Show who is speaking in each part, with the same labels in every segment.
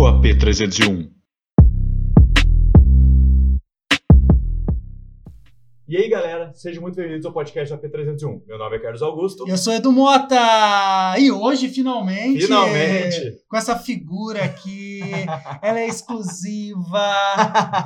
Speaker 1: P301.
Speaker 2: E aí, galera, sejam muito bem-vindos ao podcast da P301. Meu nome é Carlos Augusto.
Speaker 3: Eu sou Edu Mota! E hoje, finalmente,
Speaker 2: Finalmente!
Speaker 3: com essa figura aqui, ela é exclusiva,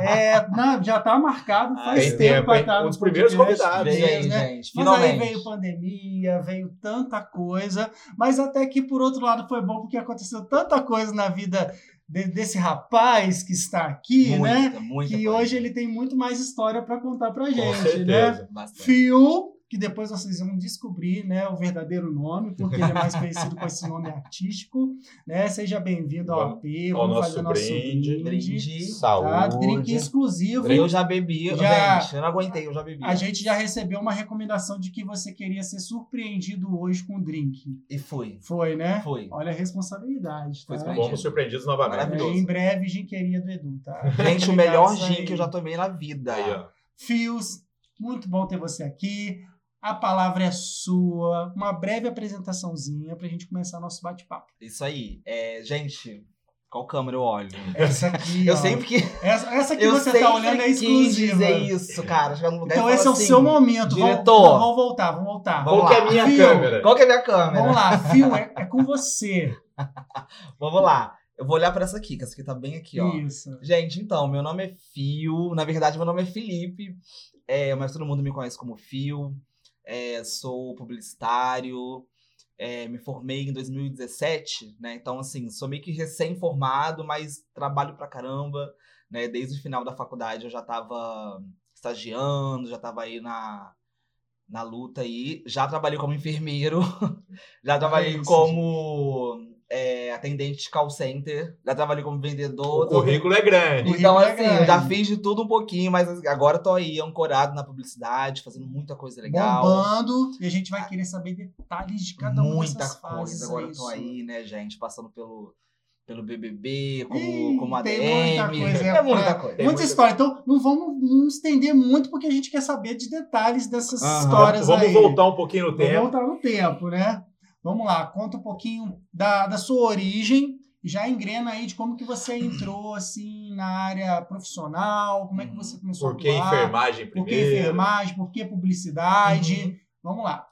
Speaker 3: é, não, já tá marcado faz
Speaker 2: Tem
Speaker 3: tempo.
Speaker 2: tempo,
Speaker 3: pra
Speaker 2: hein?
Speaker 3: estar
Speaker 2: Um dos
Speaker 3: no
Speaker 2: primeiros
Speaker 3: podcast.
Speaker 2: convidados.
Speaker 3: Veio aí, né?
Speaker 4: gente.
Speaker 3: Mas aí veio pandemia, veio tanta coisa, mas até que por outro lado foi bom porque aconteceu tanta coisa na vida de- desse rapaz que está aqui, né?
Speaker 4: muita
Speaker 3: Que
Speaker 4: coisa.
Speaker 3: hoje ele tem muito mais história para contar pra gente,
Speaker 2: Com
Speaker 3: né?
Speaker 2: certeza.
Speaker 4: Bastante.
Speaker 3: Phil, que depois vocês vão descobrir né, o verdadeiro nome, porque ele é mais conhecido com esse nome artístico. Né? Seja bem-vindo ao AP,
Speaker 2: ao
Speaker 3: vamos
Speaker 2: nosso
Speaker 3: fazer nosso
Speaker 2: brinde.
Speaker 3: brinde.
Speaker 4: Brinde.
Speaker 3: Tá?
Speaker 2: Saúde.
Speaker 3: Drink exclusivo.
Speaker 4: Eu já bebi,
Speaker 3: Já-
Speaker 4: gente, eu não aguentei, eu já bebi.
Speaker 3: A gente já recebeu uma recomendação de que você queria ser surpreendido hoje com drink.
Speaker 4: E fui.
Speaker 3: Foi, né?
Speaker 4: Foi.
Speaker 3: Olha a responsabilidade. Tá?
Speaker 4: Foi
Speaker 2: Fomos surpreendidos novamente.
Speaker 4: Maravilhoso.
Speaker 3: Em breve, gin queria do Edu, tá?
Speaker 4: Gente, o
Speaker 3: Obrigado,
Speaker 4: melhor
Speaker 3: isso
Speaker 4: gin
Speaker 3: aí.
Speaker 4: que eu já tomei na vida.
Speaker 2: Aí, ó.
Speaker 3: Fios, muito bom ter você aqui. A palavra é sua. Uma breve apresentaçãozinha para a gente começar nosso bate-papo.
Speaker 4: Isso aí. É, gente, qual câmera eu olho?
Speaker 3: Essa aqui.
Speaker 4: Eu
Speaker 3: ó.
Speaker 4: sempre que
Speaker 3: Essa, essa que
Speaker 4: eu
Speaker 3: você
Speaker 4: sempre
Speaker 3: tá olhando é
Speaker 4: quis
Speaker 3: exclusiva.
Speaker 4: dizer isso, cara. Chegar num lugar e
Speaker 3: Então
Speaker 4: falar
Speaker 3: esse é o
Speaker 4: assim,
Speaker 3: seu momento. Vamos,
Speaker 4: diretor.
Speaker 3: não, vamos voltar, vamos voltar.
Speaker 4: Vamos
Speaker 2: Qual que é
Speaker 4: lá.
Speaker 2: a minha
Speaker 3: Viu?
Speaker 2: câmera?
Speaker 4: Qual que é a minha câmera?
Speaker 3: Vamos lá, Fio, é, é com você.
Speaker 4: Vamos lá. Eu vou olhar pra essa aqui, que essa aqui tá bem aqui, ó.
Speaker 3: Isso.
Speaker 4: Gente, então, meu nome é Fio. Na verdade, meu nome é Felipe, é, mas todo mundo me conhece como Fio. É, sou publicitário, é, me formei em 2017, né? Então, assim, sou meio que recém-formado, mas trabalho pra caramba, né? Desde o final da faculdade eu já tava estagiando, já tava aí na, na luta aí. Já trabalhei como enfermeiro, já trabalhei
Speaker 3: isso,
Speaker 4: como é, atendente de call center, já trabalhei como vendedor.
Speaker 2: O currículo é grande.
Speaker 4: Então,
Speaker 3: Currículo é
Speaker 4: assim, eu já
Speaker 3: grande.
Speaker 4: fiz de tudo um pouquinho, mas agora eu tô aí ancorado na publicidade, fazendo muita coisa legal.
Speaker 3: Bombando. E a gente vai querer saber detalhes de cada uma
Speaker 4: muita
Speaker 3: dessas fases. é
Speaker 4: coisa. Agora eu
Speaker 3: isso.
Speaker 4: tô aí, né, gente? Passando pelo, pelo BBB, como,
Speaker 3: Ih,
Speaker 4: como ADM.
Speaker 3: tem muita coisa,
Speaker 4: é
Speaker 3: é,
Speaker 4: muita
Speaker 3: pra-
Speaker 4: coisa.
Speaker 2: Tem
Speaker 3: Muita
Speaker 2: muita
Speaker 3: história. Então, não vamos não estender muito, porque a gente quer saber de detalhes dessas
Speaker 4: Aham.
Speaker 3: histórias
Speaker 2: Vamos
Speaker 3: aí.
Speaker 2: voltar um pouquinho no
Speaker 3: Vamos
Speaker 2: tempo.
Speaker 3: voltar no tempo, né? Vamos lá, conta um pouquinho da, da sua origem, já engrena aí de como que você entrou, assim, na área profissional, como é que
Speaker 4: Uhum.
Speaker 3: você começou
Speaker 2: Por que
Speaker 3: a atuar,
Speaker 2: enfermagem
Speaker 3: por
Speaker 2: primeiro? Uhum.
Speaker 3: que enfermagem, por que publicidade, vamos lá.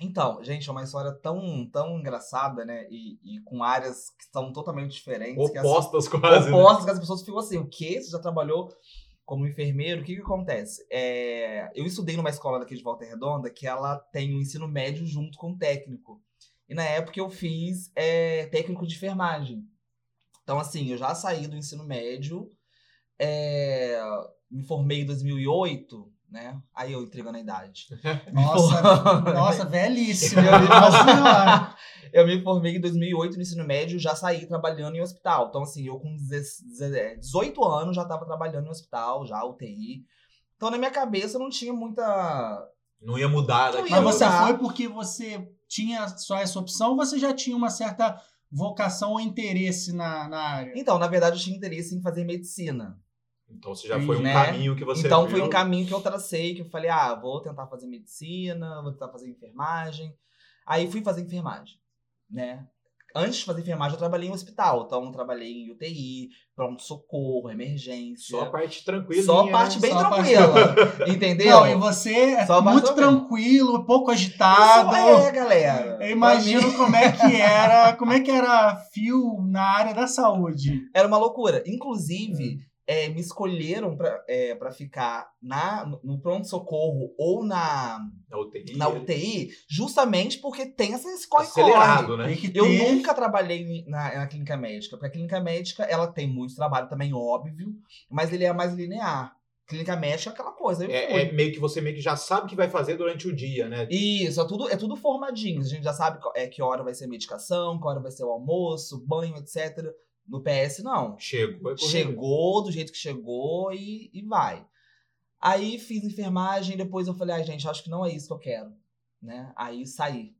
Speaker 4: Então, gente, é uma história tão, tão engraçada, né? E, e com áreas que são totalmente diferentes. que assim, as-
Speaker 2: Opostas quase. né?
Speaker 4: opostas, que as pessoas ficam assim, o quê? Você já trabalhou como enfermeiro? O que que acontece? É, eu estudei numa escola daqui de Volta Redonda que ela tem o ensino médio junto com o técnico. E na época eu fiz é, técnico de enfermagem. Então, assim, eu já saí do ensino médio, é, me formei em 2008, né? Aí eu entregando a idade.
Speaker 3: Nossa, nossa velhíssimo.
Speaker 4: Eu me-
Speaker 3: Nossa senhora.
Speaker 4: Eu me formei em 2008 no ensino médio, já saí trabalhando em hospital. Então, assim, eu com 16 eh, 18 anos já estava trabalhando em hospital, já UTI. Então, na minha cabeça, não tinha muita.
Speaker 2: Não tá. ia mudar daqui.
Speaker 4: Não ia
Speaker 3: Mas
Speaker 2: a-
Speaker 3: você
Speaker 4: mudar.
Speaker 3: foi porque você tinha só essa opção ou você já tinha uma certa vocação ou interesse na, na área?
Speaker 4: Então, na verdade, eu tinha interesse em fazer medicina.
Speaker 2: Então você já foi um
Speaker 4: Né?
Speaker 2: caminho que você
Speaker 4: então,
Speaker 2: viu.
Speaker 4: foi um caminho que eu tracei, que eu falei, ah, vou tentar fazer medicina, vou tentar fazer enfermagem. Aí, fui fazer enfermagem, né? Antes de fazer enfermagem, eu trabalhei em hospital. Então, eu trabalhei em UTI, pronto-socorro, emergência.
Speaker 2: Só a parte tranquila.
Speaker 4: Só a parte bem
Speaker 3: Só a parte-
Speaker 4: tranquila. Entendeu?
Speaker 3: Não, e você é
Speaker 4: Só mais
Speaker 3: muito
Speaker 4: ou menos.
Speaker 3: tranquilo, pouco
Speaker 4: Eu
Speaker 3: agitado.
Speaker 4: sou- é, galera.
Speaker 3: Eu imagino como é que era, como é que era fio na área da saúde.
Speaker 4: Era uma loucura. Inclusive, eh, me escolheram pra, eh, pra ficar na, no pronto-socorro ou na,
Speaker 2: Na UTI.
Speaker 4: na UTI, justamente porque tem essa escola
Speaker 2: Acelerado, né?
Speaker 3: Tem que ter.
Speaker 4: Eu nunca trabalhei na, na clínica médica, porque a clínica médica ela tem muito trabalho também, óbvio, mas ele é mais linear. Clínica médica é aquela coisa. eu fui.
Speaker 2: É, é meio que você meio que já sabe o que vai fazer durante o dia, né?
Speaker 4: Isso, é tudo, é tudo formadinho. A gente já sabe qual- é, que hora vai ser medicação, que hora vai ser o almoço, banho, etc. No PS, não.
Speaker 2: Chegou. é corrida.
Speaker 4: Chegou do jeito que chegou e, e vai. Aí fiz enfermagem, depois eu falei, ai, gente, acho que não é isso que eu quero. Né? Aí saí.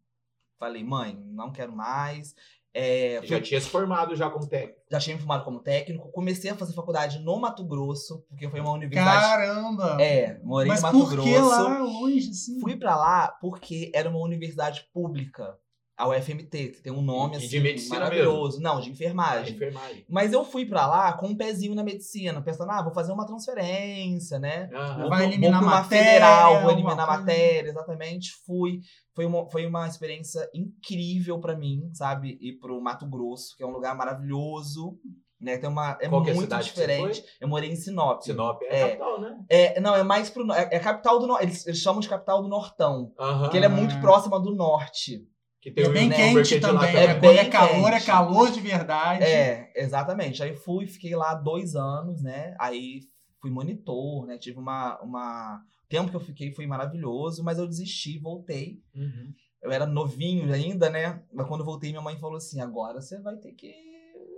Speaker 4: Falei, mãe, não quero mais. É, fui-
Speaker 2: Já tinha se formado já como técnico.
Speaker 4: já tinha me formado como técnico, comecei a fazer faculdade no Mato Grosso, porque foi uma universidade.
Speaker 3: Caramba!
Speaker 4: É, morei
Speaker 3: Mas
Speaker 4: no Mato
Speaker 3: por
Speaker 4: Grosso.
Speaker 3: que lá longe, assim?
Speaker 4: Fui pra lá porque era uma universidade pública. A UFMT, que tem um nome
Speaker 2: E de
Speaker 4: assim
Speaker 2: medicina
Speaker 4: maravilhoso. Não, de
Speaker 2: Ah,
Speaker 4: enfermagem.
Speaker 2: enfermagem.
Speaker 4: Mas eu fui pra lá com um pezinho na medicina, pensando, ah, vou fazer uma transferência, né?
Speaker 2: Aham.
Speaker 4: Vou
Speaker 3: Vai
Speaker 4: pro-
Speaker 3: eliminar
Speaker 4: vou pra uma
Speaker 3: matéria,
Speaker 4: federal, vou
Speaker 3: alguma
Speaker 4: eliminar
Speaker 3: coisa.
Speaker 4: matéria, exatamente. Fui. Foi uma, foi uma experiência incrível pra mim, sabe? Ir pro Mato Grosso, que é um lugar maravilhoso, né? Tem uma, é
Speaker 2: Qual que é a
Speaker 4: muito
Speaker 2: cidade que você
Speaker 4: diferente. Eu morei em Sinop.
Speaker 2: Sinop é,
Speaker 4: É.
Speaker 2: a capital, né?
Speaker 4: É, não, é mais pro no- é, é a capital do norte. Eles, eles chamam de capital do Nortão,
Speaker 2: Aham.
Speaker 4: porque ele é
Speaker 3: Ah.
Speaker 4: muito próxima do norte.
Speaker 2: Que
Speaker 3: É bem
Speaker 2: youtuber
Speaker 3: quente
Speaker 2: é de lá
Speaker 3: também.
Speaker 4: É
Speaker 3: né?
Speaker 4: bem
Speaker 3: Quando é calor,
Speaker 4: quente.
Speaker 3: é calor de verdade.
Speaker 4: É, exatamente. Aí fui, fiquei lá dois anos, né? Aí fui monitor, né? Tive uma uma o tempo que eu fiquei foi maravilhoso, mas eu desisti, voltei.
Speaker 2: Uhum.
Speaker 4: eu era novinho ainda, né? Mas quando eu voltei, minha mãe falou assim: agora você vai ter que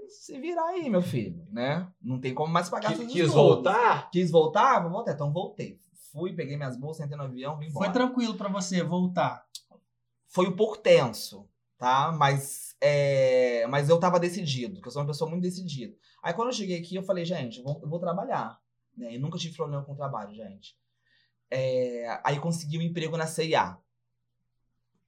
Speaker 4: se virar aí, meu filho, né? Não tem como mais pagar
Speaker 2: Que,
Speaker 4: seus
Speaker 2: quis
Speaker 4: estudos.
Speaker 2: voltar?
Speaker 4: Quis voltar? Vou voltar. Então voltei. Fui, peguei minhas bolsas, entrei no avião, vim embora.
Speaker 3: Foi tranquilo pra você voltar.
Speaker 4: Foi um pouco tenso, tá? Mas, é... Mas eu tava decidido, que eu sou uma pessoa muito decidida. Aí quando eu cheguei aqui, eu falei, gente, eu vou, eu vou trabalhar. Né? E nunca tive problema com o trabalho, gente. É, Aí consegui um emprego na CIA.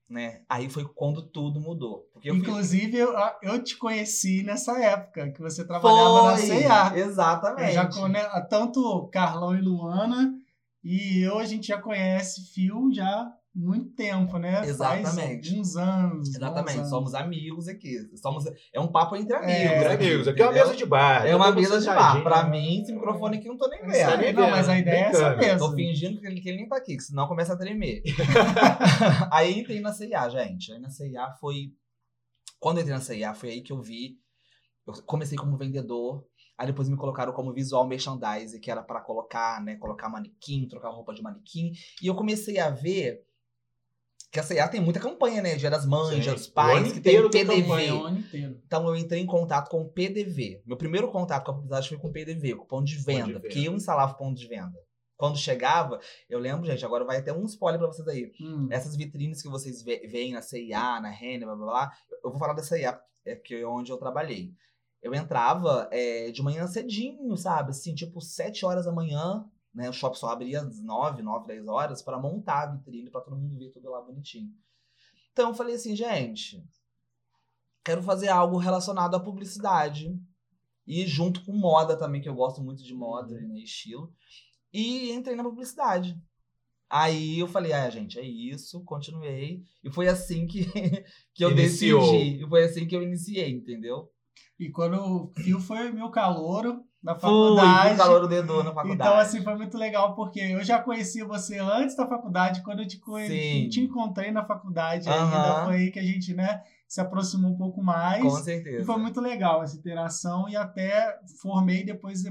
Speaker 4: Né? Aí foi quando tudo mudou. Porque eu fui-
Speaker 3: Inclusive, eu, eu te conheci nessa época que você trabalhava
Speaker 4: Foi,
Speaker 3: na CA.
Speaker 4: Exatamente.
Speaker 3: Eu já conheço tanto o Carlão e Luana, e eu a gente já conhece Fio já há muito tempo, né?
Speaker 4: Exatamente.
Speaker 3: Faz uns anos. bons
Speaker 4: Exatamente.
Speaker 3: anos.
Speaker 4: Somos amigos aqui. Somos... É um papo entre amigos.
Speaker 3: É,
Speaker 2: Entre amigos. Aqui é uma
Speaker 4: entendeu?
Speaker 2: mesa de bar.
Speaker 4: É uma
Speaker 2: todo mundo
Speaker 4: mesa de bar.
Speaker 2: sentadinho.
Speaker 4: Pra mim, esse microfone aqui eu não tô nem
Speaker 3: Mas tá
Speaker 2: nem
Speaker 4: vendo.
Speaker 3: legal,
Speaker 2: vendo,
Speaker 3: mas a ideia é essa
Speaker 2: brincando.
Speaker 3: mesmo.
Speaker 4: Tô fingindo que ele, que ele nem tá aqui, que senão começa a tremer. aí entrei na CIA, gente. Aí na CIA foi. Quando eu entrei na CIA, foi aí que eu vi. Eu comecei como vendedor. Aí depois me colocaram como visual merchandise, que era pra colocar, né? Colocar manequim, trocar roupa de manequim. E eu comecei a ver que a CIA tem muita campanha, né? Dia das mães,
Speaker 2: Sim,
Speaker 4: dia dos
Speaker 2: o
Speaker 4: pais,
Speaker 2: ano
Speaker 4: que tem
Speaker 2: inteiro tem
Speaker 4: PDV.
Speaker 2: campanha, um
Speaker 3: Foi o ano inteiro.
Speaker 4: Então eu entrei em contato com o PDV. Meu primeiro contato com a publicidade foi com o PDV, com o ponto de venda,
Speaker 2: venda.
Speaker 4: porque eu instalava o ponto de venda. Quando chegava, eu lembro, gente, agora vai até um spoiler pra vocês aí.
Speaker 3: Hum.
Speaker 4: Essas vitrines que vocês ve- veem na CIA, na Renner, blá blá blá, eu vou falar da CIA, é porque é onde eu trabalhei. Eu entrava é, de manhã cedinho, sabe? Assim, tipo, 7 horas da manhã, né? O shopping só abria às 9, 9, 10 horas pra montar a vitrine, pra todo mundo ver tudo lá bonitinho. Então eu falei assim, gente, quero fazer algo relacionado à publicidade. E junto com moda também, que eu gosto muito de moda
Speaker 3: Uhum.
Speaker 4: né, estilo. E entrei na publicidade. Aí eu falei, ah, gente, é isso, continuei. E foi assim que, que eu
Speaker 2: Iniciou.
Speaker 4: decidi. E foi assim que eu iniciei, entendeu?
Speaker 3: E quando o Fio foi meu calouro na
Speaker 4: Fui
Speaker 3: faculdade.
Speaker 4: pro calor do dedo na faculdade.
Speaker 3: Então, assim, foi muito legal, porque eu já conhecia você antes da faculdade, quando eu te, conhe-
Speaker 4: Sim.
Speaker 3: te encontrei na faculdade ainda,
Speaker 4: Aham.
Speaker 3: foi aí que a gente, né, se aproximou um pouco mais.
Speaker 4: Com
Speaker 3: E
Speaker 4: certeza.
Speaker 3: foi muito legal essa interação, e até formei depois,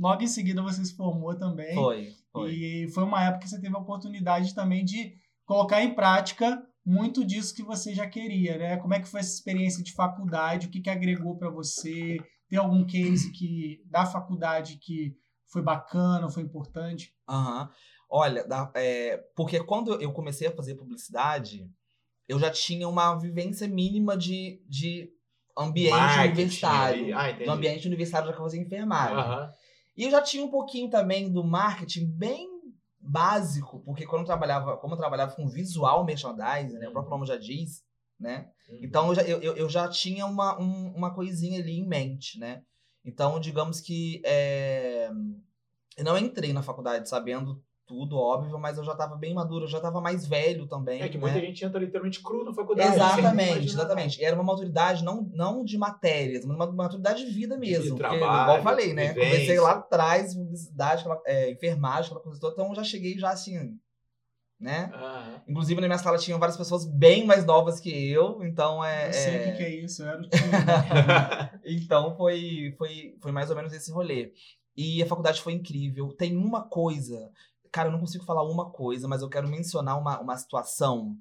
Speaker 3: logo em seguida você se formou também.
Speaker 4: Foi, foi.
Speaker 3: E foi uma época que você teve a oportunidade também de colocar em prática muito disso que você já queria, né? Como é que foi essa experiência de faculdade? O que, que agregou para você? Tem algum case que da faculdade que foi bacana, foi importante?
Speaker 4: Aham. Olha, da- é, porque quando eu comecei a fazer publicidade, eu já tinha uma vivência mínima de, de ambiente
Speaker 2: Marketing, aí.
Speaker 4: universitário.
Speaker 2: Ah, entendi.
Speaker 4: do ambiente universitário já que eu fazia enfermagem.
Speaker 2: Aham.
Speaker 4: E eu já tinha um pouquinho também do marketing bem básico, porque quando eu trabalhava, como eu trabalhava com visual merchandising, né, o próprio nome já diz, né? Então eu já, eu, eu- eu já tinha uma, um- uma coisinha ali em mente, né? Então, digamos que é, eu não entrei na faculdade sabendo tudo, óbvio, mas eu já estava bem maduro, eu já estava mais velho também.
Speaker 2: É que
Speaker 4: né?
Speaker 2: muita gente né? entra literalmente cru na faculdade. sem nem
Speaker 4: Exatamente,
Speaker 2: imaginar.
Speaker 4: exatamente. E era uma maturidade não, não de matérias, mas uma maturidade de vida mesmo. porque,
Speaker 2: trabalho,
Speaker 4: igual eu falei, né?
Speaker 2: vivência.
Speaker 4: Comecei lá atrás, publicidade, aquela- é, enfermagem, aquela coisa toda, então eu já cheguei já assim, né?
Speaker 2: Aham.
Speaker 4: Inclusive, na minha sala tinham várias pessoas bem mais novas que eu, então é.
Speaker 3: Eu sei
Speaker 4: é-
Speaker 3: o que, que é isso, eu era o time. né?
Speaker 4: Então foi, foi, foi mais ou menos esse rolê. E a faculdade foi incrível. Tem uma coisa, cara, eu não consigo falar uma coisa, mas eu quero mencionar uma, uma situação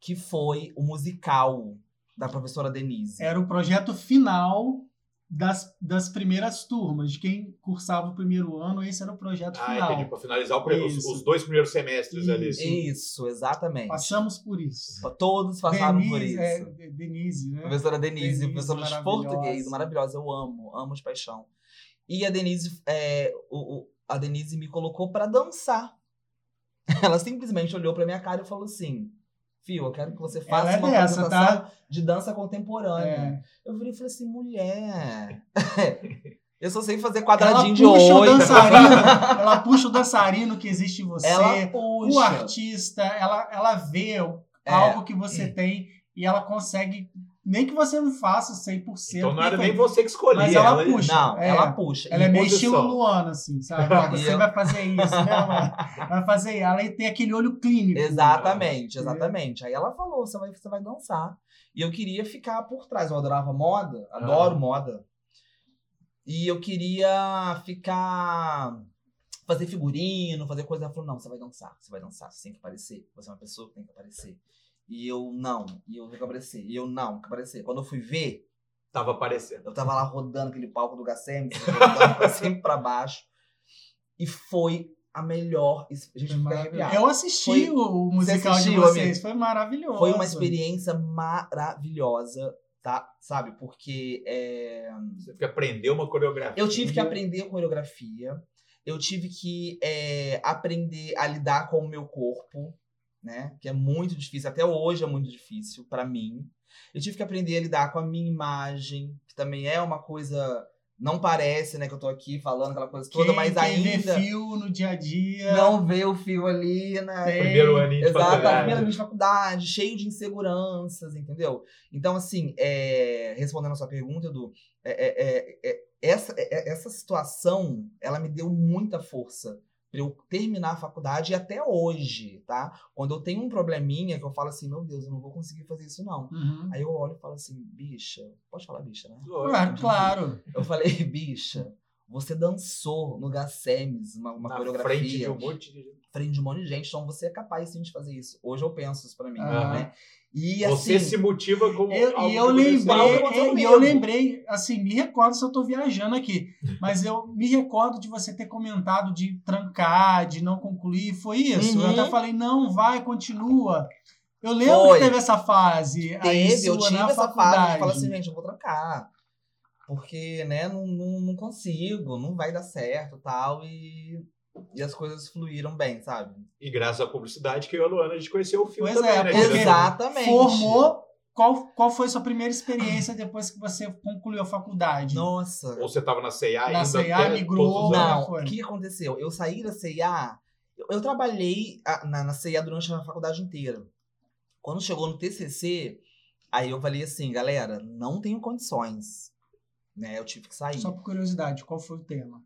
Speaker 4: que foi o musical da professora Denise.
Speaker 3: Era o projeto final das, das primeiras turmas, de quem cursava o primeiro ano, esse era o projeto
Speaker 2: Ah,
Speaker 3: final.
Speaker 2: entendi. Pra finalizar o pre- os,
Speaker 3: Isso.
Speaker 2: os dois primeiros semestres ali. assim.
Speaker 3: Isso.
Speaker 4: Isso, exatamente.
Speaker 3: Passamos por isso.
Speaker 4: Todos passaram por
Speaker 3: Denise,
Speaker 4: isso.
Speaker 3: é, de- Denise, né?
Speaker 4: Professora Denise,
Speaker 3: Denise,
Speaker 4: professora de
Speaker 3: maravilhosa.
Speaker 4: português, maravilhosa, eu amo, amo de paixão. E a Denise, é, o, o- a Denise me colocou pra dançar. Ela simplesmente olhou pra minha cara e falou assim: Fio, eu quero que você
Speaker 3: Ela
Speaker 4: faça
Speaker 3: é
Speaker 4: uma
Speaker 3: dessa,
Speaker 4: apresentação
Speaker 3: tá?
Speaker 4: de dança contemporânea.
Speaker 3: É.
Speaker 4: Eu virei e falei assim, mulher. eu só sei fazer quadradinho de
Speaker 3: ela puxa o
Speaker 4: oito.
Speaker 3: dançarino, ela puxa o dançarino que existe em você,
Speaker 4: Ela
Speaker 3: o
Speaker 4: puxa.
Speaker 3: artista, ela, ela vê o-
Speaker 4: É.
Speaker 3: algo que você tem e ela consegue, nem que você não faça 100%.
Speaker 2: Então não era nem
Speaker 3: perfeito,
Speaker 2: você que escolhia.
Speaker 3: Mas ela puxa.
Speaker 4: Não,
Speaker 3: É.
Speaker 4: ela puxa.
Speaker 3: Ela é
Speaker 4: E
Speaker 3: meio
Speaker 2: posição.
Speaker 3: estilo Luana, assim, sabe? Ah,
Speaker 4: E
Speaker 3: Você
Speaker 4: eu-
Speaker 3: vai fazer isso, né? Luana? Vai fazer. Ela tem aquele olho clínico.
Speaker 4: Exatamente,
Speaker 3: É.
Speaker 4: exatamente. Aí ela falou: você vai, você vai dançar. E eu queria ficar por trás. Eu adorava moda, adoro moda. E eu queria ficar. fazer figurino, fazer coisa. Ela falou: não, você vai dançar, você vai dançar, você tem que aparecer. Você é uma pessoa que tem que aparecer. E eu não, e eu tenho que aparecer, e eu não, tenho que aparecer. Quando eu fui ver,
Speaker 2: Tava aparecendo.
Speaker 4: eu tava lá rodando aquele palco do Gacem, assim, rodando pra cima e pra baixo. E foi a melhor. ex-
Speaker 3: Foi
Speaker 4: Gente, eu fico
Speaker 3: maravilhoso.
Speaker 4: arrepiado.
Speaker 3: né, Eu assisti
Speaker 4: Foi-
Speaker 3: o musical de
Speaker 4: assistiu,
Speaker 3: vocês,
Speaker 4: amigo?
Speaker 3: foi maravilhoso.
Speaker 4: Foi uma experiência maravilhosa, tá? Sabe? Porque é,
Speaker 2: Você fica aprender uma coreografia.
Speaker 4: eu tive que
Speaker 3: Uhum.
Speaker 4: aprender a coreografia, eu tive que é, aprender a lidar com o meu corpo, né? Que é muito difícil, até hoje é muito difícil pra mim. Eu tive que aprender a lidar com a minha imagem, que também é uma coisa. Não parece, né, que eu tô aqui falando aquela coisa toda,
Speaker 3: Quem-
Speaker 4: mas
Speaker 3: quem vê
Speaker 4: ainda
Speaker 3: fio no dia a dia.
Speaker 4: não vê o fio ali, né?
Speaker 3: Tem.
Speaker 2: Primeiro aninho de
Speaker 4: Exato,
Speaker 2: faculdade.
Speaker 4: primeiro ano de faculdade, cheio de inseguranças, entendeu? Então, assim, é, respondendo a sua pergunta, Edu, é, é, é, é, essa, é- é- essa situação, ela me deu muita força pra eu terminar a faculdade e até hoje, tá? Quando eu tenho um probleminha que eu falo assim, meu Deus, eu não vou conseguir fazer isso não.
Speaker 3: Uhum.
Speaker 4: Aí eu olho e falo assim, bicha, pode falar bicha, né?
Speaker 2: Lógico.
Speaker 3: Ah, claro.
Speaker 4: Eu falei, bicha, você dançou no Gacemes, uma, uma
Speaker 2: Na
Speaker 4: coreografia
Speaker 2: frente de um monte de gente.
Speaker 4: frente de um monte de gente, então você é capaz sim de fazer isso. Hoje eu penso isso pra mim,
Speaker 3: Aham.
Speaker 4: né? E
Speaker 2: Você
Speaker 4: assim,
Speaker 2: se motiva como
Speaker 3: Eu,
Speaker 2: algo
Speaker 3: e
Speaker 2: que aconteceu.
Speaker 3: eu
Speaker 4: Algo
Speaker 3: lembrei,
Speaker 4: aconteceu
Speaker 3: eu, e eu
Speaker 4: comigo.
Speaker 3: lembrei, assim, me recordo se eu tô viajando aqui, mas eu me recordo de você ter comentado de trancar, de não concluir, foi isso? Eu
Speaker 4: Uhum.
Speaker 3: até falei, não, vai, continua. Eu lembro
Speaker 4: Foi.
Speaker 3: que teve essa fase. aí
Speaker 4: teve, eu
Speaker 3: sua
Speaker 4: tive
Speaker 3: na
Speaker 4: essa fase
Speaker 3: faculdade.
Speaker 4: de falar assim, gente, eu vou trancar. Porque, né, não, não, não consigo, não vai dar certo tal. E, e as coisas fluíram bem, sabe?
Speaker 2: E graças à publicidade que eu e a Luana a gente conheceu o filme
Speaker 3: Pois
Speaker 2: também,
Speaker 3: é,
Speaker 2: né? Exato.
Speaker 3: porque-
Speaker 4: Exatamente.
Speaker 3: Formou, qual, qual foi sua primeira experiência depois que você concluiu a faculdade?
Speaker 4: Nossa.
Speaker 2: Ou você tava na C&A ainda?
Speaker 3: Na C&A,
Speaker 2: até
Speaker 3: migrou.
Speaker 2: todos os anos?
Speaker 4: Não,
Speaker 3: foi?
Speaker 4: o que aconteceu? Eu saí da CIA, eu, eu trabalhei a- na, na CIA durante a faculdade inteira. Quando chegou no TCC, aí eu falei assim, galera, não tenho condições. Né, eu tive que sair.
Speaker 3: Só por curiosidade, qual foi o tema?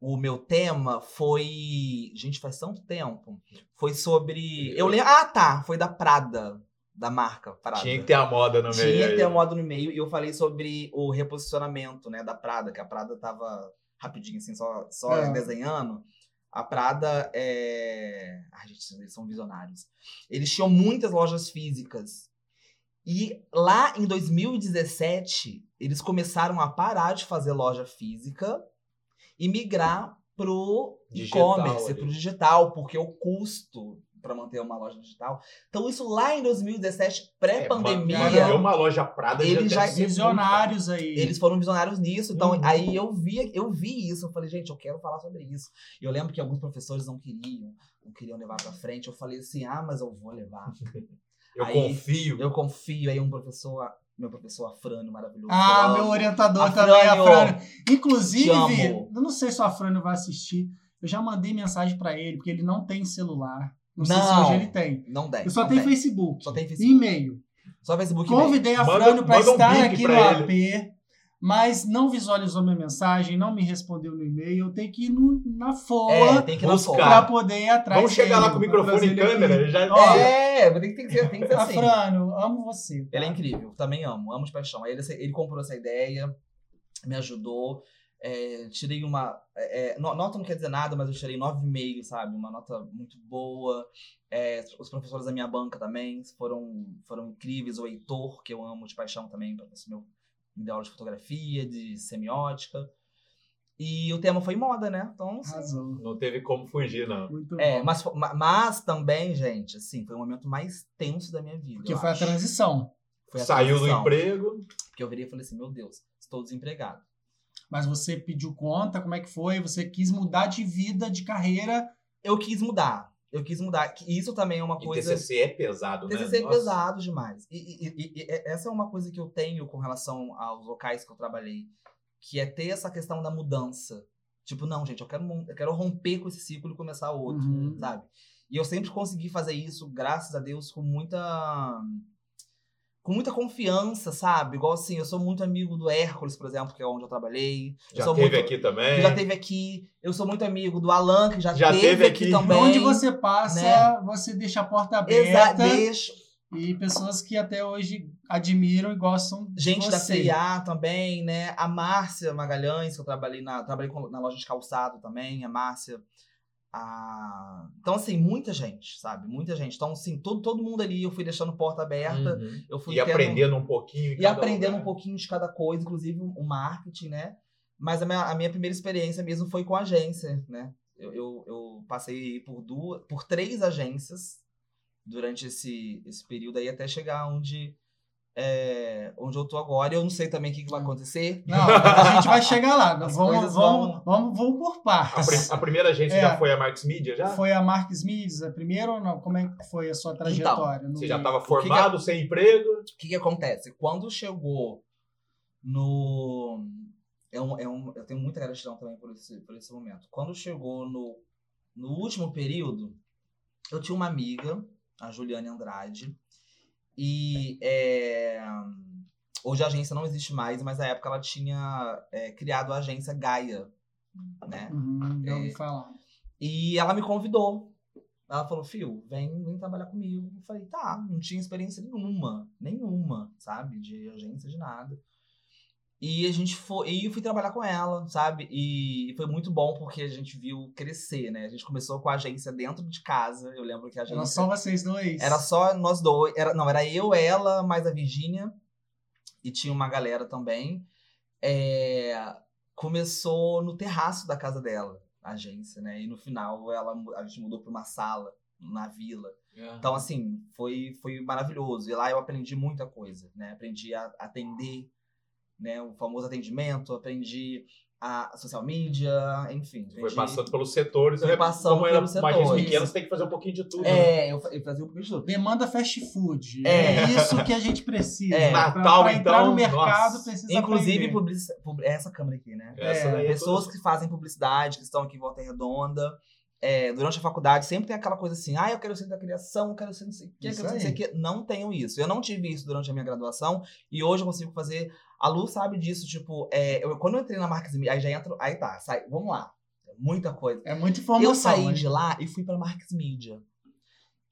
Speaker 4: O meu tema foi. Gente, faz tanto tempo. Foi sobre. Eu lembro. Ah, tá! Foi da Prada, da marca Prada.
Speaker 2: Tinha que ter a moda no meio.
Speaker 4: Tinha que ter
Speaker 2: aí.
Speaker 4: a moda no meio. E eu falei sobre o reposicionamento, né, da Prada, que a Prada tava rapidinho, assim, só, só
Speaker 3: É.
Speaker 4: desenhando. A Prada é. Ai, gente, eles são visionários. Eles tinham muitas lojas físicas. E lá em 2017, eles começaram a parar de fazer loja física e migrar pro
Speaker 2: Digital
Speaker 4: e-commerce,
Speaker 2: ali.
Speaker 4: pro digital, porque o custo para manter uma loja digital. Então, isso lá em 2017,
Speaker 2: É, ma-
Speaker 4: pré-pandemia.
Speaker 2: manter uma loja Prada
Speaker 4: Ele
Speaker 2: já
Speaker 4: já- é
Speaker 2: deve ser
Speaker 3: Visionários aí.
Speaker 4: Eles foram visionários nisso, então
Speaker 2: Uhum.
Speaker 4: aí eu vi, eu vi isso, eu falei, gente, eu quero falar sobre isso. E eu lembro que alguns professores não queriam, não queriam levar pra frente. Eu falei assim, ah, mas eu vou levar.
Speaker 2: muito. Eu
Speaker 4: Aí-
Speaker 2: confio.
Speaker 4: Eu confio. Aí um professor, meu professor Afrânio, maravilhoso.
Speaker 3: Ah,
Speaker 4: falou,
Speaker 3: meu orientador
Speaker 4: A
Speaker 3: também, a
Speaker 4: Frânio.
Speaker 3: Frânio. Inclusive,
Speaker 4: Te amo.
Speaker 3: eu não sei se o Afrânio vai assistir. Eu já mandei mensagem pra ele, porque ele não tem celular. Não, sei se
Speaker 4: Não.
Speaker 3: hoje ele tem.
Speaker 4: Não deve.
Speaker 3: Eu só
Speaker 4: não
Speaker 3: tenho
Speaker 4: deve.
Speaker 3: Facebook.
Speaker 4: Só tem Facebook.
Speaker 3: E-mail.
Speaker 4: Só Facebook e-mail.
Speaker 3: Convidei a
Speaker 2: Manda-
Speaker 3: Frânio pra
Speaker 2: manda um
Speaker 3: estar
Speaker 2: bip
Speaker 3: aqui no
Speaker 2: pra
Speaker 3: AP, mas não visualizou minha mensagem, não me respondeu no e-mail. Eu tenho que ir no- na
Speaker 4: É,
Speaker 3: folha
Speaker 4: tem que ir na
Speaker 2: Buscar.
Speaker 4: folha.
Speaker 3: pra poder ir atrás
Speaker 2: Vamos chegar
Speaker 3: dele,
Speaker 2: lá com o
Speaker 3: pra
Speaker 2: microfone
Speaker 3: trazer
Speaker 2: e
Speaker 3: ele aqui.
Speaker 2: câmera. Já...
Speaker 3: Ó,
Speaker 4: É, mas tem que ser, tem que ser
Speaker 3: A
Speaker 4: assim.
Speaker 3: Frânio, amo você. tá?
Speaker 4: Ele é incrível, também amo, amo de paixão. Aí Ele, ele comprou essa ideia, me ajudou. é, tirei uma. é, é, no- nota não quer dizer nada, mas eu tirei 9,5, sabe? Uma nota muito boa. É, os professores da minha banca também foram, foram incríveis. O Heitor, que eu amo de paixão também, professor meu, me deu aula de fotografia, de semiótica. E o tema foi moda, né? Então, assim,
Speaker 3: Arrasou.
Speaker 2: Não teve como fugir, não.
Speaker 3: Muito
Speaker 4: é,
Speaker 3: bom.
Speaker 4: mas, fo- ma- mas também, gente, assim, foi o momento mais tenso da minha vida.
Speaker 3: Porque
Speaker 4: eu
Speaker 3: foi a
Speaker 4: acho.
Speaker 3: transição.
Speaker 4: Foi a
Speaker 2: Saiu do
Speaker 4: transição.
Speaker 2: emprego.
Speaker 4: Porque eu virei e falei assim, meu Deus, estou desempregado.
Speaker 3: Mas você pediu conta, como é que foi? Você quis mudar de vida, de carreira.
Speaker 4: Eu quis mudar. Eu quis mudar. que Isso também é uma
Speaker 2: E
Speaker 4: coisa.
Speaker 2: TCC é pesado, né?
Speaker 4: TCC é
Speaker 2: Nossa.
Speaker 4: pesado demais. E, e- e- e- e essa é uma coisa que eu tenho com relação aos locais que eu trabalhei, que é ter essa questão da mudança. Tipo, não, gente, eu quero, mon- eu quero romper com esse ciclo e começar outro,
Speaker 3: Uhum.
Speaker 4: sabe? E eu sempre consegui fazer isso, graças a Deus, com muita com muita confiança, sabe? Igual assim, eu sou muito amigo do Hércules, por exemplo, que é onde eu trabalhei. Eu
Speaker 2: Já
Speaker 4: sou
Speaker 2: teve
Speaker 4: muito-
Speaker 2: aqui também.
Speaker 4: que já teve aqui. Eu sou muito amigo do Alan, que já,
Speaker 2: É. Já
Speaker 4: teve,
Speaker 2: teve
Speaker 4: aqui
Speaker 2: aqui.
Speaker 4: também.
Speaker 3: Onde você tá passa,
Speaker 4: né?
Speaker 3: você deixa a porta
Speaker 4: Exa
Speaker 3: aberta.
Speaker 4: deixa-
Speaker 3: E pessoas que até hoje admiram e gostam de
Speaker 4: Gente da
Speaker 3: você.
Speaker 4: CIA também, né? A Márcia Magalhães, que eu trabalhei na, trabalhei com- na loja de calçado também, a Márcia. A... Então, assim, muita gente, sabe? Muita gente. Então, assim, todo, todo mundo ali, eu fui deixando porta aberta.
Speaker 2: Uhum.
Speaker 4: Eu fui
Speaker 2: E
Speaker 4: tendo-
Speaker 2: aprendendo um pouquinho. em
Speaker 4: e
Speaker 2: cada
Speaker 4: aprendendo
Speaker 2: lugar.
Speaker 4: um pouquinho de cada coisa, inclusive o marketing, né? Mas a minha, a minha primeira experiência mesmo foi com agência, né? Eu, eu, eu passei por duas, por três agências durante esse, esse período aí até chegar onde, é, onde eu tô agora. Eu não sei também o que, que vai acontecer.
Speaker 3: Não, a gente vai chegar lá.
Speaker 4: As
Speaker 3: Vamos,
Speaker 4: coisas
Speaker 3: vamos, vamos, vamos por
Speaker 2: A,
Speaker 3: partes.
Speaker 2: pri- a primeira agência
Speaker 3: É.
Speaker 2: já foi a Marx Media, já?
Speaker 3: Foi a Marques Mides a primeira ou não? Como é que foi a
Speaker 4: Então,
Speaker 3: sua trajetória? No-
Speaker 2: Você já estava
Speaker 4: que que
Speaker 2: formado, sem emprego?
Speaker 4: O que, que acontece? Quando chegou no. É um, é um, eu tenho muita gratidão também por esse, por esse momento. Quando chegou no, no último período, eu tinha uma amiga, a Juliane Andrade, e é, hoje a agência não existe mais, mas na época ela tinha é, criado a agência Gaia, né?
Speaker 3: Uhum, já ouvi
Speaker 4: É.
Speaker 3: falar.
Speaker 4: E ela me convidou. Ela falou, Fio, vem, vem trabalhar comigo. Eu falei, tá, não tinha experiência nenhuma, nenhuma, sabe? De agência, de nada. E a gente foi, e eu fui trabalhar com ela, sabe? E foi muito bom porque a gente viu crescer, né? A gente começou com a agência dentro de casa. Eu lembro que a agência.
Speaker 3: Era só vocês dois.
Speaker 4: Era só nós dois. Era, não, era eu, ela, mais a Virgínia. E tinha uma galera também. É, começou no terraço da casa dela, a agência, né? E no final ela, mu- a gente mudou para uma sala na vila. Então, assim, foi, foi maravilhoso. E lá eu aprendi muita coisa, né? Aprendi a atender, né? O famoso atendimento, aprendi a social media, enfim.
Speaker 2: Foi
Speaker 3: né?
Speaker 4: aprendi-
Speaker 2: passando pelos setores.
Speaker 4: Foi
Speaker 2: né?
Speaker 4: passando
Speaker 2: Como era
Speaker 4: pelos
Speaker 2: uma agência
Speaker 4: setores.
Speaker 2: pequena, você tem que fazer um pouquinho de tudo. né?
Speaker 4: É, eu, fa- eu fazia o curso todo.
Speaker 3: Demanda fast food. É,
Speaker 4: É.
Speaker 3: isso que a gente precisa.
Speaker 4: É.
Speaker 3: Pra-
Speaker 2: Natal,
Speaker 3: pra entrar
Speaker 2: então,
Speaker 3: no mercado,
Speaker 2: nossa.
Speaker 3: precisa
Speaker 4: Inclusive,
Speaker 3: aprender.
Speaker 4: publici- pub- essa câmera aqui, né?
Speaker 2: Essa
Speaker 3: é,
Speaker 2: daí é
Speaker 4: pessoas
Speaker 2: tudo.
Speaker 4: que fazem publicidade, que estão aqui em Volta Redonda, é, durante a faculdade, sempre tem aquela coisa assim, ah, eu quero ser da criação, eu quero ser não sei o que, eu
Speaker 3: Isso
Speaker 4: quero ser não sei o
Speaker 3: aí.
Speaker 4: que. Não tenho isso. Eu não tive isso durante a minha graduação e hoje eu consigo fazer. A Lu sabe disso, tipo, é, eu- quando eu entrei na Marques Media, aí já entro, aí tá, sai, vamos lá. Muita coisa.
Speaker 3: É muita
Speaker 4: Eu
Speaker 3: informação.
Speaker 4: saí
Speaker 3: né?
Speaker 4: de lá e fui pra Marques Media.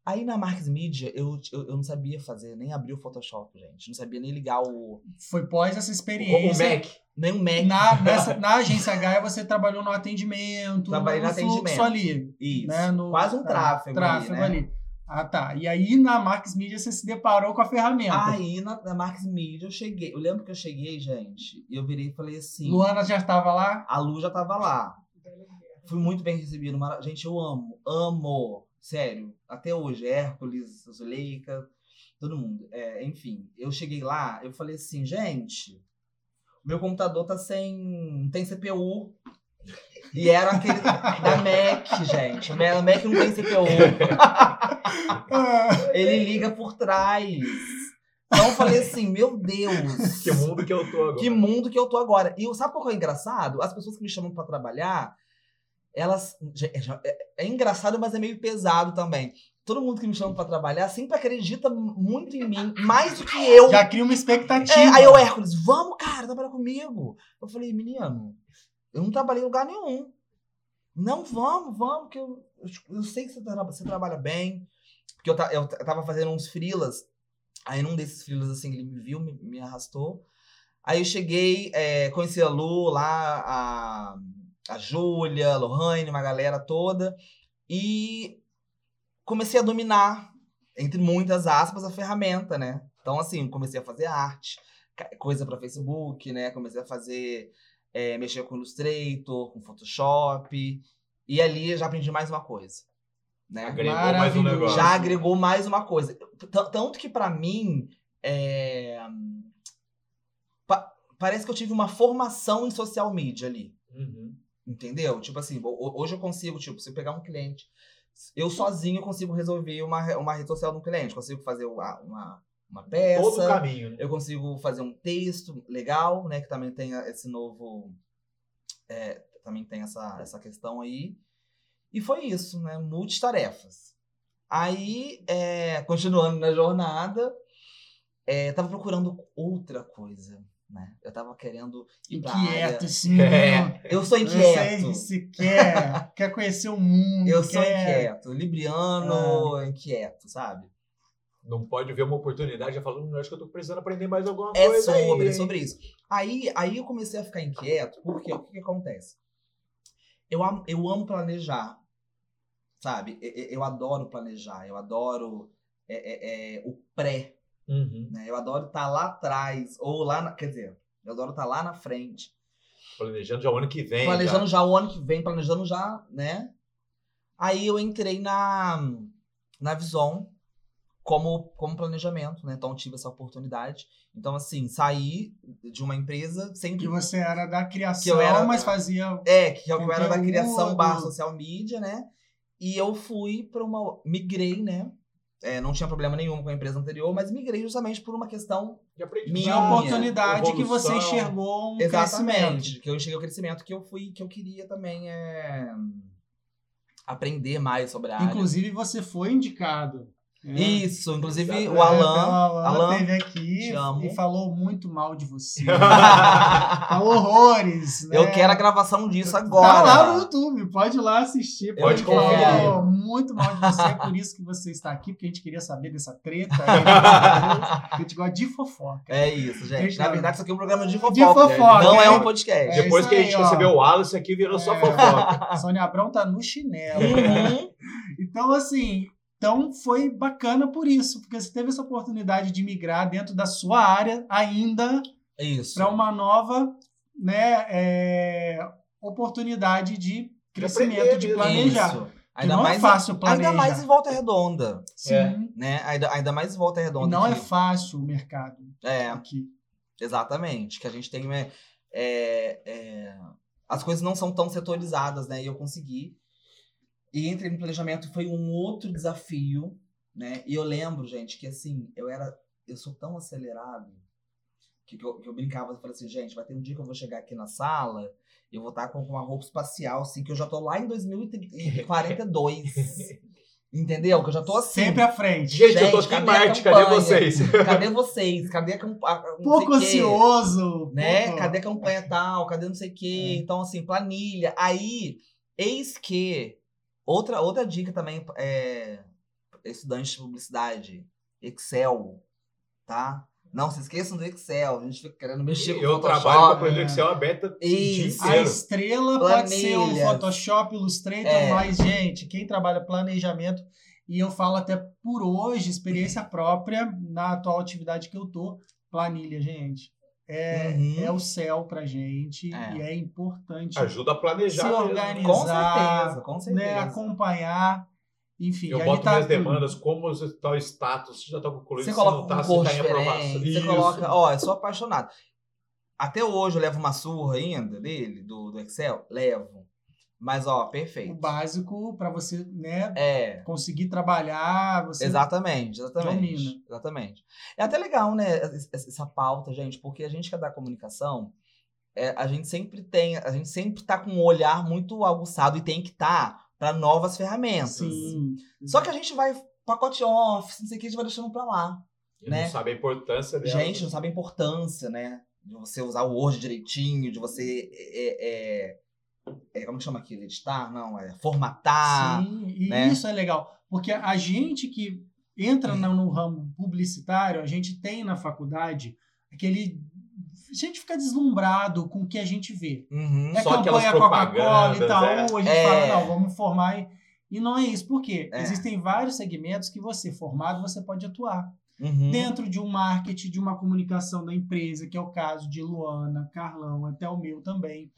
Speaker 4: Aí na Marques Media, eu, eu, eu não sabia fazer, nem abrir o Photoshop, gente. Não sabia nem ligar o.
Speaker 3: Foi pós essa
Speaker 2: Como o
Speaker 3: experiência.
Speaker 4: né?
Speaker 2: Mac.
Speaker 4: Nem o Mac.
Speaker 3: Na, nessa- na agência Gaia você trabalhou no atendimento,
Speaker 4: Trabalhei
Speaker 3: no
Speaker 4: no
Speaker 3: fluxo
Speaker 4: atendimento.
Speaker 3: ali,
Speaker 4: Isso.
Speaker 3: né? No,
Speaker 4: Quase um
Speaker 3: tá,
Speaker 4: tráfego.
Speaker 3: tráfego
Speaker 4: ali, né?
Speaker 3: ali. Ah, tá. E aí na Max Media você se deparou com a ferramenta.
Speaker 4: Aí na, na Max Media eu cheguei. Eu lembro que eu cheguei, gente, e eu virei e falei assim:
Speaker 3: Luana já estava lá?
Speaker 4: a Lu já tava lá. Fui muito bem recebido. mara- Gente, eu amo, amo. Sério, até hoje, Hércules, Zuleika, todo mundo. É, enfim, eu cheguei lá, eu falei assim, gente, meu computador tá sem. não tem CPU. E era aquele da Mac, gente. A Mac não tem CPU.
Speaker 3: Ah,
Speaker 4: Ele liga por trás. Então eu falei assim, meu Deus.
Speaker 2: Que mundo que eu tô agora.
Speaker 4: Que mundo que eu tô agora. E eu- sabe qual que é o engraçado? As pessoas que me chamam pra trabalhar, elas. já- já- É, é engraçado, mas é meio pesado também. Todo mundo que me chama pra trabalhar sempre acredita muito em mim, mais do que eu.
Speaker 3: já cria uma expectativa.
Speaker 4: É, aí o Hércules, vamos, cara, trabalha comigo. Eu falei, menino, eu não trabalhei em lugar nenhum. Não, vamos, vamos, que eu, eu, eu sei que você, tra- você trabalha bem. Porque eu, ta- eu ta- eu tava fazendo uns frilas. Aí num desses frilas, assim, ele me viu, me, me arrastou. Aí eu cheguei, é, conheci a Lu lá, a, a Júlia, a Lohane, uma galera toda. E comecei a dominar, entre muitas aspas, a ferramenta, né? Então, assim, comecei a fazer arte, ca- coisa para Facebook, né? Comecei a fazer, é, mexer com Illustrator, com Photoshop. E ali eu já aprendi mais uma coisa, né?
Speaker 2: Agregou mais um
Speaker 3: Maravilhoso.
Speaker 2: negócio.
Speaker 4: Já agregou mais uma coisa. T- Tanto que pra mim, é, pa- parece que eu tive uma formação em social media ali.
Speaker 2: Uhum.
Speaker 4: Entendeu? Tipo assim, ho- ho- hoje eu consigo, tipo, se eu pegar um cliente eu sozinho consigo resolver uma, uma rede social de um cliente. Consigo fazer uma, uma, uma peça.
Speaker 2: Todo o caminho, né?
Speaker 4: Eu consigo fazer um texto legal, né? Que também tem esse novo. é, também tem essa, essa questão aí. E foi isso, né? Multitarefas. Aí, é, continuando na jornada, é, eu tava procurando outra coisa, né? Eu tava querendo ir pra área.
Speaker 3: Inquieto esse menino.
Speaker 4: Eu sou
Speaker 3: Eu sei
Speaker 4: inquieto.
Speaker 3: que se quer, quer conhecer o mundo.
Speaker 4: Eu sou
Speaker 3: Hum, quer...
Speaker 4: inquieto, libriano, inquieto, sabe?
Speaker 2: Não pode ver uma oportunidade e falar, hum, acho que eu tô precisando aprender mais alguma
Speaker 4: É
Speaker 2: coisa. aí,
Speaker 4: sobre,
Speaker 2: hein?"
Speaker 4: sobre isso. Aí, aí eu comecei a ficar inquieto, porque ó, o que, que acontece? Eu amo, eu amo planejar, sabe? E- e- Eu, adoro planejar, eu adoro é, é, é, o pré,
Speaker 2: Uhum.
Speaker 4: né? Eu adoro estar lá atrás, ou lá, na, quer dizer, eu adoro estar lá na frente.
Speaker 2: Planejando já o ano que vem.
Speaker 4: planejando já o ano que vem, planejando já, né? Aí eu entrei na, na Vison como, como planejamento, né? Então tive essa oportunidade. Então, assim, saí de uma empresa
Speaker 3: Que
Speaker 4: sempre.
Speaker 3: você era da criação,
Speaker 4: era-
Speaker 3: mas fazia.
Speaker 4: É, que eu era da
Speaker 3: Conteúdo.
Speaker 4: criação barra social media, né? E eu fui para uma. Migrei, né? É, não tinha problema nenhum com a empresa anterior, mas migrei justamente por uma questão
Speaker 2: Já aprendi
Speaker 4: Minha
Speaker 3: Tinha
Speaker 2: usar.
Speaker 3: oportunidade que você
Speaker 2: evolução.
Speaker 3: enxergou um crescimento.
Speaker 4: Exatamente. Que eu cheguei ao crescimento que eu fui, que eu queria também é, aprender mais sobre a área. né?
Speaker 3: Inclusive, você foi indicado. né?
Speaker 4: Isso, inclusive
Speaker 2: Exato.
Speaker 4: o Alan.
Speaker 3: Então, a Alan
Speaker 4: Alan,
Speaker 3: teve
Speaker 4: te
Speaker 3: aqui
Speaker 4: amo.
Speaker 3: e falou muito mal de você. falou horrores. É, né?
Speaker 4: eu quero a gravação disso
Speaker 3: Tá
Speaker 4: agora.
Speaker 3: lá no YouTube, pode ir lá assistir.
Speaker 2: Pode
Speaker 3: porque ele
Speaker 2: conferir.
Speaker 3: falou muito mal de você, é por isso que você está aqui, porque a gente queria saber dessa treta. aí. A gente gosta de fofoca.
Speaker 4: É isso, gente. Na verdade, isso aqui é um programa de fofoca.
Speaker 3: Então, De fofoca.
Speaker 4: Não é
Speaker 3: hein?
Speaker 4: um podcast.
Speaker 3: É
Speaker 2: Depois
Speaker 3: isso
Speaker 2: que a gente
Speaker 3: aí, ó.
Speaker 2: recebeu o Wallace aqui, virou só
Speaker 3: É.
Speaker 2: fofoca.
Speaker 3: Sônia Abrão tá no chinelo.
Speaker 4: Uhum.
Speaker 3: Então, assim, então foi bacana por isso, porque você teve essa oportunidade de migrar dentro da sua área ainda
Speaker 4: Isso.
Speaker 3: para uma nova né, é, oportunidade de crescimento, de
Speaker 2: mesmo.
Speaker 3: planejar.
Speaker 4: Isso.
Speaker 3: Que
Speaker 4: Ainda
Speaker 3: não é
Speaker 4: mais,
Speaker 3: fácil planejar.
Speaker 4: ainda mais em volta redonda,
Speaker 3: Sim.
Speaker 2: É.
Speaker 4: né? Ainda, ainda mais em volta redonda.
Speaker 3: Não é
Speaker 4: que-
Speaker 3: fácil o mercado
Speaker 4: é,
Speaker 3: aqui.
Speaker 4: Exatamente. Que a gente tem. né, é, é, as coisas não são tão setorizadas, né? E eu consegui. E entrei no planejamento, foi um outro desafio, né? E eu lembro, gente, que assim, eu era. Eu sou tão acelerado que, que eu, que eu brincava, eu falei assim, gente, vai ter um dia que eu vou chegar aqui na sala e eu vou estar com com uma roupa espacial, assim, que eu já tô lá em 2042. entendeu? Que eu já tô assim.
Speaker 3: Sempre à frente.
Speaker 2: Gente, eu tô
Speaker 4: Gente,
Speaker 2: aqui em
Speaker 4: cadê a
Speaker 2: Marte, cadê
Speaker 4: campanha?
Speaker 2: vocês?
Speaker 4: Cadê vocês? Cadê a campanha?
Speaker 3: Pouco ansioso.
Speaker 4: né?
Speaker 3: pouco-
Speaker 4: Cadê a campanha tal? Cadê não sei o
Speaker 2: É.
Speaker 4: quê? Então, assim, planilha. Aí, eis que. Outra, outra dica também é. Estudantes de publicidade, Excel, tá? Não se esqueçam do Excel. A gente fica querendo mexer com o
Speaker 2: Eu
Speaker 4: Tipo, Photoshop. né?
Speaker 2: trabalho com a
Speaker 3: é.
Speaker 2: planilha Excel aberta o dia
Speaker 4: Isso.
Speaker 3: A
Speaker 2: inteiro.
Speaker 3: estrela pode ser o
Speaker 4: Planilhas.
Speaker 3: Photoshop, Illustrator,
Speaker 4: É.
Speaker 3: mas, gente, quem trabalha planejamento, e eu falo até por hoje, experiência própria, na atual atividade que eu tô, planilha, gente. É,
Speaker 4: Uhum.
Speaker 3: é o céu pra gente
Speaker 4: É.
Speaker 3: e é importante
Speaker 2: Ajuda a planejar.
Speaker 3: Se
Speaker 2: mesmo.
Speaker 3: organiza.
Speaker 4: Com certeza, com certeza.
Speaker 2: Ah,
Speaker 3: né, acompanhar. Enfim,
Speaker 2: Eu
Speaker 3: aí
Speaker 2: boto
Speaker 3: tá
Speaker 2: minhas
Speaker 3: tudo.
Speaker 2: demandas, como está o status, se já está concluído,
Speaker 4: Você
Speaker 2: se
Speaker 4: coloca
Speaker 2: não
Speaker 4: um
Speaker 2: tá, se
Speaker 4: cor
Speaker 2: tá em aprovação.
Speaker 4: diferente, você
Speaker 2: Isso.
Speaker 4: coloca... Ó, eu sou apaixonado. Até hoje eu levo uma surra ainda dele, do, do Excel? Levo. Mas, ó,
Speaker 3: o
Speaker 4: perfeito.
Speaker 3: básico pra você né,
Speaker 4: É,
Speaker 3: conseguir trabalhar, você
Speaker 4: Exatamente, exatamente.
Speaker 3: Assim, domina.
Speaker 4: Exatamente. É até legal, né, es- es- essa pauta, gente, porque a gente que é da comunicação, é, a gente sempre tem, a gente sempre tá com um olhar muito aguçado e tem que estar tá para novas ferramentas.
Speaker 3: Sim.
Speaker 4: Só que a gente vai pacote office, não sei o que, a gente vai deixando para lá.
Speaker 2: E
Speaker 4: né?
Speaker 2: Não sabe a importância dela.
Speaker 4: Gente, não sabe a importância, né, de você usar o Word direitinho, de você é, é, é, como que chama aquilo, editar, não, é formatar.
Speaker 2: Ah,
Speaker 3: Sim, e
Speaker 4: né?
Speaker 3: isso é legal, porque a gente que
Speaker 2: É.
Speaker 3: entra no, no ramo publicitário, a gente tem na faculdade aquele. A gente fica deslumbrado com o que a gente vê.
Speaker 4: Uhum.
Speaker 3: É
Speaker 2: Só
Speaker 3: campanha
Speaker 2: aquelas
Speaker 3: Coca-Cola e
Speaker 2: propagandas,
Speaker 3: tal,
Speaker 2: é.
Speaker 3: a gente
Speaker 4: É.
Speaker 3: fala, não, vamos formar. E, e não é isso, porque
Speaker 4: É.
Speaker 3: existem vários segmentos que você, formado, você pode atuar.
Speaker 4: Uhum.
Speaker 3: Dentro de um marketing, de uma comunicação da empresa, que é o caso de Luana, Carlão, até o meu também.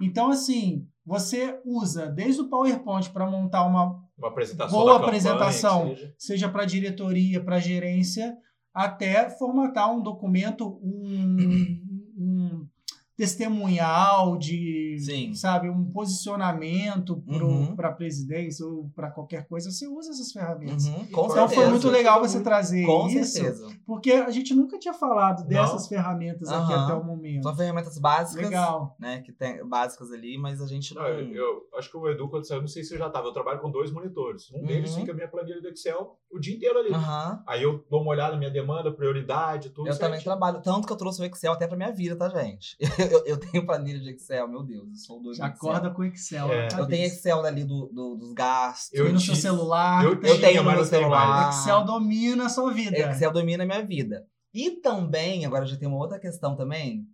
Speaker 3: Então, assim, você usa desde o PowerPoint para montar uma
Speaker 2: Uma apresentação
Speaker 3: Boa
Speaker 2: da campanha,
Speaker 3: apresentação.
Speaker 2: que seja.
Speaker 3: seja para diretoria, para gerência, até formatar um documento, um, um testemunhal, de,
Speaker 4: Sim.
Speaker 3: sabe, um posicionamento
Speaker 4: Uhum.
Speaker 3: para a presidência ou para qualquer coisa, você usa essas ferramentas.
Speaker 4: Uhum, com
Speaker 3: Então
Speaker 4: certeza.
Speaker 3: foi muito legal você
Speaker 2: Muito.
Speaker 3: trazer
Speaker 4: Com
Speaker 3: isso,
Speaker 4: certeza.
Speaker 3: porque a gente nunca tinha falado
Speaker 2: Não.
Speaker 3: dessas ferramentas aqui
Speaker 4: Aham.
Speaker 3: até o momento.
Speaker 4: São ferramentas básicas,
Speaker 3: Legal.
Speaker 4: né? Que tem básicas ali, mas a gente não.
Speaker 2: Ah, eu, eu acho que o Edu, quando saiu, não sei se eu já tava. Eu trabalho com dois monitores. Um
Speaker 4: Uhum.
Speaker 2: deles fica a minha planilha do Excel o dia inteiro ali.
Speaker 4: Aham.
Speaker 2: Aí eu dou uma olhada na minha demanda, prioridade, tudo.
Speaker 4: Eu também
Speaker 2: certinho.
Speaker 4: trabalho, tanto que eu trouxe o Excel até pra minha vida, tá, gente? Eu, eu tenho planilha de Excel, meu Deus, eu sou doido.
Speaker 3: Já
Speaker 4: de Excel.
Speaker 3: acorda com Excel.
Speaker 2: É.
Speaker 3: na
Speaker 4: Eu tenho
Speaker 3: cabeça.
Speaker 4: Excel ali do, do- dos gastos.
Speaker 2: Eu
Speaker 3: Tem no seu
Speaker 2: tinha-
Speaker 3: celular.
Speaker 2: eu
Speaker 3: tem-
Speaker 4: Eu tenho no
Speaker 2: mas
Speaker 4: meu
Speaker 2: não tenho
Speaker 4: celular.
Speaker 3: Excel domina a sua vida.
Speaker 4: Excel domina a minha vida. E também, agora já tem uma outra questão também.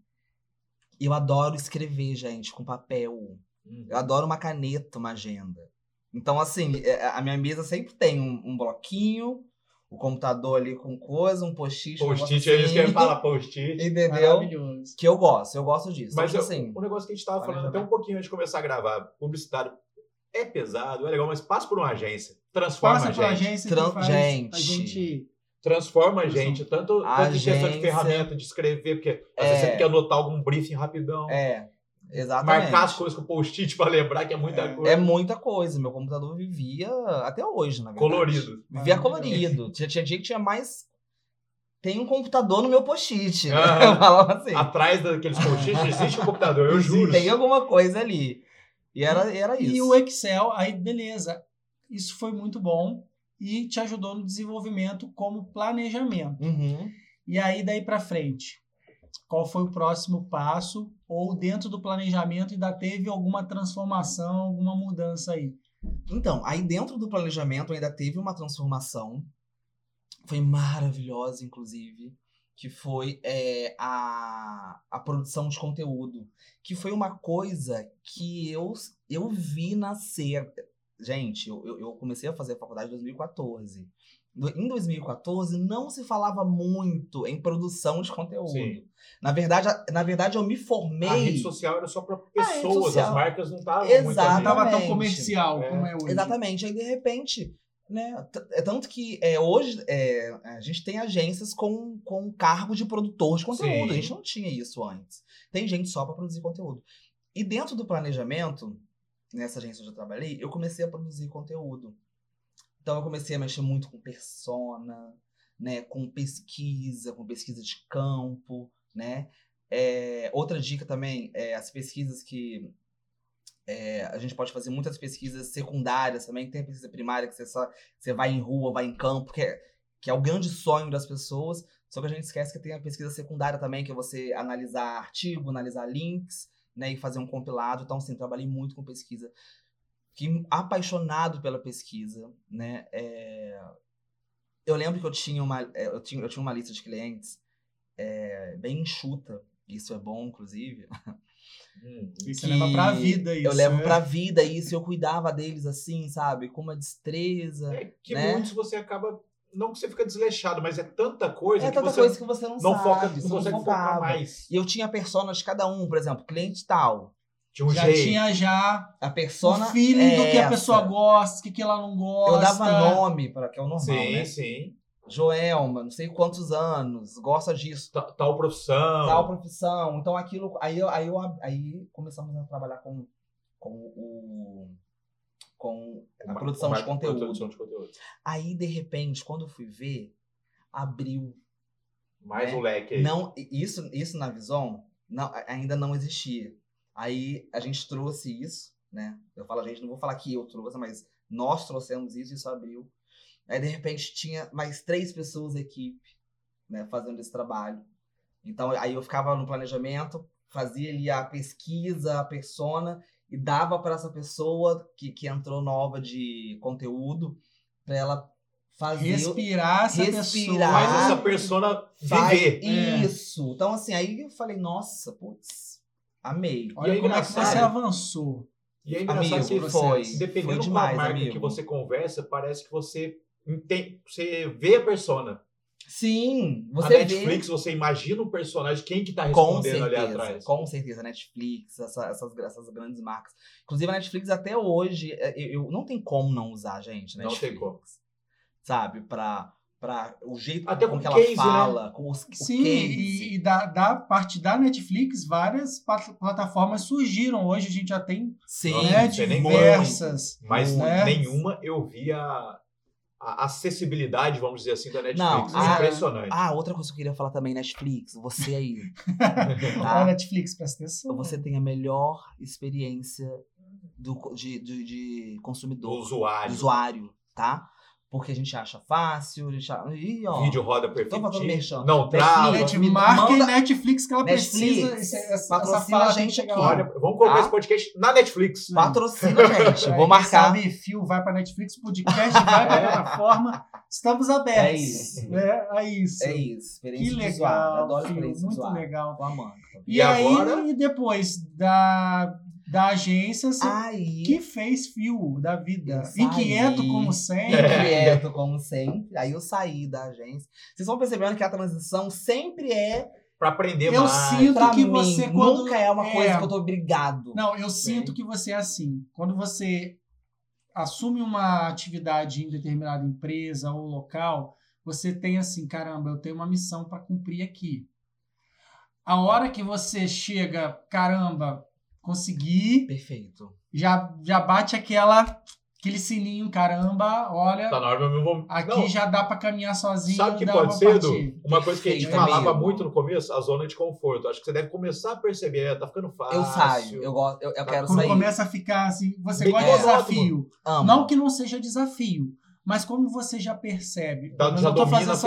Speaker 4: Eu adoro escrever, gente, com papel.
Speaker 2: Hum.
Speaker 4: Eu adoro uma caneta, uma agenda. Então, assim, é, a minha mesa sempre tem um, um bloquinho, o computador ali com coisa, um post-it. um
Speaker 2: Post-it, é
Speaker 4: negócio
Speaker 2: eles
Speaker 4: assim.
Speaker 2: querem falar post-it.
Speaker 4: Entendeu?
Speaker 3: Maravilhoso.
Speaker 4: Que eu gosto, eu gosto disso.
Speaker 2: Mas
Speaker 4: Então,
Speaker 2: eu-
Speaker 4: tipo assim,
Speaker 2: o um negócio que a gente tava
Speaker 4: Olha,
Speaker 2: falando
Speaker 4: já
Speaker 2: até
Speaker 4: vai.
Speaker 2: um pouquinho antes de começar a gravar, publicitário é pesado, é legal, mas passa por uma agência. Transforma
Speaker 3: Passa
Speaker 2: a
Speaker 3: pra
Speaker 2: gente.
Speaker 3: agência que
Speaker 4: Tran-
Speaker 3: faz
Speaker 4: gente.
Speaker 3: a gente.
Speaker 2: Transforma a
Speaker 3: Transforma.
Speaker 2: gente, tanto, tanto
Speaker 4: A
Speaker 2: em questão de
Speaker 4: agência-
Speaker 2: ferramenta, de escrever, porque às
Speaker 4: É.
Speaker 2: vezes você quer anotar algum briefing rapidão,
Speaker 4: é. Exatamente.
Speaker 2: marcar as coisas com post-it pra lembrar que é muita
Speaker 3: É.
Speaker 2: coisa.
Speaker 4: É muita coisa. Meu computador vivia até hoje, na verdade.
Speaker 2: Colorido.
Speaker 4: Vivia
Speaker 3: Maravilhoso.
Speaker 4: colorido. Tinha, tinha dia que tinha mais. Tem um computador no meu post-it. Né?
Speaker 2: Ah.
Speaker 4: Eu falava assim.
Speaker 2: Atrás daqueles post-its existe um computador, eu juro.
Speaker 4: Tem alguma coisa ali. E era, e era isso.
Speaker 3: E o Excel, aí beleza. Isso foi muito bom e te ajudou no desenvolvimento como planejamento.
Speaker 4: Uhum.
Speaker 3: E aí daí pra frente, qual foi o próximo passo? Ou dentro do planejamento ainda teve alguma transformação, alguma mudança aí?
Speaker 4: Então, aí dentro do planejamento ainda teve uma transformação. Foi maravilhosa, inclusive. Que foi é, a, a produção de conteúdo. Que foi uma coisa que eu, eu vi nascer. Gente, eu, eu- eu comecei a fazer a faculdade em 2014. No- Em 2014, não se falava muito em produção de conteúdo.
Speaker 2: Sim.
Speaker 4: Na verdade, a- na verdade, eu me
Speaker 2: A rede
Speaker 4: formei.
Speaker 2: social era só pra
Speaker 4: Ah, rede
Speaker 2: pessoas,
Speaker 4: social.
Speaker 2: as marcas não estavam muito
Speaker 4: Exato.
Speaker 3: Não
Speaker 2: ali.
Speaker 3: estava tão
Speaker 4: Exatamente.
Speaker 3: comercial
Speaker 2: É.
Speaker 3: como é hoje.
Speaker 4: Exatamente. Aí, de repente, né? t- é Tanto que é, hoje é, a gente tem agências com, com cargo de produtor de conteúdo. A
Speaker 2: Sim.
Speaker 4: gente não tinha isso antes. Tem gente só para produzir conteúdo. E dentro do planejamento, nessa agência onde eu trabalhei, eu comecei a produzir conteúdo. Então, eu comecei a mexer muito com persona, né? Com pesquisa, com pesquisa de campo, né? É, outra dica também, é, as pesquisas que é, a gente pode fazer muitas pesquisas secundárias também, tem a pesquisa primária que você só você vai em rua, vai em campo, que é, que é o grande sonho das pessoas. Só que a gente esquece que tem a pesquisa secundária também, que é você analisar artigo, analisar links, né, e fazer um compilado. Então, assim, trabalhei muito com pesquisa. Fiquei apaixonado pela pesquisa, né? É, Eu lembro que eu tinha uma, é, eu tinha, eu tinha uma lista de clientes é, bem enxuta. Isso é bom, inclusive.
Speaker 2: Hum.
Speaker 3: E Você
Speaker 4: que
Speaker 3: leva pra vida isso.
Speaker 4: Eu levo
Speaker 3: né?
Speaker 4: pra vida isso, eu cuidava deles assim, sabe? Com uma destreza.
Speaker 2: É que
Speaker 4: Né?
Speaker 2: muitos você acaba. Não que você fica desleixado, mas é tanta coisa
Speaker 4: é
Speaker 2: que
Speaker 4: tanta
Speaker 2: você
Speaker 4: coisa que você não,
Speaker 2: não
Speaker 4: sabe.
Speaker 2: foca,
Speaker 4: você
Speaker 2: não consegue
Speaker 4: focava.
Speaker 2: focar mais.
Speaker 4: E eu tinha personas de cada um, por exemplo, cliente tal.
Speaker 2: Tinha um
Speaker 3: Já
Speaker 2: jeito.
Speaker 3: tinha já
Speaker 4: A
Speaker 3: o
Speaker 4: persona.
Speaker 3: feeling do
Speaker 4: é
Speaker 3: que a pessoa
Speaker 4: essa.
Speaker 3: gosta, o que, que ela não gosta.
Speaker 4: Eu dava nome, pra, que é o normal,
Speaker 2: sim,
Speaker 4: né?
Speaker 2: sim.
Speaker 4: Joelma, não sei quantos anos, gosta disso.
Speaker 2: Ta- Tal profissão.
Speaker 4: tal profissão. Então aquilo. Aí, eu- aí, eu, ab- aí começamos a trabalhar com, com o. com a
Speaker 2: Uma-
Speaker 4: produção
Speaker 2: uma-
Speaker 4: de conteúdo.
Speaker 2: Produção de conteúdo.
Speaker 4: Aí, de repente, quando eu fui ver, abriu.
Speaker 2: Mais
Speaker 4: né?
Speaker 2: um leque aí.
Speaker 4: Não, i- isso, isso na Vison não, a- ainda não existia. Aí a gente trouxe isso, né? Eu falo, a gente não vou falar que eu trouxe, mas nós trouxemos isso e isso abriu. Aí, de repente, tinha mais três pessoas da equipe, né, fazendo esse trabalho. Então, aí eu ficava no planejamento, fazia ali a pesquisa, a persona, e dava para essa pessoa que, que entrou nova de conteúdo, para ela fazer.
Speaker 3: Respirar essa
Speaker 4: Respirar.
Speaker 2: Faz
Speaker 3: pessoa.
Speaker 2: essa persona
Speaker 4: Faz
Speaker 2: viver.
Speaker 3: É.
Speaker 4: Isso. Então, assim, aí eu falei, nossa, putz, amei.
Speaker 2: E
Speaker 3: Olha
Speaker 2: é
Speaker 3: como é que você
Speaker 2: engraçado.
Speaker 3: avançou.
Speaker 2: E é engraçado
Speaker 4: Amigo,
Speaker 2: que
Speaker 4: foi.
Speaker 2: dependendo
Speaker 4: foi
Speaker 2: da
Speaker 4: demais,
Speaker 2: marca
Speaker 4: amigo.
Speaker 2: que você conversa, parece que você entende, você vê a persona.
Speaker 4: Sim,
Speaker 2: a
Speaker 4: você vê.
Speaker 2: Netflix, você imagina o personagem, quem que tá
Speaker 4: Com
Speaker 2: respondendo ali
Speaker 4: certeza,
Speaker 2: atrás.
Speaker 4: com certeza, Netflix, essa- essas, gra- essas grandes marcas. Inclusive, a Netflix até hoje, é, eu, eu- não tem como não usar, gente.
Speaker 2: Não tem
Speaker 4: Netflix,
Speaker 2: como.
Speaker 4: Sabe, pra, pra Pra, o jeito
Speaker 2: Até
Speaker 4: com
Speaker 2: com
Speaker 4: que ela
Speaker 2: case, né?
Speaker 4: fala, com os, o
Speaker 3: Sim,
Speaker 4: case.
Speaker 3: e, e da, da parte da Netflix, várias pat- plataformas surgiram. Hoje a gente já tem
Speaker 4: Sim,
Speaker 2: Nossa,
Speaker 3: né,
Speaker 2: não sei nem qual é.
Speaker 3: diversas.
Speaker 2: Mas
Speaker 3: Não
Speaker 4: Né?
Speaker 3: é?
Speaker 2: nenhuma eu vi a, a acessibilidade, vamos dizer assim, da Netflix.
Speaker 4: Não, a-
Speaker 2: Impressionante.
Speaker 4: Ah, outra coisa que eu queria falar também, Netflix, você aí.
Speaker 3: A
Speaker 4: tá?
Speaker 3: Netflix, presta atenção.
Speaker 4: Então Você tem a melhor experiência do, co- de, de, de
Speaker 2: do
Speaker 4: consumidor, do
Speaker 2: usuário.
Speaker 4: usuário, tá? Porque a gente acha fácil, a gente acha. Ih, ó.
Speaker 2: Vídeo roda
Speaker 4: fazendo merchan.
Speaker 2: perfeitinho. Não
Speaker 4: Netflix,
Speaker 2: trava.
Speaker 3: Gente,
Speaker 4: me
Speaker 3: marquem
Speaker 4: tá manda-
Speaker 3: Netflix que ela
Speaker 4: Netflix,
Speaker 3: precisa. Esse- Essa, essa
Speaker 4: patrocina
Speaker 3: fala tem
Speaker 4: a
Speaker 3: que
Speaker 4: gente
Speaker 3: chegar
Speaker 4: aqui.
Speaker 3: lá.
Speaker 2: Olha, vamos colocar
Speaker 4: Tá.
Speaker 2: esse podcast na Netflix.
Speaker 4: Patrocina, gente.
Speaker 3: Aí,
Speaker 4: Vou
Speaker 3: quem
Speaker 4: marcar.
Speaker 3: Sabe, fio, vai pra Netflix, podcast, vai pra plataforma. Estamos abertos.
Speaker 4: É isso.
Speaker 3: né, a isso.
Speaker 4: É
Speaker 3: Que
Speaker 4: isso. Experiência de usuário.
Speaker 3: legal,
Speaker 4: Adoro
Speaker 3: fio,
Speaker 4: experiência de
Speaker 3: muito
Speaker 4: usuário.
Speaker 3: legal.
Speaker 4: Tô amando.
Speaker 3: E,
Speaker 2: E
Speaker 3: aí,
Speaker 2: agora?
Speaker 3: e depois da, da agência, você
Speaker 4: Aí.
Speaker 3: que fez fio da vida.
Speaker 4: Ah, Isso
Speaker 3: Inquieto
Speaker 4: aí.
Speaker 3: como
Speaker 4: É.
Speaker 3: sempre.
Speaker 4: Inquieto, como sempre. Aí eu saí da agência. Vocês vão percebendo que a transição sempre é
Speaker 2: Pra aprender
Speaker 3: Eu
Speaker 2: mais.
Speaker 3: sinto
Speaker 4: pra
Speaker 3: que
Speaker 4: mim.
Speaker 3: você quando
Speaker 4: Nunca é uma
Speaker 3: é.
Speaker 4: coisa que eu tô obrigado.
Speaker 3: Não, eu sinto que você é assim. Quando você assume uma atividade em determinada empresa ou local, você tem assim, caramba, eu tenho uma missão para cumprir aqui. A hora que você chega, caramba, consegui,
Speaker 4: Perfeito.
Speaker 3: já já bate aquela aquele sininho, caramba, olha,
Speaker 2: Tá na hora, mas eu vou...
Speaker 3: aqui
Speaker 2: Não,
Speaker 3: já dá para caminhar sozinho,
Speaker 2: Sabe o que
Speaker 3: dá
Speaker 2: pode
Speaker 3: pra
Speaker 2: ser,
Speaker 3: partir.
Speaker 2: Edu? Uma coisa que a gente
Speaker 4: Perfeito,
Speaker 2: falava
Speaker 4: amigo.
Speaker 2: muito no começo, a zona de conforto. Acho que você deve começar a perceber, né? tá ficando fácil. Tá,
Speaker 4: eu saio. Eu, gosto, eu, eu quero
Speaker 3: Quando
Speaker 4: sair.
Speaker 3: começa a ficar assim, você
Speaker 2: Bem
Speaker 3: gosta de
Speaker 2: monótono.
Speaker 3: desafio.
Speaker 4: Amo.
Speaker 3: Não que não seja desafio, mas como você já percebe,
Speaker 2: Já-
Speaker 3: eu
Speaker 2: já
Speaker 3: não tô
Speaker 2: domina
Speaker 3: fazendo
Speaker 2: a
Speaker 3: essa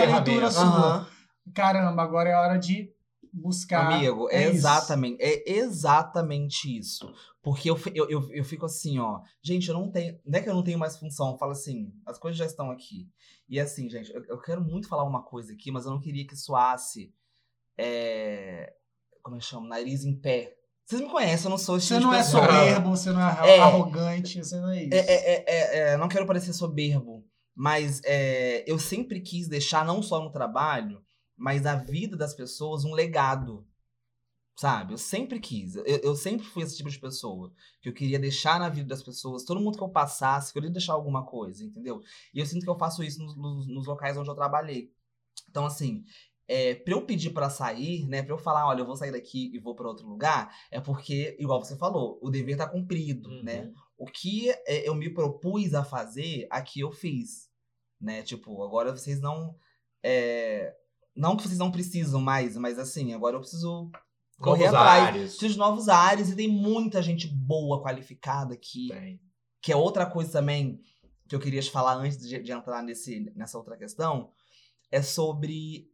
Speaker 2: ferramenta.
Speaker 3: leitura sua.
Speaker 4: Aham.
Speaker 3: Caramba, agora é hora de buscar.
Speaker 4: Amigo, é
Speaker 3: isso.
Speaker 4: exatamente, é exatamente isso. Porque eu, fi- eu, eu, eu fico assim, ó. Gente, eu não tenho. Não é que eu não tenho mais função. Eu falo assim, as coisas já estão aqui. E assim, gente, eu, eu quero muito falar uma coisa aqui, mas eu não queria que soasse. é, como eu chamo? Nariz em pé. Vocês me conhecem, eu não sou esse
Speaker 3: Você
Speaker 4: tipo
Speaker 3: não
Speaker 4: de
Speaker 3: é
Speaker 4: pessoa.
Speaker 3: soberbo, você não é, arro-
Speaker 4: É.
Speaker 3: arrogante, você não é isso.
Speaker 4: É, é, é, é, é, não quero parecer soberbo, mas é, eu sempre quis deixar, não só no trabalho, mas na vida das pessoas, um legado. Sabe? Eu sempre quis. Eu, eu sempre fui esse tipo de pessoa. Que eu queria deixar na vida das pessoas, todo mundo que eu passasse, que eu ia deixar alguma coisa, entendeu? E eu sinto que eu faço isso nos, nos- nos locais onde eu trabalhei. Então, assim, é, pra eu pedir pra sair, né? Pra eu falar, olha, eu vou sair daqui e vou pra outro lugar, é porque, igual você falou, o dever tá cumprido,
Speaker 2: Uhum.
Speaker 4: né? o que eh, eu me propus a fazer, aqui eu fiz, né? Tipo, agora vocês não, eh, não que vocês não precisam mais, mas assim, agora eu preciso correr
Speaker 2: Novos
Speaker 4: atrás.
Speaker 2: ares.
Speaker 4: Preciso de novos ares e tem muita gente boa qualificada aqui,
Speaker 2: Tem.
Speaker 4: que é outra coisa também que eu queria te falar antes de, de entrar nesse, nessa outra questão, é sobre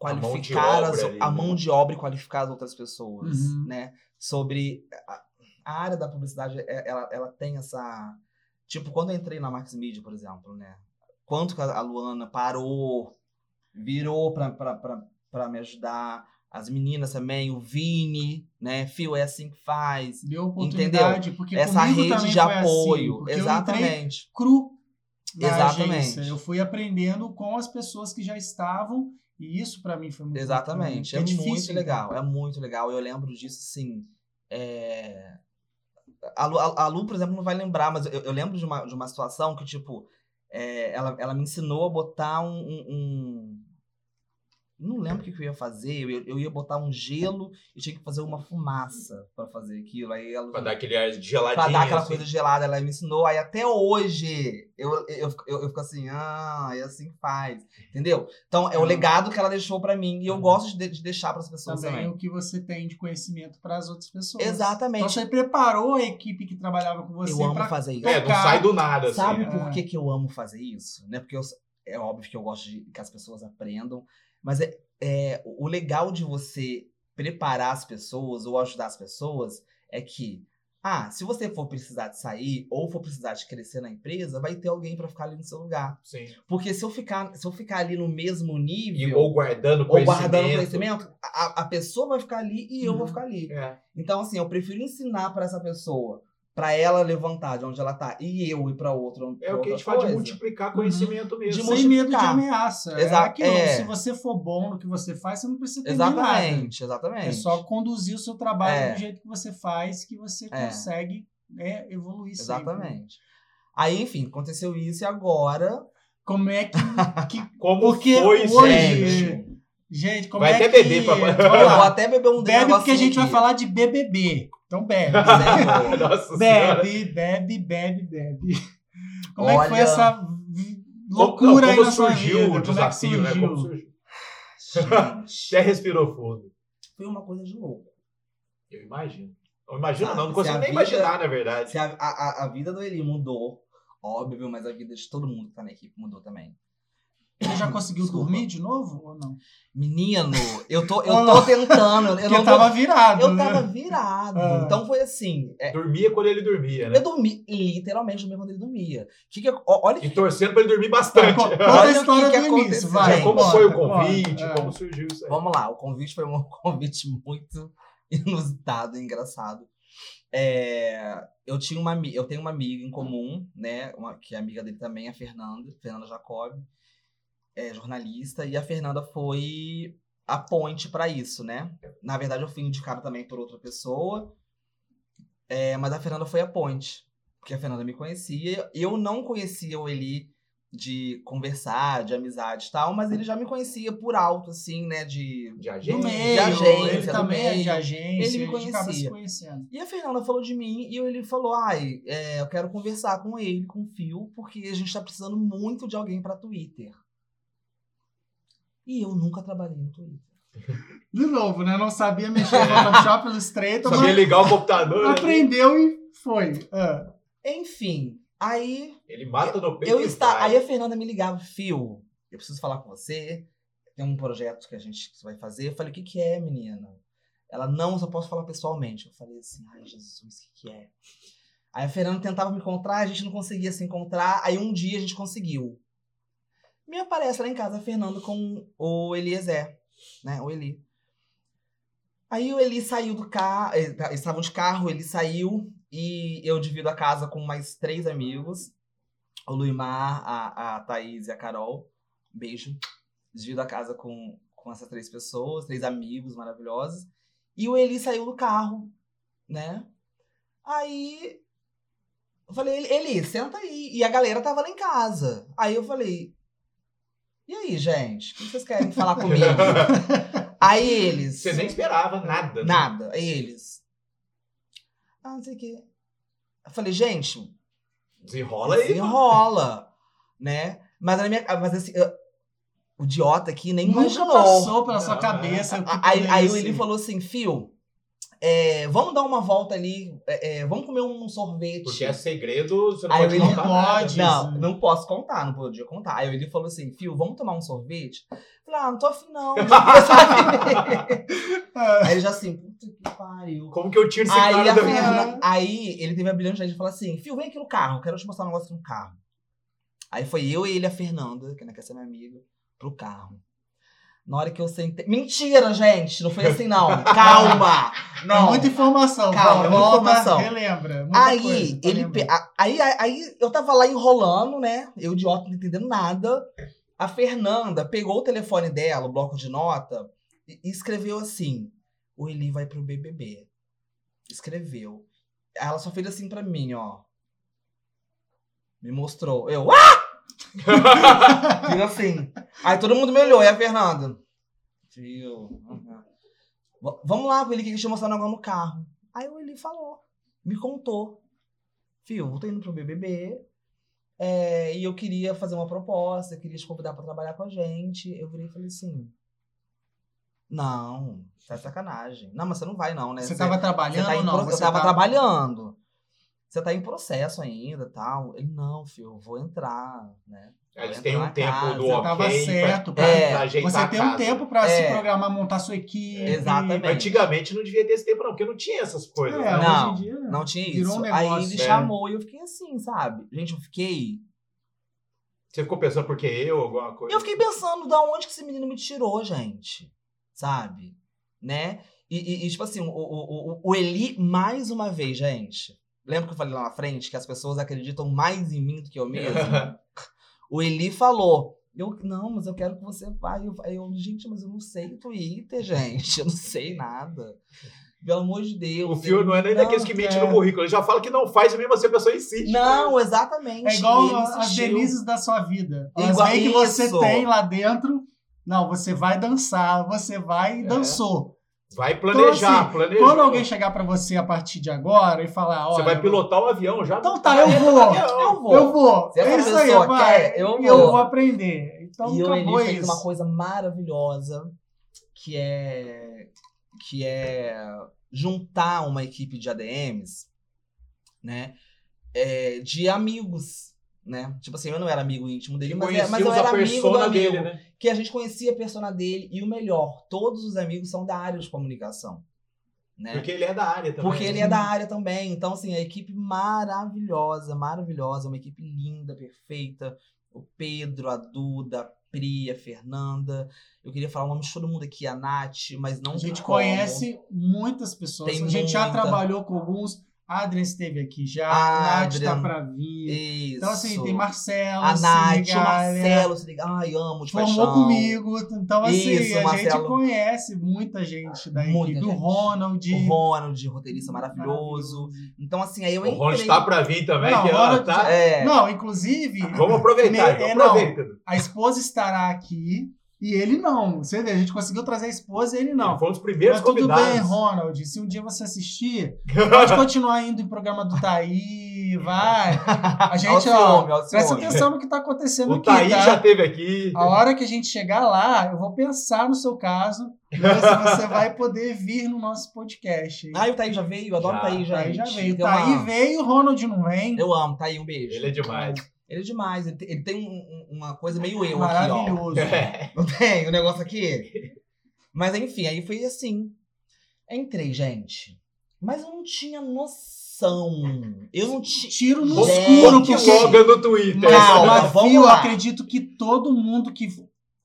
Speaker 2: A mão de
Speaker 4: qualificar
Speaker 2: obra
Speaker 4: as-
Speaker 2: ali,
Speaker 4: a
Speaker 2: né?
Speaker 4: mão de obra e qualificar as outras pessoas,
Speaker 3: Uhum.
Speaker 4: né? Sobre a, a área da publicidade, é- ela, ela tem essa tipo quando eu entrei na Max Media, por exemplo, né? Quanto que a a Luana parou, virou pra, pra, pra, pra me ajudar, as meninas também, o Vini, né? Fio é assim que faz.
Speaker 3: Deu oportunidade, porque
Speaker 4: Essa
Speaker 3: comigo
Speaker 4: rede
Speaker 3: também
Speaker 4: de
Speaker 3: foi
Speaker 4: apoio.
Speaker 3: assim, porque eu entrei
Speaker 4: Exatamente.
Speaker 3: cru na
Speaker 4: Exatamente.
Speaker 3: agência. Eu fui aprendendo com as pessoas que já estavam e isso pra mim foi muito
Speaker 4: Exatamente.
Speaker 3: bacana,
Speaker 4: É,
Speaker 3: porque
Speaker 4: muito
Speaker 3: difícil, né?
Speaker 4: legal. É muito legal. Eu lembro disso, assim. é, A, Lu, a- a Lu, por exemplo, não vai lembrar, mas eu, eu lembro de uma, de uma situação que, tipo, é, ela, ela me ensinou a botar um. um- um- Não lembro o que que eu ia fazer. Eu, ia- eu ia botar um gelo e tinha que fazer uma fumaça pra fazer aquilo. Aí ela
Speaker 2: Pra dar aquele ar geladinho.
Speaker 4: pra dar aquela
Speaker 2: assim.
Speaker 4: coisa gelada. Ela me ensinou, aí até hoje eu, eu, fico- eu, eu fico assim, ah, é assim que faz. Entendeu? Então é o
Speaker 3: Ah.
Speaker 4: legado que ela deixou pra mim e eu
Speaker 2: Uhum.
Speaker 4: gosto de, de- de deixar pras pessoas
Speaker 3: também,
Speaker 4: também.
Speaker 3: o que você tem de conhecimento para as outras pessoas.
Speaker 4: Exatamente.
Speaker 3: Então você preparou a equipe que trabalhava com você
Speaker 4: eu amo
Speaker 3: pra-
Speaker 4: fazer isso.
Speaker 2: É,
Speaker 4: é.
Speaker 2: não
Speaker 3: Tocar.
Speaker 2: sai do nada, assim.
Speaker 4: assim, Sabe
Speaker 2: né?
Speaker 4: por que, que eu amo fazer isso? Né? Porque eu- é óbvio que eu gosto de que as pessoas aprendam, mas é, é, o legal de você preparar as pessoas ou ajudar as pessoas é que, ah, se você for precisar de sair ou for precisar de crescer na empresa, vai ter alguém pra ficar ali no seu lugar.
Speaker 2: Sim.
Speaker 4: Porque se eu ficar, se eu ficar ali no mesmo
Speaker 2: assim. E,
Speaker 4: nível, ou,
Speaker 2: ou guardando
Speaker 4: guardando conhecimento, a, a pessoa vai ficar ali e eu
Speaker 3: Uhum.
Speaker 4: vou ficar ali.
Speaker 2: É.
Speaker 4: Então, assim, eu prefiro ensinar pra essa pessoa, pra ela levantar de onde ela tá, e eu ir pra outra.
Speaker 2: É
Speaker 4: pra
Speaker 2: o que a
Speaker 4: outra
Speaker 2: gente fala de
Speaker 4: coisa. Uhum.
Speaker 2: multiplicar conhecimento mesmo.
Speaker 4: De
Speaker 3: Sem medo de
Speaker 4: multiplicar.
Speaker 3: ameaça.
Speaker 4: Exa-
Speaker 3: é aquilo.
Speaker 4: é.
Speaker 3: Se você for bom no que você faz, você não precisa ter nada.
Speaker 4: Exatamente, exatamente.
Speaker 3: né? É só conduzir o seu trabalho
Speaker 4: É.
Speaker 3: do jeito que você faz, que você
Speaker 4: É.
Speaker 3: consegue né, evoluir sempre.
Speaker 4: Exatamente. Aí, enfim, aconteceu isso e agora
Speaker 3: Como é que. que-
Speaker 2: Como
Speaker 3: Porque
Speaker 2: foi,
Speaker 3: hoje-
Speaker 2: gente?
Speaker 3: gente, como
Speaker 2: Vai
Speaker 3: é
Speaker 2: até
Speaker 3: que.
Speaker 2: beber pra-
Speaker 3: Vamos
Speaker 4: Eu vou
Speaker 3: lá.
Speaker 4: até beber um
Speaker 3: Bebe
Speaker 4: negocinho
Speaker 3: porque a gente vai
Speaker 4: aqui.
Speaker 3: falar de BBB. Então bebe.
Speaker 4: Zero.
Speaker 2: Nossa Senhora.
Speaker 3: Bebe, bebe, bebe, bebe. Como é que foi
Speaker 4: Olha.
Speaker 3: essa vi-
Speaker 2: Como-
Speaker 3: loucura
Speaker 2: não,
Speaker 3: aí
Speaker 2: como
Speaker 3: na sua
Speaker 2: surgiu
Speaker 3: vida?
Speaker 2: o
Speaker 3: Como é que
Speaker 2: desafio, né? Como
Speaker 3: surgiu?
Speaker 2: surgiu.
Speaker 4: Gente,
Speaker 2: Até respirou fundo.
Speaker 4: foi uma coisa de louco.
Speaker 2: Eu imagino. Não imagino,
Speaker 4: Sabe,
Speaker 2: não. Não
Speaker 4: Ah, se
Speaker 2: consigo
Speaker 4: a
Speaker 2: nem
Speaker 4: vida-
Speaker 2: imaginar, na verdade.
Speaker 4: Se a, a, a- a vida do Eli mudou, óbvio, mas a vida de todo mundo que tá na equipe mudou também.
Speaker 3: Você já conseguiu
Speaker 4: Desculpa.
Speaker 3: dormir de novo ou não?
Speaker 4: Menino, eu tô, eu
Speaker 3: Olá.
Speaker 4: tô tentando. Eu,
Speaker 3: Porque
Speaker 4: não tô-
Speaker 3: Ah. tava virado,
Speaker 4: eu
Speaker 3: né?
Speaker 4: tava virado.
Speaker 3: Ah. É.
Speaker 4: Então foi assim. é,
Speaker 2: Dormia quando ele dormia, né?
Speaker 4: eu dormi, literalmente dormi quando ele dormia. Que que, eu- ó, olha que
Speaker 2: E torcendo pra ele dormir
Speaker 3: Tá,
Speaker 2: bastante.
Speaker 3: co- Conta a
Speaker 4: Olha o
Speaker 3: história
Speaker 4: que que
Speaker 3: do início,
Speaker 4: aconteceu.
Speaker 3: vai.
Speaker 4: Gente,
Speaker 2: como
Speaker 3: conta,
Speaker 2: foi o
Speaker 3: conta.
Speaker 2: convite,
Speaker 3: É.
Speaker 2: como surgiu isso aí.
Speaker 4: Vamos lá, o convite foi um convite muito inusitado, engraçado. É, eu tinha uma ami- eu tenho uma amiga em comum, né, uma- que é amiga dele também, a Fernanda, Fernanda Jacob, é jornalista, e a Fernanda foi a ponte para isso, né? Na verdade, eu fui indicada também por outra pessoa, é, mas a Fernanda foi a ponte, porque a Fernanda me conhecia, eu não conhecia o Eli de conversar, de amizade e tal, mas ele já me conhecia por alto, assim, né, de
Speaker 2: De
Speaker 3: Do
Speaker 2: agência.
Speaker 3: meio,
Speaker 4: agência,
Speaker 3: ele
Speaker 4: do
Speaker 3: também é de
Speaker 4: meio.
Speaker 3: agência,
Speaker 4: Ele me
Speaker 3: a gente acaba se
Speaker 4: conhecia.
Speaker 3: conhecendo.
Speaker 4: E a Fernanda falou de mim e ele falou: ai, é, eu quero conversar com ele, com o Fio, porque a gente tá precisando muito de alguém pra Twitter. E eu nunca trabalhei no Twitter.
Speaker 3: De novo, né? Não sabia mexer no Photoshop, Illustrator,
Speaker 2: Sabia
Speaker 3: mas
Speaker 2: ligar o computador. né?
Speaker 3: aprendeu e foi. Ah,
Speaker 4: Enfim, aí
Speaker 2: Ele mata no peito.
Speaker 4: eu
Speaker 2: e
Speaker 4: está,
Speaker 2: vai.
Speaker 4: aí a Fernanda me ligava, Fio, eu preciso falar com você. Tem um projeto que a gente vai fazer. Eu falei, o que, que é, menina? Ela, não, eu só posso falar pessoalmente. Eu falei assim, ai, Jesus, o que, que é? Aí a Fernanda tentava me encontrar, a gente não conseguia se encontrar. Aí um dia a gente conseguiu. Me aparece lá em casa a Fernanda com o Eliezer, né? O Eli. Aí o Eli saiu do carro, eles estavam de carro, ele saiu e eu divido a casa com mais três amigos. O Luimar, a, a Thaís e a Carol. Beijo. Divido a casa com, com essas três pessoas, três amigos maravilhosos. E o Eli saiu do carro, né? Aí eu falei, Eli, senta aí. E a galera tava lá em casa. Aí eu falei, e aí, gente? O que vocês querem falar comigo? aí eles.
Speaker 2: Você nem esperava nada. né?
Speaker 4: Nada. Aí eles. Ah, não sei o quê. Eu falei, gente,
Speaker 2: Desenrola aí.
Speaker 4: Enrola, né? Mas na minha. Mas assim, eu- o idiota aqui nem
Speaker 3: nunca
Speaker 4: imaginou.
Speaker 3: passou pela sua
Speaker 2: Não,
Speaker 3: cabeça. o que
Speaker 4: A- né? Aí,
Speaker 3: poderia
Speaker 4: aí
Speaker 3: ser.
Speaker 4: ele falou assim, Fio, é, vamos dar uma volta ali, é, é, vamos comer um sorvete.
Speaker 2: Porque é né? segredo, você não
Speaker 4: Aí
Speaker 2: pode
Speaker 4: ele
Speaker 2: contar nada.
Speaker 3: pode.
Speaker 4: Não, não posso contar, não podia contar. Aí ele falou assim, Fio, vamos tomar um sorvete? Eu falei, ah, não tô afim, não. não tô afim.
Speaker 3: Ah,
Speaker 2: É.
Speaker 4: aí ele já assim, puta que pariu.
Speaker 2: Como que eu tiro esse
Speaker 4: Aí,
Speaker 2: cara
Speaker 4: a
Speaker 2: da minha...
Speaker 3: Fernanda-
Speaker 4: Fernanda- aí ele teve a brilhante ideia de falar assim: Fio, vem aqui no carro, quero te mostrar um negócio aqui no carro. Aí foi eu, ele e a Fernanda, que é não quer ser minha amiga, pro carro. Na hora que eu sentei. Mentira, gente! Não foi assim, não. Calma! Não.
Speaker 3: É Muita informação. Paulo,
Speaker 4: Calma, muita
Speaker 3: volta,
Speaker 4: informação.
Speaker 3: Relembra. É muita
Speaker 4: Aí,
Speaker 3: coisa tá pra
Speaker 4: ele,
Speaker 3: lembrar.
Speaker 4: pe- ah, a- aí, aí, aí eu tava lá enrolando, né? Eu, idiota, não entendendo nada. A Fernanda pegou o telefone dela, o bloco de nota, e e escreveu assim: O Eli vai pro BBB. Escreveu. Ela só fez assim pra mim, ó. Me mostrou. Eu, ah! Fiz assim. Aí todo mundo me olhou, e a Fernanda? Tio. aham. V- Vamos lá, Eli, que eu te mostrar um negócio no carro. Aí o Eli falou me contou. Fio, eu tô indo pro BBB é, e eu queria fazer uma proposta, eu queria te convidar pra trabalhar com a gente. Eu virei e falei assim: Não, tá de sacanagem. Não, mas você não vai, não, né?
Speaker 3: Você tava
Speaker 4: você
Speaker 3: trabalhando
Speaker 4: tá em
Speaker 3: ou não?
Speaker 4: pro- Eu tava trabalhando. Você tá em processo ainda tal. Ele, não, filho, eu vou entrar, né?
Speaker 2: Eles têm um
Speaker 4: Você
Speaker 2: tempo
Speaker 4: tava
Speaker 2: do ok
Speaker 3: tava
Speaker 2: pra-
Speaker 3: certo,
Speaker 2: pra,
Speaker 4: é.
Speaker 2: pra ajeitar
Speaker 3: Você
Speaker 2: a
Speaker 3: tem um
Speaker 2: casa.
Speaker 3: tempo pra se
Speaker 4: É.
Speaker 3: programar, montar sua equipe.
Speaker 4: Exatamente.
Speaker 2: Antigamente não devia ter esse tempo, não, porque não tinha essas
Speaker 3: É,
Speaker 2: coisas. né?
Speaker 4: Não,
Speaker 3: hoje em dia...
Speaker 4: Não tinha
Speaker 3: Virou
Speaker 4: isso.
Speaker 3: um negócio,
Speaker 4: Aí ele
Speaker 3: é.
Speaker 4: chamou e eu fiquei assim, sabe? Gente, eu fiquei
Speaker 2: Você ficou pensando porque eu, alguma coisa.
Speaker 4: Eu fiquei pensando da onde que esse menino me tirou, gente. Sabe? Né? E, e- e, tipo assim, o, o, o, o Eli, mais uma vez, gente. Lembra que eu falei lá na frente que as pessoas acreditam mais em mim do que eu mesmo? o Eli falou. Eu, não, mas eu quero que você vá. Eu, aí eu, gente, mas eu não sei Twitter, gente. Eu não sei nada. Pelo amor de Deus.
Speaker 2: O Fio não é nem
Speaker 4: Não,
Speaker 2: daqueles que mente
Speaker 3: é.
Speaker 2: no currículo. Ele já fala que não faz e mesmo assim a pessoa insiste.
Speaker 4: Não, exatamente.
Speaker 3: É igual
Speaker 4: ele
Speaker 3: as
Speaker 4: insistiu.
Speaker 3: delícias da sua vida.
Speaker 4: É
Speaker 3: Elas
Speaker 4: igual-
Speaker 3: veem que você
Speaker 4: isso.
Speaker 3: tem lá dentro. Não, você vai dançar, você vai e
Speaker 4: É.
Speaker 3: dançou.
Speaker 4: Então,
Speaker 2: Vai planejar,
Speaker 3: assim,
Speaker 2: planeja.
Speaker 3: Quando alguém chegar pra você a partir de agora e falar, olha,
Speaker 2: Você vai pilotar o avião já?
Speaker 3: Então tá, eu vou.
Speaker 4: Eu vou.
Speaker 3: Eu vou.
Speaker 4: Se essa
Speaker 3: é isso aí,
Speaker 4: pessoa
Speaker 3: vai.
Speaker 4: quer, eu
Speaker 3: E eu
Speaker 4: vou.
Speaker 3: vou aprender. Então
Speaker 4: e o Eli
Speaker 3: acabou
Speaker 4: fez
Speaker 3: isso.
Speaker 4: uma coisa maravilhosa, que é que é juntar uma equipe de ADMs, né, é, de amigos, né? Tipo assim, eu não era amigo íntimo dele, mas, é- mas eu
Speaker 2: Conhecemos
Speaker 4: era
Speaker 2: a
Speaker 4: amigo do
Speaker 2: persona
Speaker 4: amigo,
Speaker 2: dele, né?
Speaker 4: que a gente conhecia a persona dele e o melhor, todos os amigos são da área de comunicação, né?
Speaker 2: Porque ele é da área também.
Speaker 4: Porque ele é da área também. Então, assim, a equipe maravilhosa, maravilhosa, uma equipe linda, perfeita. O Pedro, a Duda, a Pri, a Fernanda. Eu queria falar o nome de todo mundo aqui, a Nath, mas não
Speaker 3: A gente
Speaker 4: como.
Speaker 3: conhece muitas pessoas.
Speaker 4: Tem
Speaker 3: a gente já
Speaker 4: muita.
Speaker 3: trabalhou com alguns. Adrian esteve aqui já.
Speaker 4: Ah,
Speaker 3: Nath tá
Speaker 4: Adrian.
Speaker 3: pra vir.
Speaker 4: Isso.
Speaker 3: Então, assim, tem Marcelo,
Speaker 4: a Nath, o
Speaker 3: Senigalha,
Speaker 4: Marcelo, se liga. Ai, amo de
Speaker 3: Formou
Speaker 4: paixão.
Speaker 3: comigo. Então, assim,
Speaker 4: Isso,
Speaker 3: a gente
Speaker 4: Marcelo.
Speaker 3: conhece muita gente da
Speaker 4: Muita
Speaker 3: equipe. O
Speaker 4: gente.
Speaker 3: Ronald.
Speaker 4: O Ronald, roteirista
Speaker 3: Hum,
Speaker 4: maravilhoso. Então, assim, aí eu
Speaker 2: O tá Ron
Speaker 4: entrei-
Speaker 2: está pra vir também,
Speaker 3: Não,
Speaker 2: que
Speaker 3: o
Speaker 2: ela
Speaker 3: Ron-
Speaker 2: tá.
Speaker 4: É,
Speaker 3: Não, inclusive,
Speaker 2: Vamos aproveitar, então,
Speaker 3: É,
Speaker 2: vamos
Speaker 3: não.
Speaker 2: aproveitar.
Speaker 3: a esposa estará aqui e ele não. Você vê, a gente conseguiu trazer a esposa e ele não.
Speaker 2: Ele Foi um dos primeiros
Speaker 3: Mas tudo
Speaker 2: convidados.
Speaker 3: bem, Ronald. Se um dia você assistir, pode continuar indo em programa do Taí, vai. A gente, ó,
Speaker 4: Alcione, Alcione.
Speaker 3: presta atenção no que tá acontecendo
Speaker 2: o
Speaker 3: aqui,
Speaker 2: Thaí
Speaker 3: tá?
Speaker 2: já teve aqui.
Speaker 3: A hora que a gente chegar lá, eu vou pensar no seu caso, ver se você vai poder vir no nosso podcast. hein?
Speaker 4: Ai, o Thaí já veio, eu adoro
Speaker 2: Já.
Speaker 4: o Thaí já.
Speaker 3: Taí já
Speaker 4: gente.
Speaker 3: veio.
Speaker 4: Eu
Speaker 3: Taí
Speaker 4: amo.
Speaker 3: veio, o Ronald não vem.
Speaker 4: Eu amo, Thaí, um beijo.
Speaker 2: Ele é demais.
Speaker 4: Ele é demais, ele tem, ele tem um- um- uma coisa meio eu aqui, ó. É.
Speaker 3: Maravilhoso.
Speaker 4: Não tem o negócio aqui? Mas enfim, aí foi assim. Entrei, gente. Mas eu não tinha noção. Eu não tinha.
Speaker 3: Tiro no
Speaker 4: Gente,
Speaker 3: escuro,
Speaker 2: que
Speaker 4: porque-
Speaker 3: porque...
Speaker 2: loga no Twitter.
Speaker 4: Não,
Speaker 3: Mas,
Speaker 4: vamos
Speaker 3: Fio, eu
Speaker 4: lá.
Speaker 3: acredito que todo mundo que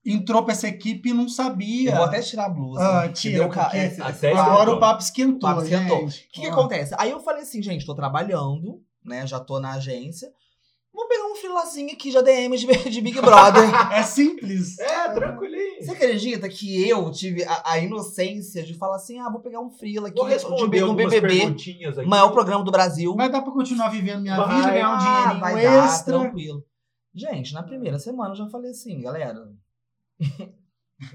Speaker 3: entrou pra essa equipe não
Speaker 4: Eu vou
Speaker 3: sabia.
Speaker 4: até tirar a blusa.
Speaker 3: Ah,
Speaker 4: que
Speaker 3: tira,
Speaker 4: deu ca- é,
Speaker 3: porque
Speaker 4: esse- esse-
Speaker 2: até
Speaker 4: esse-
Speaker 3: Agora
Speaker 2: esquentou.
Speaker 3: o papo esquentou,
Speaker 4: papo esquentou.
Speaker 3: gente.
Speaker 4: O que, que
Speaker 3: Ó.
Speaker 4: acontece? Aí eu falei assim, gente, tô trabalhando, né? Já tô na agência. Vou pegar um freelacinho aqui de ADM de, de Big Brother.
Speaker 3: É simples.
Speaker 2: É, tranquilinho.
Speaker 4: Você acredita que eu tive a, a inocência de falar assim: ah, vou pegar um freela aqui
Speaker 2: Vou
Speaker 4: de
Speaker 2: responder
Speaker 4: B- um
Speaker 2: algumas
Speaker 4: BBB,
Speaker 2: perguntinhas aqui.
Speaker 4: maior programa do Brasil.
Speaker 3: Vai dar pra continuar vivendo minha
Speaker 2: Vai,
Speaker 3: vida, ganhar um
Speaker 4: Ah,
Speaker 3: dinheirinho
Speaker 4: um vai dar,
Speaker 3: extra.
Speaker 4: tranquilo. Gente, na primeira semana eu já falei assim, galera.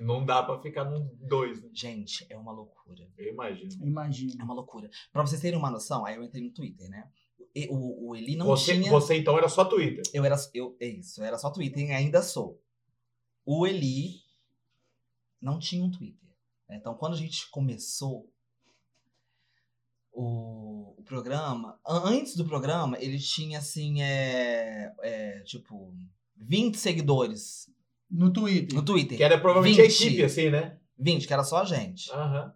Speaker 2: Não dá pra ficar num dois, né?
Speaker 4: Gente, é uma loucura.
Speaker 2: Eu imagino.
Speaker 3: Eu Imagino.
Speaker 4: É uma loucura. Pra vocês terem uma noção, aí eu entrei no Twitter, né? E- o, o Eli não
Speaker 2: Você,
Speaker 4: tinha.
Speaker 2: você, então era só Twitter.
Speaker 4: Eu era. Eu, é isso, eu era só Twitter e ainda sou. O Eli não tinha um Twitter. né? Então, quando a gente começou o, o programa, an- antes do programa, ele tinha assim, é, é, tipo, 20 seguidores
Speaker 3: No Twitter.
Speaker 4: no Twitter.
Speaker 2: Que era provavelmente a
Speaker 4: 20.
Speaker 2: equipe, assim, né?
Speaker 4: 20, que era só a gente.
Speaker 2: Aham.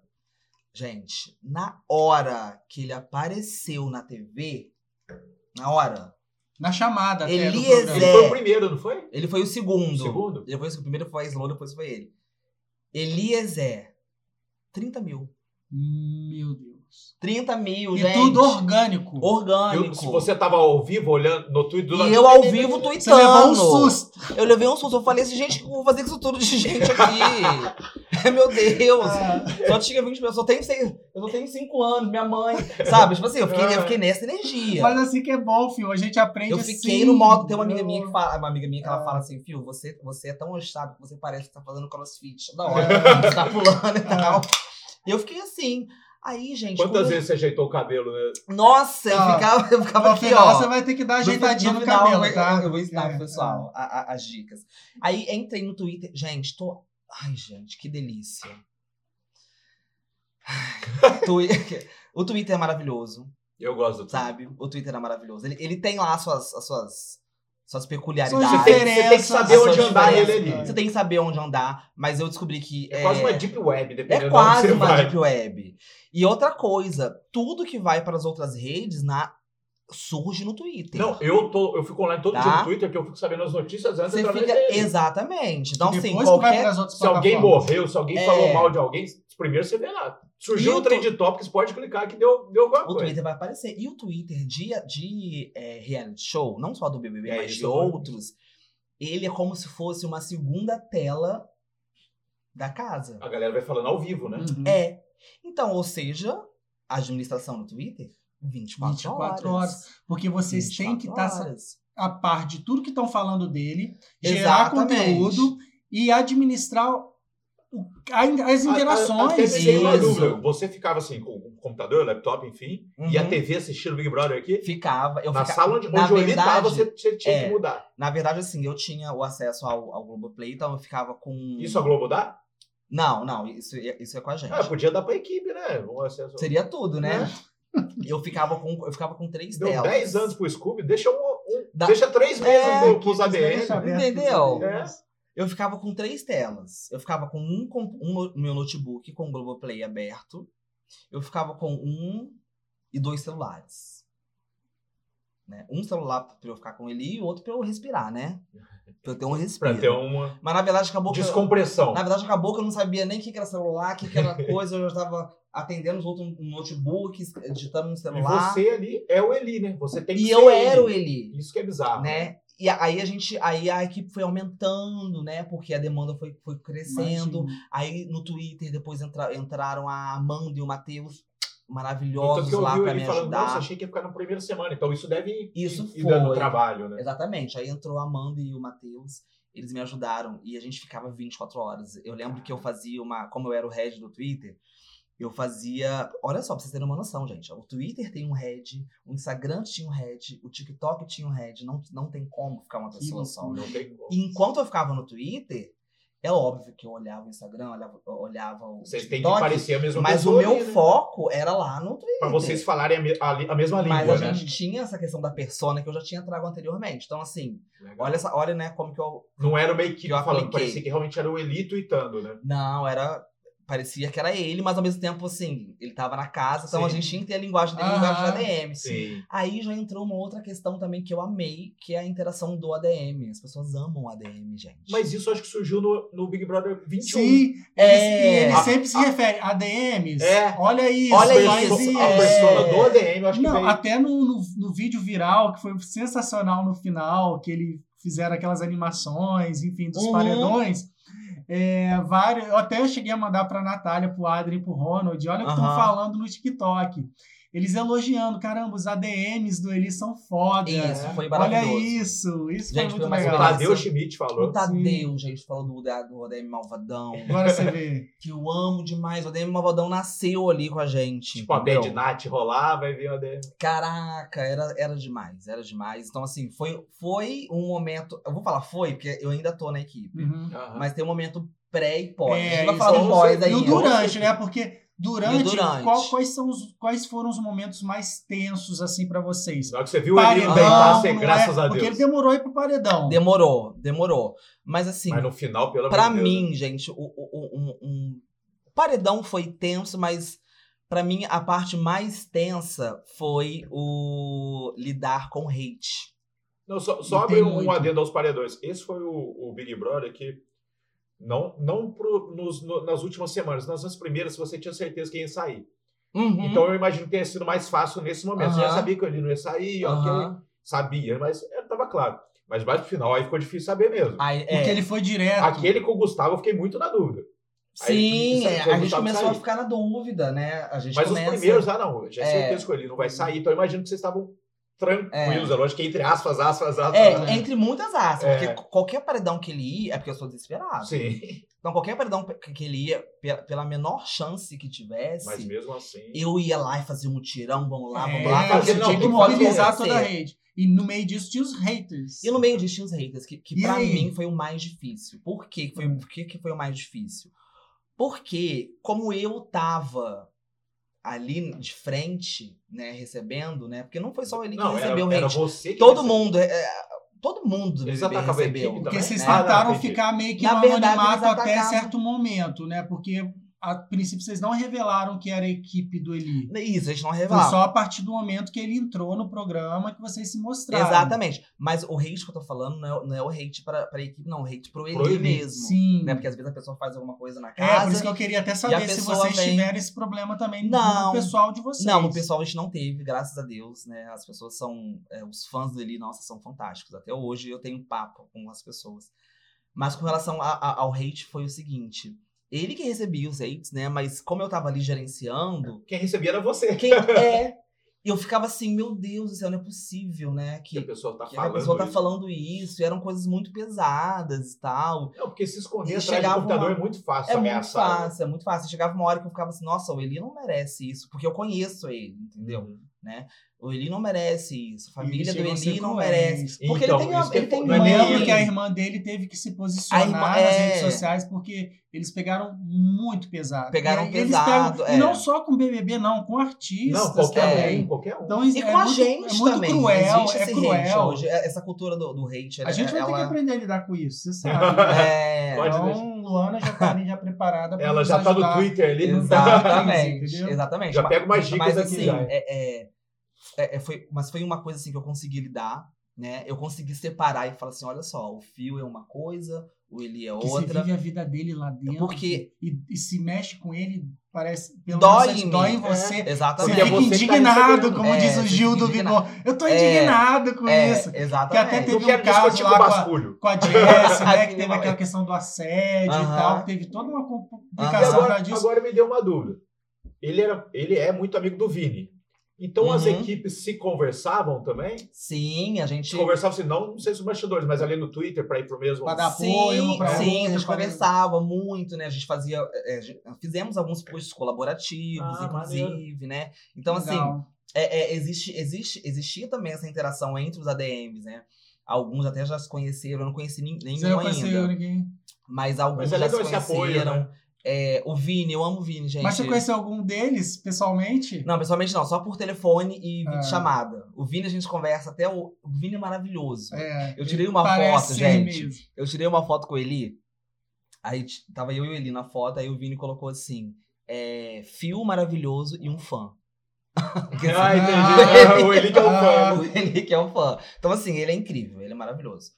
Speaker 4: Gente, na hora que ele apareceu na TV, na hora,
Speaker 3: Na chamada até do
Speaker 4: Eliezer.
Speaker 2: Ele
Speaker 3: programa.
Speaker 4: É.
Speaker 2: foi o primeiro, não foi?
Speaker 4: ele foi o
Speaker 2: O
Speaker 4: segundo.
Speaker 2: segundo?
Speaker 4: Depois, o primeiro foi a Slow, depois foi ele. Eliezer, 30 mil.
Speaker 3: Meu Deus.
Speaker 4: 30 mil,
Speaker 3: E
Speaker 4: gente.
Speaker 3: tudo orgânico.
Speaker 4: orgânico.
Speaker 2: Eu- se você tava ao vivo olhando no Twitter do
Speaker 4: E eu ao vivo tweetando.
Speaker 3: Você levou um susto.
Speaker 4: Eu levei um susto. Eu falei assim, gente, o que eu vou fazer com isso tudo de gente aqui? Meu Deus.
Speaker 3: Ah,
Speaker 4: Só tinha 20 pessoas. Eu só tenho seis- eu só tenho 5 anos, minha mãe. Sabe? Tipo assim, eu fiquei, eu fiquei nessa energia.
Speaker 3: mas assim que é bom, filho. A gente aprende
Speaker 4: Eu
Speaker 3: assim.
Speaker 4: fiquei no modo. Tem uma amiga minha que
Speaker 3: Eu-
Speaker 4: fala, uma amiga minha que ela
Speaker 3: Ah.
Speaker 4: fala assim, Fio, você, você é tão achado que você parece que tá fazendo crossfit toda hora. você tá pulando e tal. E eu fiquei assim. Aí, gente.
Speaker 2: Quantas
Speaker 4: quando-
Speaker 2: vezes você ajeitou o cabelo, né?
Speaker 4: Nossa, eu
Speaker 3: Ah.
Speaker 4: ficava, eu ficava
Speaker 3: No
Speaker 4: aqui,
Speaker 3: final, você
Speaker 4: ó.
Speaker 3: vai ter que dar
Speaker 4: No fi-
Speaker 3: ajeitadinha no,
Speaker 4: final,
Speaker 3: cabelo,
Speaker 4: eu-
Speaker 3: tá?
Speaker 4: Eu, vou ensinar
Speaker 3: É,
Speaker 4: pro pessoal a- a- as dicas. Aí entrei no Twitter. Gente, tô. Ai, gente, que delícia. Ai, Twi- o Twitter é maravilhoso
Speaker 2: Eu gosto do Twitter.
Speaker 4: sabe? O Twitter é maravilhoso. Ele, ele tem lá as suas, as suas, suas
Speaker 3: Suas
Speaker 4: peculiaridades.
Speaker 2: Você
Speaker 3: diferenças.
Speaker 2: tem que saber onde
Speaker 4: Essas
Speaker 2: andar ele
Speaker 3: diferenças.
Speaker 2: ali.
Speaker 4: Você tem que saber onde andar, mas eu descobri que.
Speaker 2: É quase uma deep web, dependendo
Speaker 4: é
Speaker 2: de onde
Speaker 4: quase
Speaker 2: você
Speaker 4: uma
Speaker 2: vai.
Speaker 4: deep web. E outra coisa, tudo que vai para as outras redes na, surge no Twitter.
Speaker 2: Não, eu, tô, eu fico online todo
Speaker 4: Tá?
Speaker 2: dia no Twitter, que eu fico sabendo as notícias antes
Speaker 4: Você
Speaker 2: através
Speaker 4: fica.
Speaker 2: dele.
Speaker 4: Exatamente. Então, assim,
Speaker 3: Depois que vai
Speaker 4: qualquer.
Speaker 3: pras outras
Speaker 2: Se alguém
Speaker 3: plataformas.
Speaker 2: morreu, se alguém
Speaker 4: É.
Speaker 2: falou mal de alguém, primeiro você vê lá. Surgiu
Speaker 4: E
Speaker 2: o
Speaker 4: o
Speaker 2: trend topics, pode clicar que deu, deu alguma
Speaker 4: O
Speaker 2: coisa.
Speaker 4: Twitter vai aparecer. E o Twitter de, de é, reality show, não só do BBB,
Speaker 2: É,
Speaker 4: mas
Speaker 2: isso
Speaker 4: de
Speaker 2: eu-
Speaker 4: outros, ele é como se fosse uma segunda tela da casa. Hum.
Speaker 2: A galera vai falando ao vivo, né?
Speaker 3: Uhum.
Speaker 4: É. Então, ou seja, Administração no Twitter? 24,
Speaker 3: 24
Speaker 4: horas.
Speaker 3: Porque vocês têm
Speaker 2: tá
Speaker 3: que estar
Speaker 4: 24 horas.
Speaker 3: a par de tudo que estão falando dele, gerar
Speaker 4: Exatamente.
Speaker 3: conteúdo e administrar o- a- as
Speaker 2: A- a-
Speaker 3: interações.
Speaker 2: A, TV tem uma
Speaker 4: isso.
Speaker 2: dúvida. Você ficava assim, com o computador, laptop, enfim,
Speaker 4: Uhum.
Speaker 2: e a TV assistindo o Big Brother aqui.
Speaker 4: Ficava. Eu
Speaker 2: na
Speaker 4: fica-
Speaker 2: sala onde,
Speaker 4: na
Speaker 2: onde eu ele
Speaker 4: verdade,
Speaker 2: tava, você, você tinha
Speaker 4: é.
Speaker 2: que mudar.
Speaker 4: Na verdade, assim, eu tinha o acesso ao, ao Globoplay, então eu ficava com.
Speaker 2: Isso é a Globo dá?
Speaker 4: Não, não, isso, isso é com a gente.
Speaker 2: Ah, podia dar pra equipe, né? Um acesso.
Speaker 4: Seria tudo, né? Eu ficava com, eu ficava com três
Speaker 2: É. Deu
Speaker 4: telas.
Speaker 2: 10 anos pro Scooby, deixa, um, um-
Speaker 4: é, Dá-
Speaker 2: deixa três meses
Speaker 4: É,
Speaker 2: pro- pros
Speaker 3: Equipes, né,
Speaker 2: ADN.
Speaker 3: deixa aberto
Speaker 4: Entendeu?
Speaker 3: os ADNs.
Speaker 4: Eu ficava com três telas. Eu ficava com um, com um no- meu notebook com o Globoplay aberto. Eu ficava com um e dois celulares. Né? Um celular pra eu ficar com ele e o outro pra eu respirar, né? Pra eu ter um respiro.
Speaker 2: Pra ter uma
Speaker 4: Mas na verdade acabou que. eu-
Speaker 2: descompressão.
Speaker 4: Na verdade, acabou que eu não sabia nem o que, que era celular, o que, que era coisa. Eu já estava atendendo os outros um, no notebook, digitando no
Speaker 2: E
Speaker 4: celular.
Speaker 2: você ali é o Eli, né? Você tem que
Speaker 4: E
Speaker 2: ser
Speaker 4: eu era o Eli,
Speaker 2: Isso que é bizarro.
Speaker 4: né? E a- aí a gente, aí a equipe foi aumentando, né? Porque a demanda foi, foi crescendo.
Speaker 3: Imagina.
Speaker 4: Aí no Twitter depois entra- entraram a Amanda e o Matheus,
Speaker 2: Então
Speaker 4: maravilhosos
Speaker 2: que eu
Speaker 4: lá
Speaker 2: vi o
Speaker 4: pra me
Speaker 2: Eli falando, nossa,
Speaker 4: ajudar.
Speaker 2: achei que ia ficar na primeira semana. Então isso deve ir,
Speaker 4: Isso
Speaker 2: ir dando
Speaker 4: foi.
Speaker 2: trabalho, né?
Speaker 4: Exatamente. Aí entrou a Amanda e o Matheus. Eles me ajudaram. E a gente ficava 24 horas. Eu lembro que eu fazia uma. Como eu era o head do Twitter, eu fazia. Olha só, pra vocês terem uma noção, gente. O Twitter tem um head, o Instagram tinha um head, o TikTok tinha um head. Não, não tem como ficar uma
Speaker 3: Que
Speaker 4: pessoa só.
Speaker 3: loucura.
Speaker 2: Não tem como.
Speaker 4: E enquanto eu ficava no Twitter, é óbvio que eu olhava o Instagram, olhava, olhava o.
Speaker 2: Vocês têm que
Speaker 4: TikTok,
Speaker 2: parecer a mesma
Speaker 4: Mas o
Speaker 2: pessoa
Speaker 4: meu
Speaker 2: ali, né?
Speaker 4: foco era lá no Twitter.
Speaker 2: Pra vocês falarem a, me- a li- a mesma língua,
Speaker 4: Mas a
Speaker 2: né?
Speaker 4: gente tinha essa questão da persona que eu já tinha trago anteriormente. Então, assim,
Speaker 2: Legal.
Speaker 4: olha, essa, olha né, como que eu.
Speaker 2: Não era uma equipe
Speaker 4: Eu
Speaker 2: falando,
Speaker 4: apliquei.
Speaker 2: parecia que realmente era o Eli tweetando, né?
Speaker 4: Não, era. Parecia que era ele, mas ao mesmo tempo, assim, ele tava na casa, então
Speaker 2: Sim.
Speaker 4: a gente tinha que ter a linguagem dele e a
Speaker 3: Aham.
Speaker 4: linguagem do ADM.
Speaker 2: Sim.
Speaker 4: Aí já entrou uma outra questão também que eu amei, que é a interação do ADM. As pessoas amam o ADM, gente.
Speaker 2: Mas isso acho que surgiu no, no Big Brother 21.
Speaker 3: Sim,
Speaker 4: É.
Speaker 3: e ele
Speaker 2: A-
Speaker 3: sempre se
Speaker 2: a-
Speaker 3: refere a DMs.
Speaker 2: É.
Speaker 3: Olha isso,
Speaker 4: Olha
Speaker 2: a
Speaker 3: faz
Speaker 4: isso,
Speaker 2: Persona,
Speaker 4: é.
Speaker 2: A persona do ADM, eu acho que
Speaker 3: Não,
Speaker 2: veio.
Speaker 3: até no, no, no vídeo viral, que foi sensacional no final, que ele fizeram aquelas animações, enfim, dos
Speaker 4: Uhum.
Speaker 3: paredões. É, vários, eu até cheguei a mandar pra Natália, pro Adrien, pro Ronald, olha o que estão
Speaker 4: Aham.
Speaker 3: falando no TikTok. Eles elogiando, caramba, os ADMs do Eli são foda.
Speaker 4: Isso, foi
Speaker 3: olha
Speaker 4: maravilhoso.
Speaker 3: isso, isso
Speaker 4: Gente,
Speaker 3: foi
Speaker 4: foi
Speaker 3: muito
Speaker 4: uma
Speaker 3: legal.
Speaker 4: experiência.
Speaker 2: Tá, Tadeu Schmidt
Speaker 4: O
Speaker 2: falou. assim.
Speaker 4: Tadeu, gente, falou do, da- do ADM Malvadão,
Speaker 3: Agora você vê.
Speaker 4: que eu amo demais. O ADM Malvadão nasceu ali com a gente.
Speaker 2: Tipo, a
Speaker 4: entendeu?
Speaker 2: Bad Nat rolar, vai vir o ADM.
Speaker 4: Caraca, era, era demais, era demais. Então, assim, foi, foi um momento. Eu vou falar foi, porque eu ainda tô na equipe.
Speaker 3: Uhum.
Speaker 2: Tá.
Speaker 4: Mas tem um momento pré e pós.
Speaker 3: É,
Speaker 4: a gente vai
Speaker 3: isso,
Speaker 4: falar do
Speaker 2: com
Speaker 4: pós
Speaker 2: certeza.
Speaker 4: aí.
Speaker 3: E o
Speaker 2: Dura-
Speaker 3: durante, né? Porque durante,
Speaker 4: E o durante?
Speaker 3: qual- quais, são os, quais foram os momentos mais tensos, assim, pra vocês?
Speaker 2: Na hora que você viu o Eli
Speaker 3: Paredão,
Speaker 2: deitar, você,
Speaker 3: não é?
Speaker 2: graças a
Speaker 3: Porque
Speaker 2: Deus.
Speaker 3: ele demorou a ir pro paredão.
Speaker 4: Demorou, demorou. Mas assim,
Speaker 2: Mas no final, pelo
Speaker 4: pra
Speaker 2: amor de Deus, né?
Speaker 4: mim, gente, o, o- o- um, um- o paredão foi tenso, mas pra mim a parte mais tensa foi o lidar com hate.
Speaker 2: Não, só, só
Speaker 3: Não
Speaker 2: abrir
Speaker 3: tem
Speaker 2: um
Speaker 3: muito.
Speaker 2: adendo aos paredões. Esse foi o, o Big Brother que, não, não pro- nos- no- nas últimas semanas, nas nas primeiras, você tinha certeza quem ia sair.
Speaker 4: Uhum.
Speaker 2: Então eu imagino que tenha sido mais fácil nesse momento. Você já
Speaker 4: Aham.
Speaker 2: sabia que ele não ia sair, ok.
Speaker 4: Aham.
Speaker 2: Sabia, mas é, tava claro. Mas mais pro final aí ficou difícil saber mesmo.
Speaker 4: Aí, é.
Speaker 3: Porque ele foi direto.
Speaker 2: Aquele com o Gustavo eu fiquei muito na dúvida.
Speaker 4: Sim,
Speaker 2: Aí,
Speaker 4: é,
Speaker 2: foi
Speaker 4: a gente
Speaker 2: Gustavo
Speaker 4: começou a
Speaker 2: sair.
Speaker 4: ficar na dúvida, né? A gente
Speaker 2: Mas
Speaker 4: começa...
Speaker 2: os primeiros, ah não, já é
Speaker 4: É.
Speaker 2: certeza que ele não vai sair, então eu imagino que vocês estavam tranquilos, é, lógico que entre aspas, aspas, aspas. né?
Speaker 4: É,
Speaker 2: aspas.
Speaker 4: entre muitas aspas,
Speaker 2: É.
Speaker 4: porque qu- qualquer paredão que ele ia, é porque eu sou desesperado.
Speaker 2: Sim,
Speaker 4: Então, qualquer paredão pe- que ele ia, pe- pela menor chance que tivesse,
Speaker 2: mas mesmo assim.
Speaker 4: eu ia lá e fazia um mutirão, vamos lá, vamos
Speaker 3: É,
Speaker 4: lá. um
Speaker 2: fazer-
Speaker 3: você
Speaker 4: fazer
Speaker 2: não,
Speaker 3: tinha que
Speaker 2: tem que
Speaker 3: mobilizar
Speaker 4: fazer.
Speaker 3: toda a rede. E no meio disso tinha os haters.
Speaker 4: E no meio disso tinha os haters, que, que
Speaker 3: E
Speaker 4: pra
Speaker 3: aí? Hum.
Speaker 4: mim foi o mais difícil. Por que foi, por que, que foi o mais difícil? Porque, como eu tava ali de frente, né, recebendo, né? Porque não foi só ele que
Speaker 2: não, era,
Speaker 4: recebeu o
Speaker 2: era
Speaker 4: hate.
Speaker 2: você que
Speaker 4: Todo
Speaker 2: recebeu.
Speaker 4: mundo, é, é, todo mundo do
Speaker 2: Eles
Speaker 4: BBB
Speaker 2: atacavam a
Speaker 4: recebeu.
Speaker 2: equipe
Speaker 3: Porque
Speaker 2: também,
Speaker 3: vocês
Speaker 2: né? Ah,
Speaker 3: tentaram
Speaker 2: não, entendi.
Speaker 3: ficar meio que
Speaker 4: Na
Speaker 3: no
Speaker 4: verdade,
Speaker 3: anonimato
Speaker 4: eles
Speaker 3: até
Speaker 4: atacavam.
Speaker 3: certo momento, né? Porque a princípio vocês não revelaram que era a equipe do Eli.
Speaker 2: né?
Speaker 4: Isso, eles não
Speaker 3: Foi
Speaker 4: revelaram.
Speaker 3: só a partir do momento que ele entrou no programa que vocês se mostraram.
Speaker 4: Exatamente. Mas o hate que eu tô falando não é, não é o hate pra, pra equipe, não. O hate pro Eli
Speaker 2: Pro Eli,
Speaker 4: mesmo.
Speaker 3: Sim.
Speaker 4: Né? Porque às vezes a pessoa faz alguma coisa na
Speaker 3: É, por
Speaker 4: casa.
Speaker 3: isso que eu queria até
Speaker 4: E
Speaker 3: saber
Speaker 4: a
Speaker 3: se
Speaker 4: pessoa
Speaker 3: vocês
Speaker 4: vem-
Speaker 3: tiveram esse problema também no
Speaker 4: Não.
Speaker 3: pessoal de vocês.
Speaker 4: Não, o pessoal a gente não teve, graças a Deus, né? As pessoas são. é, os fãs do Eli, nossa, são fantásticos. Até hoje eu tenho papo com as pessoas. Mas com relação a- a- ao hate, foi o seguinte: Ele que recebia os hates, né? Mas como eu tava ali gerenciando,
Speaker 2: Quem recebia era você.
Speaker 4: quem é. E eu ficava assim, meu Deus do céu, não é possível, né?
Speaker 2: Que a
Speaker 4: Que,
Speaker 2: pessoa tá
Speaker 4: que a
Speaker 2: falando.
Speaker 4: pessoa tá
Speaker 2: isso.
Speaker 4: falando isso, e eram coisas muito pesadas e tal.
Speaker 2: Não, porque se esconder
Speaker 4: E
Speaker 2: atrás do
Speaker 4: chegava
Speaker 2: computador
Speaker 4: uma-
Speaker 2: é muito fácil
Speaker 4: É muito
Speaker 2: ameaçar.
Speaker 4: fácil, é muito fácil. Chegava uma hora que eu ficava assim, nossa, o Eli não merece isso, porque eu conheço ele, entendeu?
Speaker 2: Uhum.
Speaker 4: Né? O Eli não merece isso, a família do
Speaker 3: chegou a ser
Speaker 4: Eli não
Speaker 3: cruéis.
Speaker 4: merece. Porque
Speaker 2: Então,
Speaker 4: ele tem, uma-
Speaker 2: isso que é
Speaker 4: ele tem
Speaker 2: fo- não
Speaker 3: Eu
Speaker 2: é nem
Speaker 4: mãe.
Speaker 3: lembro
Speaker 2: ele.
Speaker 3: que a irmã dele teve que se posicionar
Speaker 4: A irmã-
Speaker 3: nas
Speaker 4: é.
Speaker 3: redes sociais porque eles pegaram muito pesado.
Speaker 4: Pegaram
Speaker 3: E aí eles
Speaker 4: pesado,
Speaker 3: pegam-
Speaker 4: é.
Speaker 3: E não só com BBB, não, com artistas
Speaker 2: Não, qualquer
Speaker 4: também.
Speaker 2: um, qualquer um.
Speaker 3: Então,
Speaker 4: E
Speaker 3: isso
Speaker 4: com
Speaker 3: é
Speaker 4: a
Speaker 3: muito,
Speaker 4: gente
Speaker 3: é muito
Speaker 4: também. né?
Speaker 3: cruel,
Speaker 4: Existe
Speaker 3: é
Speaker 4: esse hate
Speaker 3: cruel.
Speaker 4: hoje. é- Essa cultura do, do hate. né?
Speaker 3: A gente vai ter que aprender a lidar com isso, você sabe. né?
Speaker 4: É,
Speaker 2: Pode deixar.
Speaker 3: então, Luana já tá ali já preparada pra
Speaker 2: Ela
Speaker 3: nos
Speaker 2: já tá no
Speaker 3: ajudar.
Speaker 2: Twitter ali.
Speaker 4: exatamente.
Speaker 3: tá Entendeu?
Speaker 4: exatamente.
Speaker 2: Já
Speaker 4: Mas-
Speaker 2: pego umas dicas
Speaker 4: mas,
Speaker 2: aqui,
Speaker 4: assim,
Speaker 2: já.
Speaker 4: é- é- é- é, foi, mas foi uma coisa assim que eu consegui lidar, né? Eu consegui separar e falar assim, olha só, o Fio é uma coisa, o Eli é
Speaker 3: Que
Speaker 4: outra. É
Speaker 3: você vive a vida dele lá dentro.
Speaker 4: Porque-
Speaker 3: E, e se mexe com ele, parece. Pelo
Speaker 4: Dói
Speaker 3: menos,
Speaker 4: em mim. É.
Speaker 3: dói em você. Você
Speaker 4: Exatamente.
Speaker 2: Porque
Speaker 3: fica
Speaker 2: você tá
Speaker 3: indignado,
Speaker 2: recebendo.
Speaker 3: como
Speaker 4: É,
Speaker 3: diz o
Speaker 4: você
Speaker 3: Gil
Speaker 4: fica
Speaker 3: do Vigor. Eu tô
Speaker 4: É.
Speaker 3: indignado com
Speaker 4: É,
Speaker 3: isso.
Speaker 4: exatamente.
Speaker 3: Que até teve
Speaker 2: Eu quero
Speaker 3: um caso
Speaker 2: discutir com
Speaker 3: lá
Speaker 2: o
Speaker 3: com a-
Speaker 2: basculho.
Speaker 3: Com a Jess, né? Que
Speaker 4: Aquele
Speaker 3: teve
Speaker 4: momento.
Speaker 3: aquela questão do assédio e
Speaker 4: Aham.
Speaker 3: tal. que Teve toda uma
Speaker 2: E
Speaker 4: Aham.
Speaker 3: complicação por
Speaker 2: agora,
Speaker 3: causa disso.
Speaker 2: agora me deu uma dúvida. Ele, era, ele é muito amigo do Vini. Então as
Speaker 4: Uhum.
Speaker 2: equipes se conversavam também?
Speaker 4: Sim, a gente.
Speaker 2: Se conversavam, assim, não, não sei se os bastidores, mas ali no Twitter, para ir pro mesmo.
Speaker 3: Pra dar- apoio,
Speaker 4: Sim,
Speaker 3: uma pra
Speaker 4: sim, a
Speaker 3: outra,
Speaker 4: gente
Speaker 3: pra-
Speaker 4: conversava muito, né? A gente fazia. é, é, ge- fizemos alguns posts colaborativos,
Speaker 2: Ah,
Speaker 4: inclusive, né? Então, assim,
Speaker 3: Legal.
Speaker 4: é- é, existe, existe, existia também essa interação entre os ADMs, né? Alguns até já se conheceram, eu não conheci nin- nenhum
Speaker 3: Você não
Speaker 4: ainda.
Speaker 3: conheceu ninguém.
Speaker 4: Mas alguns
Speaker 2: Mas é
Speaker 4: já se
Speaker 2: legal esse
Speaker 4: conheceram.
Speaker 2: apoio, né?
Speaker 4: É, o Vini, eu amo o Vini, gente.
Speaker 3: Mas você conheceu algum deles pessoalmente?
Speaker 4: Não, pessoalmente não, só por telefone e
Speaker 3: Ah.
Speaker 4: chamada. O Vini a gente conversa até o. O Vini é maravilhoso.
Speaker 3: É,
Speaker 4: Eu tirei uma
Speaker 3: parece
Speaker 4: foto,
Speaker 3: ser
Speaker 4: gente.
Speaker 3: mesmo.
Speaker 4: Eu tirei uma foto com o Eli. Aí t- tava eu e o Eli na foto, aí o Vini colocou assim: é, fio maravilhoso e um fã. Quer dizer,
Speaker 2: Ah, entendi. Ah, o Eli que é o
Speaker 3: Ah.
Speaker 2: fã.
Speaker 4: o Eli que é um fã. Então, assim, ele é incrível, ele é maravilhoso.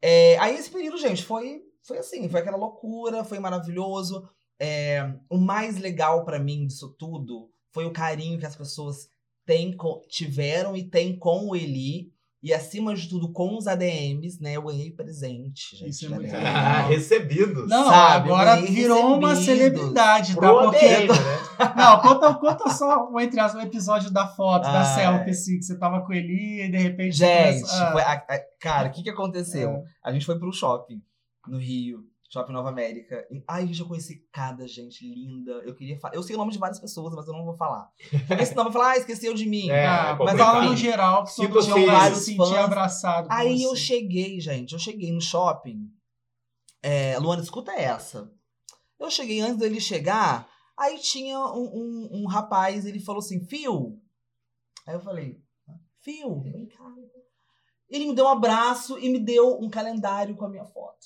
Speaker 4: É, aí esse período, gente, foi, foi assim, foi aquela loucura, foi maravilhoso. É, o mais legal pra mim disso tudo foi o carinho que as pessoas têm com- tiveram e têm com o Eli. E acima de tudo, com os ADMs, né? Eu ganhei presente, gente.
Speaker 3: Isso é
Speaker 4: na
Speaker 3: muito
Speaker 4: verdade.
Speaker 2: Ah, recebidos.
Speaker 3: Não,
Speaker 4: sabe,
Speaker 3: agora
Speaker 4: bem
Speaker 3: virou uma
Speaker 4: recebidos.
Speaker 3: celebridade, tá?
Speaker 2: Pro
Speaker 3: Porque
Speaker 2: ADM, né?
Speaker 3: Não, conta, conta só o entre as, o episódio da foto, da
Speaker 4: Ai.
Speaker 3: selfie, assim, que você tava com ele e de repente. você
Speaker 4: Ah. Gente,
Speaker 3: começa- ah,
Speaker 4: foi a- a- cara, o que, que aconteceu? A gente foi pro shopping no Rio, Shopping Nova América. E- ai, gente, eu conheci cada gente linda. Eu queria falar. Eu sei o nome de várias pessoas, mas eu não vou falar. Porque senão eu vou falar, ah, esqueceu de mim.
Speaker 2: É,
Speaker 3: ah,
Speaker 2: complicado.
Speaker 3: mas fala no geral, que
Speaker 2: Se
Speaker 3: todo
Speaker 2: você-
Speaker 3: mundo vai
Speaker 4: vários
Speaker 3: se
Speaker 4: fãs-
Speaker 3: sentir abraçado. com
Speaker 4: Aí
Speaker 3: você.
Speaker 4: eu cheguei, gente, eu cheguei no shopping. É, Luana, escuta essa. Eu cheguei antes dele chegar, aí tinha um, um- um rapaz, ele falou assim, Fio. Aí eu falei, Fio, vem cá. Ele me deu um abraço e me deu um calendário com a minha foto.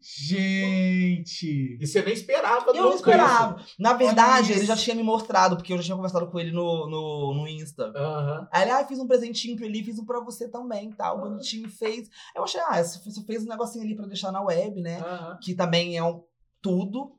Speaker 3: Gente!
Speaker 2: E você nem esperava.
Speaker 4: Eu não
Speaker 2: nunca
Speaker 4: esperava.
Speaker 2: isso.
Speaker 4: Na verdade,
Speaker 3: Olha
Speaker 4: ele já
Speaker 3: isso.
Speaker 4: tinha me mostrado, porque eu já tinha conversado com ele no, no, no Insta.
Speaker 2: Aham.
Speaker 4: Aí ele, ah, fiz um presentinho pra ele, fiz um pra você também, tal,
Speaker 2: Ah.
Speaker 4: bonitinho, fez. Eu achei, ah, você fez- você fez um negocinho ali pra deixar na web, né?
Speaker 2: aham.
Speaker 4: que também é um tudo.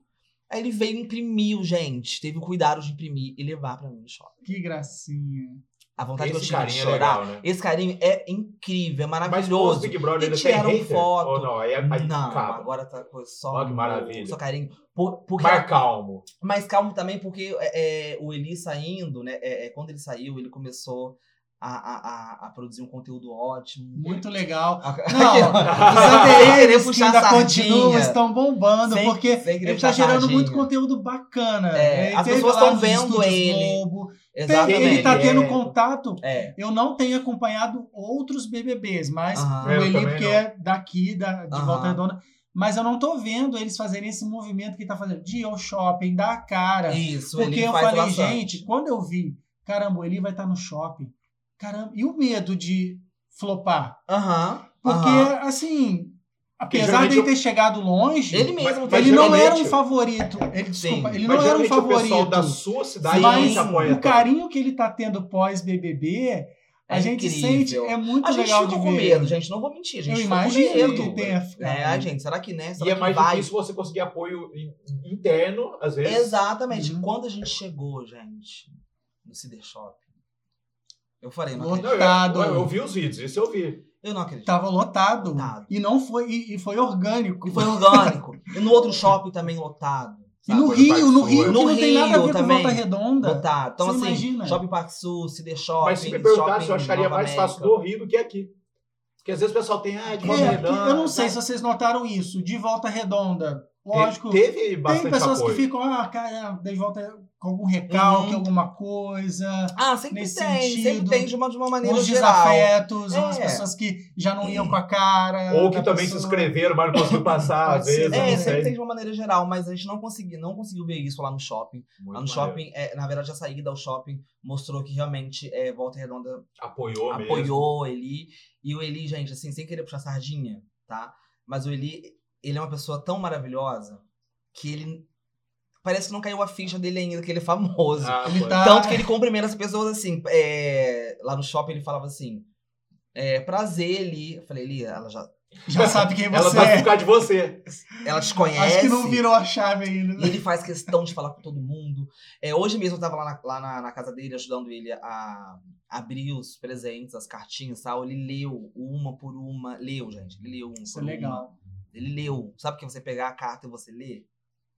Speaker 4: Aí ele veio e imprimiu, gente. Teve o cuidado de imprimir e levar pra mim no shopping.
Speaker 3: Que gracinha.
Speaker 4: A vontade que eu
Speaker 2: Esse
Speaker 4: tinha de
Speaker 2: carinho é
Speaker 4: chorar.
Speaker 2: legal, né?
Speaker 4: Esse carinho é incrível,
Speaker 2: Mas
Speaker 4: é
Speaker 2: o
Speaker 4: maravilhoso.
Speaker 2: Big Brother
Speaker 4: E
Speaker 2: ainda tem
Speaker 4: tiraram
Speaker 2: hater?
Speaker 4: foto.
Speaker 2: Ou não? Aí, aí
Speaker 4: não,
Speaker 2: é? acaba.
Speaker 4: agora tá coisa só.
Speaker 2: Olha que maravilha.
Speaker 4: Só carinho. Por- porque-
Speaker 2: Mar calmo.
Speaker 4: mas calmo também, porque é, é, o Eli saindo, né? é, é, quando ele saiu, ele começou a, a- a- a produzir um conteúdo ótimo.
Speaker 3: Muito legal.
Speaker 4: A-
Speaker 3: Não, os
Speaker 4: Querer
Speaker 3: ADMs que
Speaker 4: puxar
Speaker 3: ainda
Speaker 4: sardinha.
Speaker 3: continuam, estão bombando,
Speaker 4: Sem-
Speaker 3: porque
Speaker 4: sem querer
Speaker 3: ele tá
Speaker 4: puxar
Speaker 3: gerando
Speaker 4: sardinha.
Speaker 3: muito conteúdo bacana.
Speaker 4: É,
Speaker 3: Ele
Speaker 4: as
Speaker 3: teve
Speaker 4: pessoas
Speaker 3: lá
Speaker 4: tão
Speaker 3: nos
Speaker 4: vendo
Speaker 3: estúdios
Speaker 4: ele.
Speaker 3: Globo.
Speaker 4: Exatamente.
Speaker 3: Ele tá
Speaker 2: Exatamente.
Speaker 3: tendo
Speaker 2: É.
Speaker 3: contato
Speaker 4: É.
Speaker 3: Eu não tenho acompanhado outros BBBs, mas
Speaker 4: Aham.
Speaker 3: o
Speaker 2: Eu
Speaker 3: Eli,
Speaker 2: também
Speaker 3: porque
Speaker 2: não.
Speaker 3: é daqui, da, de
Speaker 4: Aham.
Speaker 3: Volta Redonda. Mas eu não tô vendo eles fazerem esse movimento que tá fazendo de ir ao shopping, dar a cara.
Speaker 4: Isso,
Speaker 3: porque
Speaker 4: ele
Speaker 3: eu
Speaker 4: faz
Speaker 3: falei,
Speaker 4: bastante.
Speaker 3: gente, quando eu vi, caramba, o Eli vai estar no shopping. Caramba, e o medo de flopar?
Speaker 4: Aham.
Speaker 3: Porque,
Speaker 4: aham.
Speaker 3: assim,
Speaker 2: Porque
Speaker 3: apesar dele
Speaker 2: geralmente
Speaker 3: ter chegado longe,
Speaker 4: Ele
Speaker 3: ele,
Speaker 4: mesmo tá
Speaker 2: Mas-
Speaker 4: tem
Speaker 2: mas
Speaker 4: que-
Speaker 3: não era um
Speaker 2: geralmente-
Speaker 3: favorito. Ele, desculpa,
Speaker 4: Sim,
Speaker 2: Mas
Speaker 3: ele não era um
Speaker 2: geralmente o pessoal
Speaker 3: favorito.
Speaker 2: da sua cidade
Speaker 4: Mas
Speaker 2: não te apoia.
Speaker 3: O carinho que ele tá tendo pós-BBB, a
Speaker 4: É
Speaker 3: gente
Speaker 4: incrível.
Speaker 3: sente, é muito
Speaker 4: A gente
Speaker 3: legal
Speaker 4: ficou
Speaker 3: de
Speaker 4: com
Speaker 3: ver.
Speaker 4: medo, gente. Não vou mentir, a gente
Speaker 3: Eu
Speaker 4: ficou
Speaker 3: imagino
Speaker 4: com medo.
Speaker 3: que tenha ficado.
Speaker 4: É, ai, gente, será que, né? Será
Speaker 2: E é
Speaker 4: que
Speaker 2: mais
Speaker 4: vai?
Speaker 2: difícil você conseguir apoio in- interno, às vezes.
Speaker 4: Exatamente.
Speaker 3: Uhum.
Speaker 4: Quando a gente chegou, gente, no Cider Shop, Eu falei, não
Speaker 3: Lota-
Speaker 2: Não,
Speaker 4: acredito.
Speaker 2: eu-
Speaker 3: Tado.
Speaker 2: eu, eu vi os vídeos, isso eu vi.
Speaker 4: Eu não acredito.
Speaker 3: Tava lotado.
Speaker 4: Lotado.
Speaker 3: E não foi, e, e foi orgânico.
Speaker 4: E foi orgânico. e no outro shopping também lotado.
Speaker 3: E
Speaker 4: sabe?
Speaker 3: no
Speaker 2: Ah, Foi no
Speaker 3: Rio,
Speaker 2: Parque
Speaker 3: no
Speaker 2: Sul,
Speaker 3: Rio, que
Speaker 4: no
Speaker 3: não tem nada a
Speaker 4: Rio
Speaker 3: ver com
Speaker 4: também.
Speaker 3: Volta Redonda.
Speaker 4: Lotado. Então,
Speaker 3: Você
Speaker 4: assim,
Speaker 3: imagina?
Speaker 4: Shopping Parque Sul, Cider Shopping.
Speaker 2: Mas se me perguntasse, eu
Speaker 4: Shopping
Speaker 2: acharia
Speaker 4: Nova
Speaker 2: mais fácil
Speaker 4: América.
Speaker 2: no Rio do que aqui. Porque às vezes o pessoal tem, ah, de volta
Speaker 3: É, porque
Speaker 2: redonda.
Speaker 3: eu não sei se vocês notaram isso. De Volta Redonda, lógico.
Speaker 2: Te- Teve
Speaker 3: Tem
Speaker 2: bastante
Speaker 3: pessoas
Speaker 2: apoio.
Speaker 3: que ficam, ah, cara, de volta com algum recalque,
Speaker 4: Uhum.
Speaker 3: alguma coisa,
Speaker 4: Ah, sempre
Speaker 3: Nesse
Speaker 4: tem.
Speaker 3: sentido,
Speaker 4: Sempre tem de uma, de uma maneira
Speaker 3: uns
Speaker 4: geral.
Speaker 3: desafetos,
Speaker 4: É.
Speaker 3: umas pessoas que já não iam com a cara.
Speaker 2: Ou que
Speaker 3: da
Speaker 2: também se
Speaker 3: pessoa.
Speaker 2: inscreveram, mas não conseguiu passar, às
Speaker 3: Pode ser,
Speaker 2: vezes.
Speaker 3: né?
Speaker 4: É,
Speaker 2: não
Speaker 4: sempre
Speaker 2: sei.
Speaker 4: tem de uma maneira geral, mas a gente não conseguiu, não conseguiu ver isso lá no shopping.
Speaker 2: Muito
Speaker 4: Lá no
Speaker 2: maneiro.
Speaker 4: shopping, é, na verdade, a saída ao shopping mostrou que realmente é, Volta Redonda
Speaker 2: Apoiou, mesmo.
Speaker 4: apoiou o Eli. E o Eli, gente, assim, sem querer puxar sardinha, tá? Mas o Eli, ele é uma pessoa tão maravilhosa que ele. Parece que não caiu a ficha dele ainda, que ele é famoso.
Speaker 2: Ah,
Speaker 3: Ele
Speaker 2: foi.
Speaker 3: tá-
Speaker 4: Tanto que ele cumprimenta as pessoas assim. é, Lá no shopping ele falava assim. É, prazer, Eli. Eu falei, Eli, ela já.
Speaker 3: Já sabe quem
Speaker 2: Ela tá
Speaker 3: você
Speaker 2: vai
Speaker 3: é.
Speaker 2: ficar de você.
Speaker 4: Ela te conhece.
Speaker 3: Acho que não virou a chave ainda. né?
Speaker 4: E ele faz questão de falar com todo mundo. É, hoje mesmo eu tava lá, na, lá na, na casa dele, ajudando ele a abrir os presentes, as cartinhas, tal. Ele leu uma por uma. Leu, gente. Ele leu um
Speaker 3: Isso é
Speaker 4: por uma.
Speaker 3: legal.
Speaker 4: Ele leu. Sabe que você pegar a carta e você lê?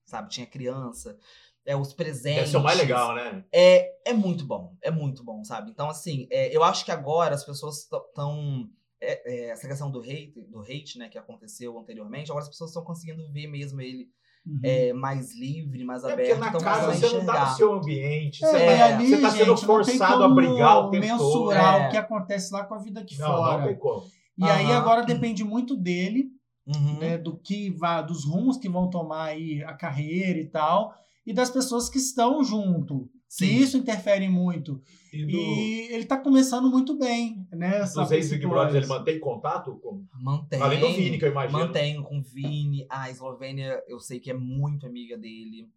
Speaker 4: Sabe? Tinha criança. É, os presentes.
Speaker 2: Deve ser o mais legal, né?
Speaker 4: É, é muito bom. É muito bom, sabe? Então, assim, é, eu acho que agora as pessoas estão. é, essa questão do hate, do hate, né, que aconteceu anteriormente, agora as pessoas estão conseguindo ver mesmo ele
Speaker 3: Uhum.
Speaker 4: é, mais livre, mais
Speaker 2: É porque
Speaker 4: aberto.
Speaker 2: na
Speaker 4: então
Speaker 2: casa
Speaker 4: vai
Speaker 2: você não tá
Speaker 4: enxergar.
Speaker 2: no seu ambiente.
Speaker 3: É,
Speaker 2: você
Speaker 4: é,
Speaker 3: e ali,
Speaker 2: você tá sendo
Speaker 3: gente, não tem
Speaker 2: forçado a
Speaker 3: como
Speaker 2: brigar o tempo todo.
Speaker 3: mensurar
Speaker 4: É.
Speaker 3: o que acontece lá com a vida aqui
Speaker 2: Não,
Speaker 3: fora.
Speaker 2: não tem como.
Speaker 3: E aí
Speaker 4: Aham.
Speaker 3: agora depende muito dele,
Speaker 4: Uhum.
Speaker 2: É.
Speaker 3: né, do que vai, dos rumos que vão tomar aí a carreira e tal, e das pessoas que estão junto.
Speaker 4: Sim.
Speaker 3: E isso interfere muito.
Speaker 2: E do,
Speaker 3: E ele tá começando muito bem, né? essa
Speaker 2: dos ex-Big
Speaker 3: Pepsi
Speaker 2: Brothers, ele
Speaker 3: Boys.
Speaker 2: mantém contato com...
Speaker 4: Mantém.
Speaker 2: Além do Vini, que eu imagino.
Speaker 4: Mantenho com o Vini. A Eslovênia, eu sei que é muito amiga dele.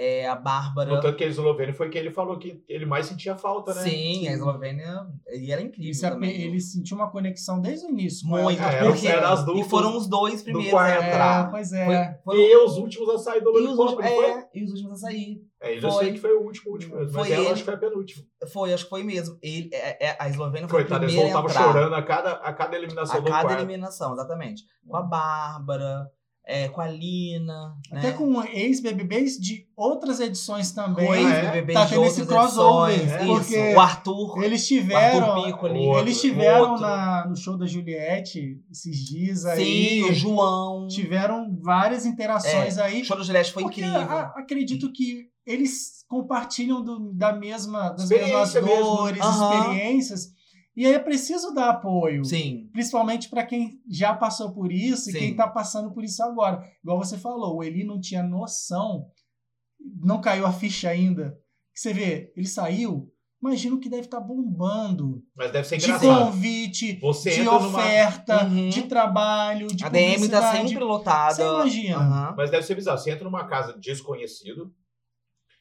Speaker 4: É, a
Speaker 2: No
Speaker 4: Bárbara.
Speaker 2: tanto que a eslovênia foi quem ele falou que ele mais sentia falta, né?
Speaker 4: Sim, a Eslovênia. E ela é incrível
Speaker 3: Ele, se ape-
Speaker 4: também.
Speaker 3: ele sentiu uma conexão desde o início. com
Speaker 4: Muito.
Speaker 3: ela.
Speaker 2: É,
Speaker 4: porque...
Speaker 2: eram as
Speaker 4: e
Speaker 2: duplas
Speaker 4: foram os dois primeiros a
Speaker 2: quarto.
Speaker 3: É,
Speaker 4: entrar.
Speaker 3: pois é.
Speaker 4: Foi- foram-
Speaker 2: E os últimos a sair do
Speaker 4: e os
Speaker 2: Lollipop,
Speaker 4: últimos,
Speaker 2: não foi?
Speaker 4: é, e os últimos a sair.
Speaker 2: É, eu já
Speaker 4: Foi.
Speaker 2: sei que foi o último, o último mesmo, mas
Speaker 4: Foi
Speaker 2: ela
Speaker 4: ele.
Speaker 2: acho que foi a penúltima.
Speaker 4: Foi, acho que foi mesmo. Ele, é- é- a Eslovênia foi
Speaker 2: Coitado,
Speaker 4: a
Speaker 2: eles
Speaker 4: primeira a
Speaker 2: voltavam
Speaker 4: entrar.
Speaker 2: chorando a cada, a cada eliminação
Speaker 4: A
Speaker 2: do
Speaker 4: cada
Speaker 2: quarto.
Speaker 4: eliminação, exatamente. Com a Bárbara, é, com a Lina.
Speaker 3: Até
Speaker 4: né?
Speaker 3: com ex-BBBs de outras edições também.
Speaker 4: com ex
Speaker 2: Ah, é?
Speaker 4: BBB
Speaker 3: Tá
Speaker 4: de
Speaker 3: tendo esse
Speaker 4: outras
Speaker 3: crossover,
Speaker 4: edições,
Speaker 3: né?
Speaker 4: isso.
Speaker 3: Porque
Speaker 4: O Arthur,
Speaker 3: Eles
Speaker 4: o Arthur
Speaker 3: tiveram.
Speaker 4: Piccoli.
Speaker 2: Outro,
Speaker 3: Eles tiveram
Speaker 4: outro.
Speaker 3: na- no show da Juliette esses dias aí.
Speaker 4: Sim, o João.
Speaker 3: Tiveram várias interações aí.
Speaker 4: O show do Juliette foi
Speaker 3: Porque
Speaker 4: incrível.
Speaker 3: a- acredito que eles compartilham do- da mesma, das mesmas
Speaker 2: Experiência mesmo.
Speaker 3: dores,
Speaker 4: Aham.
Speaker 3: experiências. E aí é preciso dar apoio.
Speaker 4: Sim,
Speaker 3: Principalmente para quem já passou por isso e
Speaker 4: Sim.
Speaker 3: quem está passando por isso agora. Igual você falou, o Eli não tinha noção, não caiu a ficha ainda. Você vê, ele saiu, imagino que deve estar bombando
Speaker 2: Mas deve ser
Speaker 3: de
Speaker 2: É engraçado.
Speaker 3: convite,
Speaker 2: Você
Speaker 3: de
Speaker 2: entra numa-
Speaker 3: oferta,
Speaker 4: Uhum.
Speaker 3: de trabalho, tipo, de
Speaker 4: a DM tá
Speaker 3: publicidade.
Speaker 4: sempre lotada.
Speaker 3: Você imagina.
Speaker 4: Aham.
Speaker 2: Mas deve ser bizarro. Você entra numa casa desconhecido.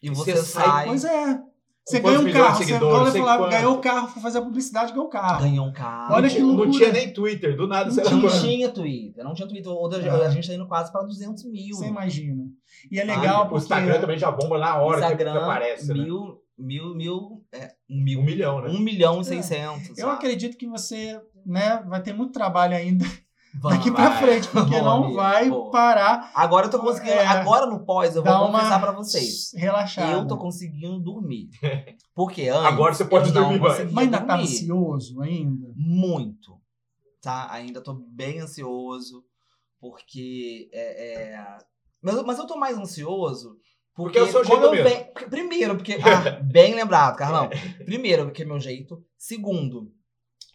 Speaker 4: E
Speaker 2: E
Speaker 4: você,
Speaker 2: você sai-
Speaker 4: sai,
Speaker 3: Pois é. Você
Speaker 2: quantos
Speaker 3: ganha um
Speaker 2: milhões de
Speaker 3: carro, você
Speaker 2: seguidores,
Speaker 3: olha e
Speaker 2: sei
Speaker 3: fala,
Speaker 2: quanto.
Speaker 3: ganhou o carro, foi fazer a publicidade, ganhou o carro.
Speaker 4: ganhou um carro.
Speaker 3: Olha que
Speaker 2: não
Speaker 3: loucura.
Speaker 2: tinha nem Twitter, do nada. sei lá
Speaker 4: Não
Speaker 2: quando.
Speaker 4: tinha Twitter, não tinha Twitter. Ou seja,
Speaker 3: É.
Speaker 4: A gente tá indo quase pra 200 mil.
Speaker 3: Você imagina. E é
Speaker 4: Sabe,
Speaker 3: legal
Speaker 2: Ah, O
Speaker 3: porque...
Speaker 2: Instagram também já bomba na hora
Speaker 4: Instagram,
Speaker 2: que aparece, né?
Speaker 4: mil, mil, mil, é, um mil,
Speaker 2: Um milhão, né?
Speaker 4: um milhão
Speaker 3: É.
Speaker 4: e seiscentos.
Speaker 3: Eu acredito que você né, vai ter muito trabalho ainda daqui
Speaker 4: Daqui
Speaker 3: pra
Speaker 2: vai.
Speaker 3: frente, porque
Speaker 4: Vamos,
Speaker 3: não
Speaker 4: amigo,
Speaker 3: vai
Speaker 4: boa.
Speaker 3: parar,
Speaker 4: Agora eu tô conseguindo,
Speaker 3: É.
Speaker 4: agora no pós, eu
Speaker 3: Dá
Speaker 4: vou
Speaker 3: uma
Speaker 4: confessar pra vocês.
Speaker 3: relaxar.
Speaker 4: Eu tô conseguindo dormir. Porque antes.
Speaker 2: Agora você pode
Speaker 4: eu não
Speaker 2: dormir mais.
Speaker 4: conseguia
Speaker 3: Mas ainda tá
Speaker 4: dormir.
Speaker 3: ansioso ainda?
Speaker 4: Muito. Tá? Ainda tô bem ansioso. Porque. É, é, Mas, mas eu tô mais ansioso.
Speaker 2: Porque
Speaker 4: Porque,
Speaker 2: é o seu
Speaker 4: como
Speaker 2: jeito
Speaker 4: eu
Speaker 2: mesmo.
Speaker 4: ve- porque- Primeiro, porque. Ah, bem lembrado, Carlão. Primeiro, porque é meu jeito. Segundo,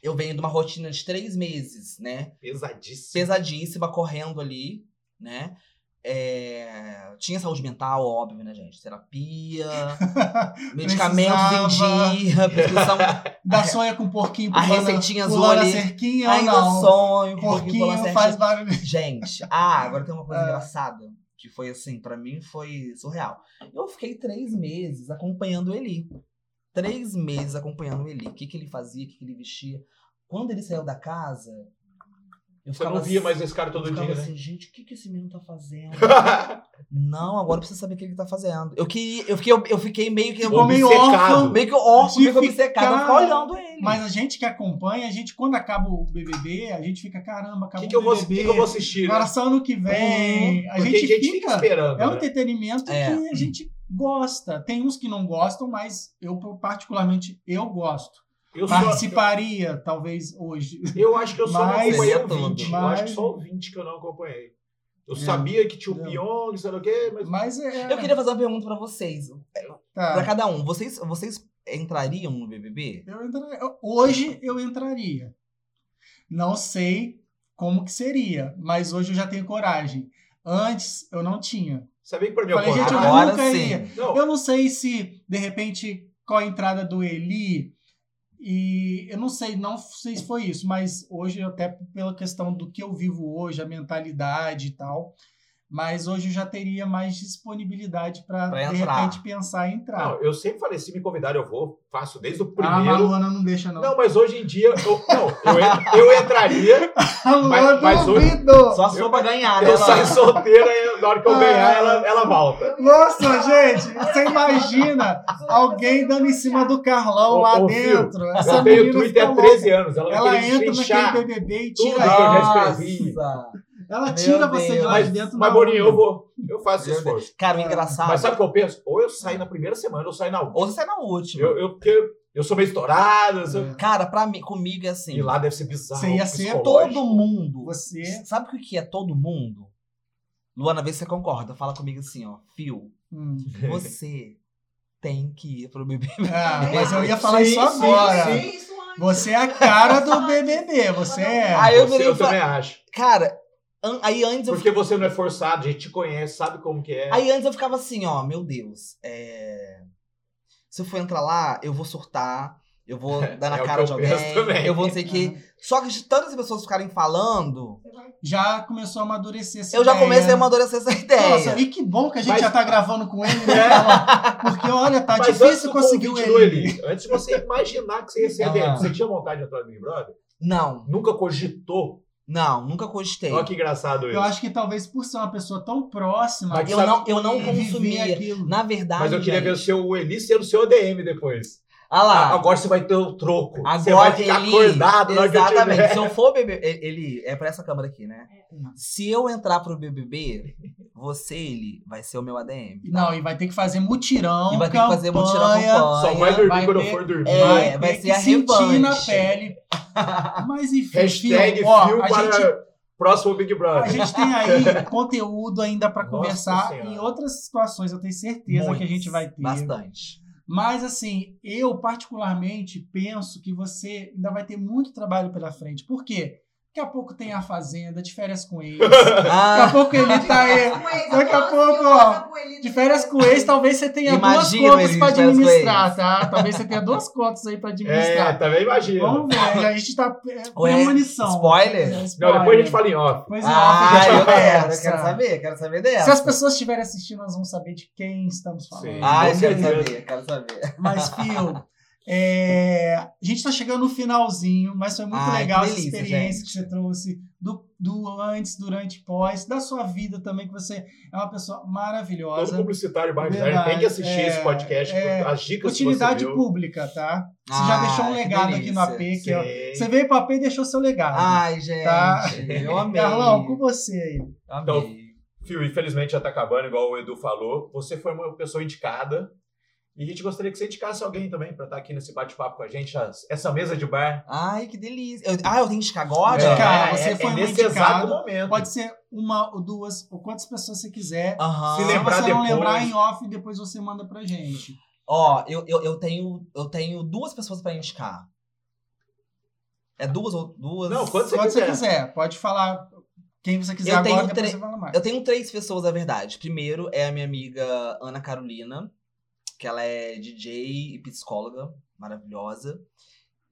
Speaker 4: eu venho de uma rotina de três meses, né?
Speaker 2: Pesadíssimo.
Speaker 4: pesadíssima, correndo ali, né? É, Tinha saúde mental, óbvio, né, gente? Terapia, medicamentos
Speaker 3: Precisava.
Speaker 4: em dia, prescrição.
Speaker 3: Dá sonha com um porquinho
Speaker 4: A
Speaker 3: pulando,
Speaker 4: receitinha azul
Speaker 3: pulando a
Speaker 4: ali.
Speaker 3: cerquinha ou
Speaker 4: Ainda
Speaker 3: Ah, não? Um
Speaker 4: sonho, porque
Speaker 3: Porquinho
Speaker 4: pulando certinho.
Speaker 3: faz barulho.
Speaker 4: Gente, ah, agora tem uma coisa
Speaker 3: É.
Speaker 4: engraçada. Que foi assim, pra mim foi surreal. Eu fiquei três meses acompanhando o Eli. Três meses acompanhando o Eli. O que, que ele fazia, o que, que ele vestia. Quando ele saiu da casa, eu
Speaker 2: Você
Speaker 4: ficava
Speaker 2: não via
Speaker 4: assim-
Speaker 2: mais esse cara todo
Speaker 4: eu ficava
Speaker 2: dia, né?
Speaker 4: assim, gente, o que, que esse menino tá fazendo? Não, agora eu preciso saber o que ele tá fazendo. Eu, queria, eu, fiquei, eu fiquei meio que.
Speaker 3: Ficou meio
Speaker 2: Obcecado.
Speaker 3: órfão.
Speaker 4: meio que órfão, meio que
Speaker 3: De
Speaker 4: obcecado, eu
Speaker 3: ficar-
Speaker 4: ficar olhando ele.
Speaker 3: Mas a gente que acompanha, a gente, quando acaba o BBB, a gente fica,
Speaker 2: O
Speaker 3: caramba, acabou
Speaker 2: que, que, eu
Speaker 3: o
Speaker 2: vou-
Speaker 3: BBB.
Speaker 2: que que eu vou assistir? né?
Speaker 3: Agora só ano que vem. a
Speaker 2: Porque
Speaker 3: gente,
Speaker 2: fica
Speaker 3: fica.
Speaker 2: esperando.
Speaker 3: é um
Speaker 2: né?
Speaker 3: entretenimento
Speaker 4: É.
Speaker 3: que a gente gosta. Tem uns que não gostam, mas eu, particularmente, eu gosto.
Speaker 2: Eu, só-
Speaker 3: Participaria, talvez, hoje.
Speaker 2: eu acho que eu só
Speaker 3: Mas-
Speaker 2: não acompanhei o
Speaker 4: Mas-
Speaker 2: 20. Eu acho que só o 20 que eu não acompanhei. Eu sabia que tinha o
Speaker 3: É. Não.
Speaker 2: Pyong, sei lá o quê, mas.
Speaker 3: Mas é.
Speaker 4: Eu queria fazer uma pergunta pra vocês. Pra
Speaker 3: tá.
Speaker 4: cada um. Vocês, vocês entrariam no BBB?
Speaker 3: Eu entra- eu- Hoje eu entraria. Não sei como que seria, mas hoje eu já tenho coragem. Antes eu não tinha.
Speaker 2: Sabia que pra mim é
Speaker 3: Falei,
Speaker 2: eu
Speaker 3: gente, eu
Speaker 2: acompanhava.
Speaker 4: Agora
Speaker 3: nunca
Speaker 4: sim.
Speaker 3: ia.
Speaker 2: Não,
Speaker 3: Eu não sei se, de repente, com a entrada do Eli. E eu não sei, não sei se foi isso, mas hoje, até pela questão do que eu vivo hoje, a mentalidade e tal. Mas hoje eu já teria mais disponibilidade para,
Speaker 4: Pra
Speaker 3: de
Speaker 4: entrar.
Speaker 3: repente, pensar em entrar.
Speaker 2: não, eu sempre falei, se me convidar, eu vou, faço desde o
Speaker 3: Ah, mas a
Speaker 2: primeiro.
Speaker 3: Luana não deixa, não.
Speaker 2: não, mas hoje em dia, eu, não, eu, en- eu entraria,
Speaker 3: a Luana
Speaker 2: mas- mas hoje-
Speaker 3: duvido!
Speaker 4: Só se
Speaker 2: Eu-
Speaker 4: for pra ganhar, né?
Speaker 2: eu saio
Speaker 4: Laura?
Speaker 2: solteira e na hora que eu ganhar,
Speaker 3: Tá Ah.
Speaker 2: ela, ela volta.
Speaker 3: Nossa, gente, você imagina alguém dando em cima do Carlão
Speaker 2: Ô,
Speaker 3: lá
Speaker 2: ô, Fio,
Speaker 3: dentro. Essa
Speaker 2: eu tenho
Speaker 3: menina
Speaker 2: Twitter há
Speaker 3: fica
Speaker 2: 13 anos, ela,
Speaker 3: louca.
Speaker 2: vai
Speaker 3: Ela
Speaker 2: querer
Speaker 3: entra
Speaker 2: destrinchar.
Speaker 3: naquele BBB e
Speaker 2: tudo Ah.
Speaker 3: tira.
Speaker 2: que eu já
Speaker 3: ela.
Speaker 2: escrevi.
Speaker 4: Nossa.
Speaker 3: Ela
Speaker 4: Meu
Speaker 3: tira você de lá
Speaker 4: Deus.
Speaker 3: de dentro.
Speaker 2: Mas,
Speaker 3: não.
Speaker 2: Boninho, eu vou. Eu faço
Speaker 4: Meu
Speaker 2: esforço.
Speaker 4: Cara, o
Speaker 3: Tá.
Speaker 4: engraçado.
Speaker 2: Mas sabe o que eu penso? Ou eu saio na primeira semana, ou eu saio na última.
Speaker 4: Ou você sai na última.
Speaker 2: Eu, eu, porque eu sou meio estourado. eu sou-
Speaker 3: É.
Speaker 4: Cara, pra mim, comigo é assim.
Speaker 2: E lá é deve ser bizarro.
Speaker 3: Você ia ser
Speaker 2: psicológico.
Speaker 4: todo mundo.
Speaker 3: Você.
Speaker 4: Sabe o que é todo mundo? Luana, vê se você concorda. Fala comigo assim, ó. Fio,
Speaker 3: Hum.
Speaker 4: você tem que ir pro BBB.
Speaker 3: Ah, mas eu ia falar
Speaker 2: Sim,
Speaker 3: isso
Speaker 2: sim,
Speaker 3: agora.
Speaker 2: sim.
Speaker 3: Você é a cara do BBB. Você é.
Speaker 4: Aí eu
Speaker 2: Você,
Speaker 4: virei
Speaker 2: eu
Speaker 4: e falei,
Speaker 2: também acho.
Speaker 4: Cara, an- aí antes eu
Speaker 2: Porque você não é forçado, a gente te conhece, sabe como que é.
Speaker 4: Aí antes eu ficava assim, ó, meu Deus, é... se eu for entrar lá, eu vou surtar, eu vou dar na
Speaker 2: É o
Speaker 4: cara
Speaker 2: que
Speaker 4: de
Speaker 2: eu
Speaker 4: alguém,
Speaker 2: penso também.
Speaker 4: eu vou não sei o quê. Só que de tantas pessoas ficarem falando,
Speaker 3: Já começou a amadurecer essa
Speaker 4: eu já
Speaker 3: ideia,
Speaker 4: comecei a
Speaker 3: né?
Speaker 4: amadurecer essa ideia.
Speaker 3: Nossa, e que bom que a gente
Speaker 2: Mas-
Speaker 3: já tá gravando com ele, né? Carla? Porque olha, tá
Speaker 2: Mas antes
Speaker 3: difícil
Speaker 2: do
Speaker 3: conseguir um o
Speaker 2: convite do
Speaker 3: Eli.
Speaker 2: Eli, Antes de você imaginar que você ia ser
Speaker 4: Ah.
Speaker 2: dele, você tinha vontade de entrar no Big Brother?
Speaker 4: Não,
Speaker 2: Nunca cogitou?
Speaker 4: não, nunca gostei.
Speaker 2: Olha que engraçado isso.
Speaker 3: Eu acho que talvez por ser uma pessoa tão próxima,
Speaker 2: Mas
Speaker 4: Eu
Speaker 2: sabe-
Speaker 4: não, eu não
Speaker 3: e viver
Speaker 4: consumia.
Speaker 3: aquilo.
Speaker 4: Na verdade,
Speaker 2: Mas eu queria
Speaker 4: gente,
Speaker 2: ver o seu Eli sendo seu ADM depois.
Speaker 4: Ah lá,
Speaker 2: Agora você vai ter o troco. você
Speaker 4: agora
Speaker 2: vai ficar
Speaker 4: ele...
Speaker 2: acordado na hora que eu
Speaker 4: Exatamente,
Speaker 2: tiver.
Speaker 4: se eu for BBB... Ele, é pra essa câmera aqui, né?
Speaker 3: É.
Speaker 4: Se eu entrar pro BBB, você, ele, vai ser o meu ADM.
Speaker 3: Não, e vai ter que fazer mutirão.
Speaker 4: E vai ter que fazer
Speaker 3: campanha,
Speaker 4: mutirão campanha.
Speaker 2: Só vai dormir
Speaker 3: Vai
Speaker 2: quando
Speaker 3: ter-
Speaker 2: eu for dormir.
Speaker 4: É,
Speaker 3: Vai, ter
Speaker 4: vai
Speaker 3: que
Speaker 4: ser a
Speaker 3: sentir
Speaker 4: revanche.
Speaker 3: na pele. Mas enfim,
Speaker 2: Hashtag
Speaker 3: Fio,
Speaker 2: fio,
Speaker 3: ó, a,
Speaker 2: para
Speaker 3: gente,
Speaker 2: próximo Big
Speaker 3: a
Speaker 2: Brother.
Speaker 3: gente tem aí conteúdo ainda para
Speaker 2: Nossa
Speaker 3: conversar
Speaker 2: Senhora.
Speaker 3: em outras situações, eu tenho certeza que a
Speaker 4: Muitos,
Speaker 3: gente vai ter.
Speaker 4: Bastante.
Speaker 3: Mas assim, eu particularmente penso que você ainda vai ter muito trabalho pela frente. Por quê? Daqui a pouco tem a fazenda, de férias com ex. Daqui a
Speaker 4: Ah,
Speaker 3: pouco ele tá aí. Daqui a pouco, ó, De férias com ex, talvez você tenha
Speaker 4: Imagina
Speaker 3: duas contas
Speaker 4: ele
Speaker 3: pra
Speaker 4: de férias com
Speaker 3: administrar,
Speaker 4: ex.
Speaker 3: tá? Talvez você tenha duas contas aí pra
Speaker 2: É,
Speaker 3: administrar.
Speaker 2: também imagina.
Speaker 3: Vamos ver, a gente tá é,
Speaker 4: Ué,
Speaker 3: premonição.
Speaker 4: spoiler?
Speaker 3: É,
Speaker 2: Não, depois a gente fala em off.
Speaker 3: Pois é,
Speaker 4: ah,
Speaker 3: a gente
Speaker 4: eu quero, eu
Speaker 3: conversa.
Speaker 4: quero saber, quero saber
Speaker 3: Se as
Speaker 4: dela.
Speaker 3: pessoas estiverem assistindo, elas vão saber de quem estamos falando.
Speaker 2: Sim.
Speaker 4: Ah, eu quero
Speaker 2: Com certeza.
Speaker 4: saber, quero saber.
Speaker 3: Mas, Phil, é, a gente tá chegando no finalzinho, mas foi muito
Speaker 4: Ai,
Speaker 3: legal
Speaker 4: que
Speaker 3: essa
Speaker 4: delícia,
Speaker 3: experiência
Speaker 4: gente.
Speaker 3: que você trouxe do, do antes, durante e pós, da sua vida também, que você é uma pessoa
Speaker 2: Todo
Speaker 3: maravilhosa.
Speaker 2: publicitário barra
Speaker 3: Verdade,
Speaker 2: design tem que assistir
Speaker 3: é,
Speaker 2: esse podcast,
Speaker 3: é,
Speaker 2: as dicas que você
Speaker 3: Utilidade
Speaker 2: deu.
Speaker 3: pública, tá? Você já
Speaker 4: Ai,
Speaker 3: deixou um
Speaker 4: que
Speaker 3: legado aqui no AP,
Speaker 4: delícia.
Speaker 3: que ó,
Speaker 2: Ah, Sim. Ah,
Speaker 3: você veio pro AP e deixou seu legado.
Speaker 4: Ai, gente,
Speaker 3: Tá.
Speaker 4: eu amei.
Speaker 3: Carlão, com você aí.
Speaker 2: Então-
Speaker 4: amei.
Speaker 2: Fio, infelizmente já tá acabando, igual o Edu falou. Você foi uma pessoa indicada. E a gente gostaria que você indicasse alguém também para estar aqui nesse bate-papo com a gente, as- essa mesa de bar.
Speaker 4: Ai, que delícia. Eu- ah, eu tenho que indicar agora?
Speaker 3: É, cara,
Speaker 2: É,
Speaker 3: você
Speaker 2: é
Speaker 3: foi um
Speaker 2: nesse
Speaker 3: indicado.
Speaker 2: exato momento.
Speaker 3: Pode ser uma ou duas, ou quantas pessoas você quiser.
Speaker 4: Aham.
Speaker 2: Se
Speaker 3: Se
Speaker 2: lembrar
Speaker 3: você não
Speaker 2: depois.
Speaker 3: lembrar em off, depois você manda pra gente.
Speaker 4: Ó, eu, eu, eu, tenho, eu tenho duas pessoas pra indicar. É duas ou duas?
Speaker 2: Não, quantas você
Speaker 3: Quando você
Speaker 2: quiser.
Speaker 3: quiser, pode falar quem você quiser
Speaker 4: Eu
Speaker 3: agora,
Speaker 4: tenho
Speaker 3: depois
Speaker 4: tre-
Speaker 3: você fala mais.
Speaker 4: Eu tenho três pessoas, na verdade. Primeiro é a minha amiga Ana Carolina, que ela é DJ e psicóloga, maravilhosa.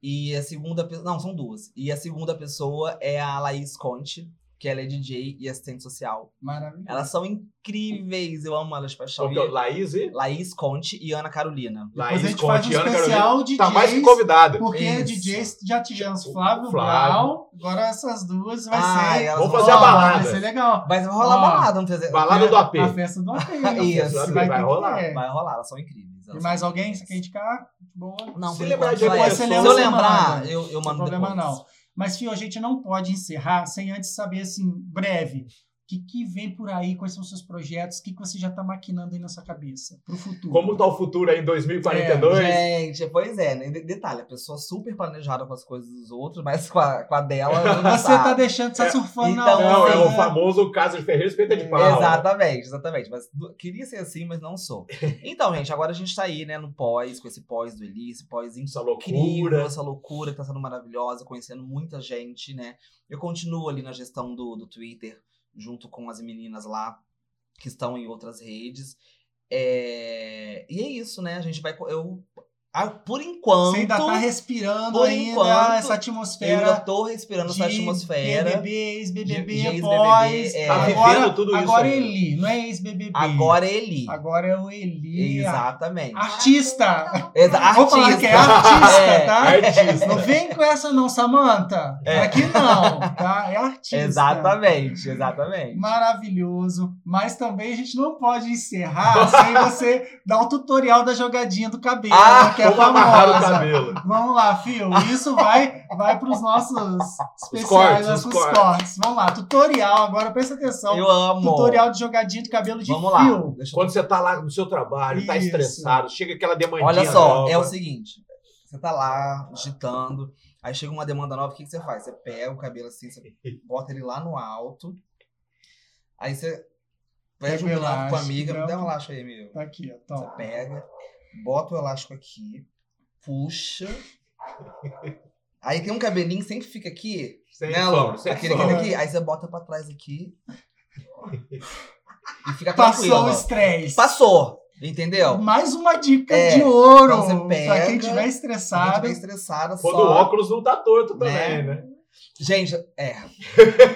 Speaker 4: E a segunda pessoa. Não, são duas. E a segunda pessoa é a Laís Conte, que ela é DJ e assistente social.
Speaker 3: Maravilhoso.
Speaker 4: Elas são incríveis, eu amo elas de paixão.
Speaker 2: Qual que é o Laís e?
Speaker 4: E Laís Conte e Ana Carolina.
Speaker 3: Depois a
Speaker 2: Laís
Speaker 3: gente faz um
Speaker 2: Conte, Ana Carolina.
Speaker 3: especial de
Speaker 2: Tá mais que
Speaker 3: DJs,
Speaker 2: convidada.
Speaker 3: Porque
Speaker 4: Isso.
Speaker 3: DJs já tivemos Flávio,
Speaker 2: Flávio.
Speaker 3: Brown, agora essas duas vai
Speaker 4: Ai,
Speaker 3: ser...
Speaker 4: elas
Speaker 2: Vamos
Speaker 4: vão-
Speaker 2: fazer a
Speaker 3: Ó,
Speaker 2: balada.
Speaker 3: Vai ser legal.
Speaker 4: Mas vai rolar
Speaker 3: Ó,
Speaker 4: balada, vamos fazer.
Speaker 2: Ah,
Speaker 3: É.
Speaker 2: Balada do AP.
Speaker 3: A festa do apelo.
Speaker 4: Isso,
Speaker 2: vai
Speaker 3: ter que
Speaker 2: rolar.
Speaker 3: ter.
Speaker 4: Vai rolar, elas são incríveis.
Speaker 3: É. E
Speaker 4: elas
Speaker 3: mais
Speaker 4: são
Speaker 3: alguém? Você quer
Speaker 4: incríveis.
Speaker 3: indicar? Boa.
Speaker 4: Não, por
Speaker 2: Se lembrar de
Speaker 4: enquanto só
Speaker 2: alguma
Speaker 4: é. Se
Speaker 2: pessoa-
Speaker 4: eu
Speaker 2: Você
Speaker 4: lembrar,
Speaker 3: manda.
Speaker 4: eu, eu mando
Speaker 3: problema
Speaker 4: depois.
Speaker 3: não. Mas, Fio, a gente não pode encerrar sem antes saber, assim, breve, o que, que vem por aí, quais são os seus projetos, o que, que você já está maquinando aí na sua cabeça pro futuro.
Speaker 2: Como tá o futuro aí em 2042?
Speaker 4: Gente, pois é, né? De- Detalhe, a pessoa super planejada com as coisas dos outros, mas com a, com a dela. não
Speaker 3: Você tá
Speaker 4: sabe.
Speaker 3: deixando, tá
Speaker 2: É,
Speaker 3: surfando na
Speaker 4: então,
Speaker 3: onda.
Speaker 2: Não, é o
Speaker 3: né?
Speaker 2: famoso caso de Ferreira espeta de pau.
Speaker 4: Exatamente, exatamente. Mas do- queria ser assim, mas não sou. Então, gente, agora a gente tá aí, né, no pós, com esse pós do Elise, pós
Speaker 2: Essa
Speaker 4: incrível,
Speaker 2: loucura.
Speaker 4: essa loucura que tá sendo maravilhosa, conhecendo muita gente, né? Eu continuo ali na gestão do, do Twitter, junto com as meninas lá que estão em outras redes. É, E é isso, né? A gente vai. co- Eu... Ah, por enquanto.
Speaker 3: Você ainda tá respirando
Speaker 4: por
Speaker 3: ainda
Speaker 4: enquanto,
Speaker 3: essa
Speaker 4: eu ainda
Speaker 3: atmosfera
Speaker 4: tô respirando
Speaker 3: de
Speaker 4: essa atmosfera.
Speaker 3: BBB,
Speaker 4: de- de
Speaker 3: ex-BBB,
Speaker 4: ex-BBB,
Speaker 3: pós.
Speaker 4: é.
Speaker 2: Tá
Speaker 3: agora,
Speaker 2: vivendo tudo isso
Speaker 3: Agora é
Speaker 2: ainda.
Speaker 3: Eli, não é ex-BBB.
Speaker 4: Agora é Eli.
Speaker 3: Agora é o Eli.
Speaker 4: Exatamente.
Speaker 3: Artista.
Speaker 4: Exa-
Speaker 3: Vou falar que é
Speaker 4: É,
Speaker 3: artista, tá? Não
Speaker 2: Artista.
Speaker 3: vem com essa não, Samanta.
Speaker 4: É.
Speaker 3: Aqui não, tá? É artista.
Speaker 4: Exatamente, exatamente.
Speaker 3: Maravilhoso. Mas também a gente não pode encerrar sem você dar o tutorial da jogadinha do cabelo,
Speaker 4: Ah,
Speaker 3: que é
Speaker 2: Como amarrar o
Speaker 3: famosa.
Speaker 2: cabelo.
Speaker 3: Vamos lá, Fio. Isso vai, vai para os nossos especiais,
Speaker 2: cortes, os
Speaker 3: nossos
Speaker 2: cortes.
Speaker 3: cortes. Vamos lá, tutorial agora, presta atenção.
Speaker 4: Eu amo.
Speaker 3: Então, Tutorial de jogadinha de cabelo de
Speaker 4: Vamos lá.
Speaker 3: fio.
Speaker 4: Deixa eu-
Speaker 2: Quando você tá lá no seu trabalho, tá
Speaker 3: Isso.
Speaker 2: estressado, chega aquela demandinha
Speaker 4: Olha só,
Speaker 2: nova.
Speaker 4: é o seguinte. Você tá lá, digitando, aí chega uma demanda nova, o que, que você faz? Você pega o cabelo assim, você bota ele lá no alto, aí você pede um
Speaker 3: Pega o
Speaker 4: elástico com a
Speaker 3: elástico,
Speaker 4: amiga, me dá um
Speaker 3: não.
Speaker 4: elástico aí, meu.
Speaker 3: Tá aqui, ó.
Speaker 4: Você
Speaker 3: Toma.
Speaker 4: pega, bota o elástico aqui, puxa. Aí tem um cabelinho que sempre fica aqui,
Speaker 2: Sem
Speaker 4: né,
Speaker 2: som,
Speaker 4: Lu?
Speaker 2: sem
Speaker 4: Aquele,
Speaker 2: som.
Speaker 4: aquele aqui, aí você bota pra trás aqui. e fica
Speaker 3: Passou o
Speaker 4: tranquila.
Speaker 3: estresse.
Speaker 4: Tá Passou, entendeu?
Speaker 3: Mais uma dica
Speaker 4: É,
Speaker 3: de ouro
Speaker 4: então você
Speaker 3: pra quem
Speaker 4: pega,
Speaker 3: estiver
Speaker 4: A gente
Speaker 3: estressado.
Speaker 4: bem estressada,
Speaker 2: Quando o
Speaker 4: é só.
Speaker 2: óculos não tá torto também, né?
Speaker 4: Gente, é.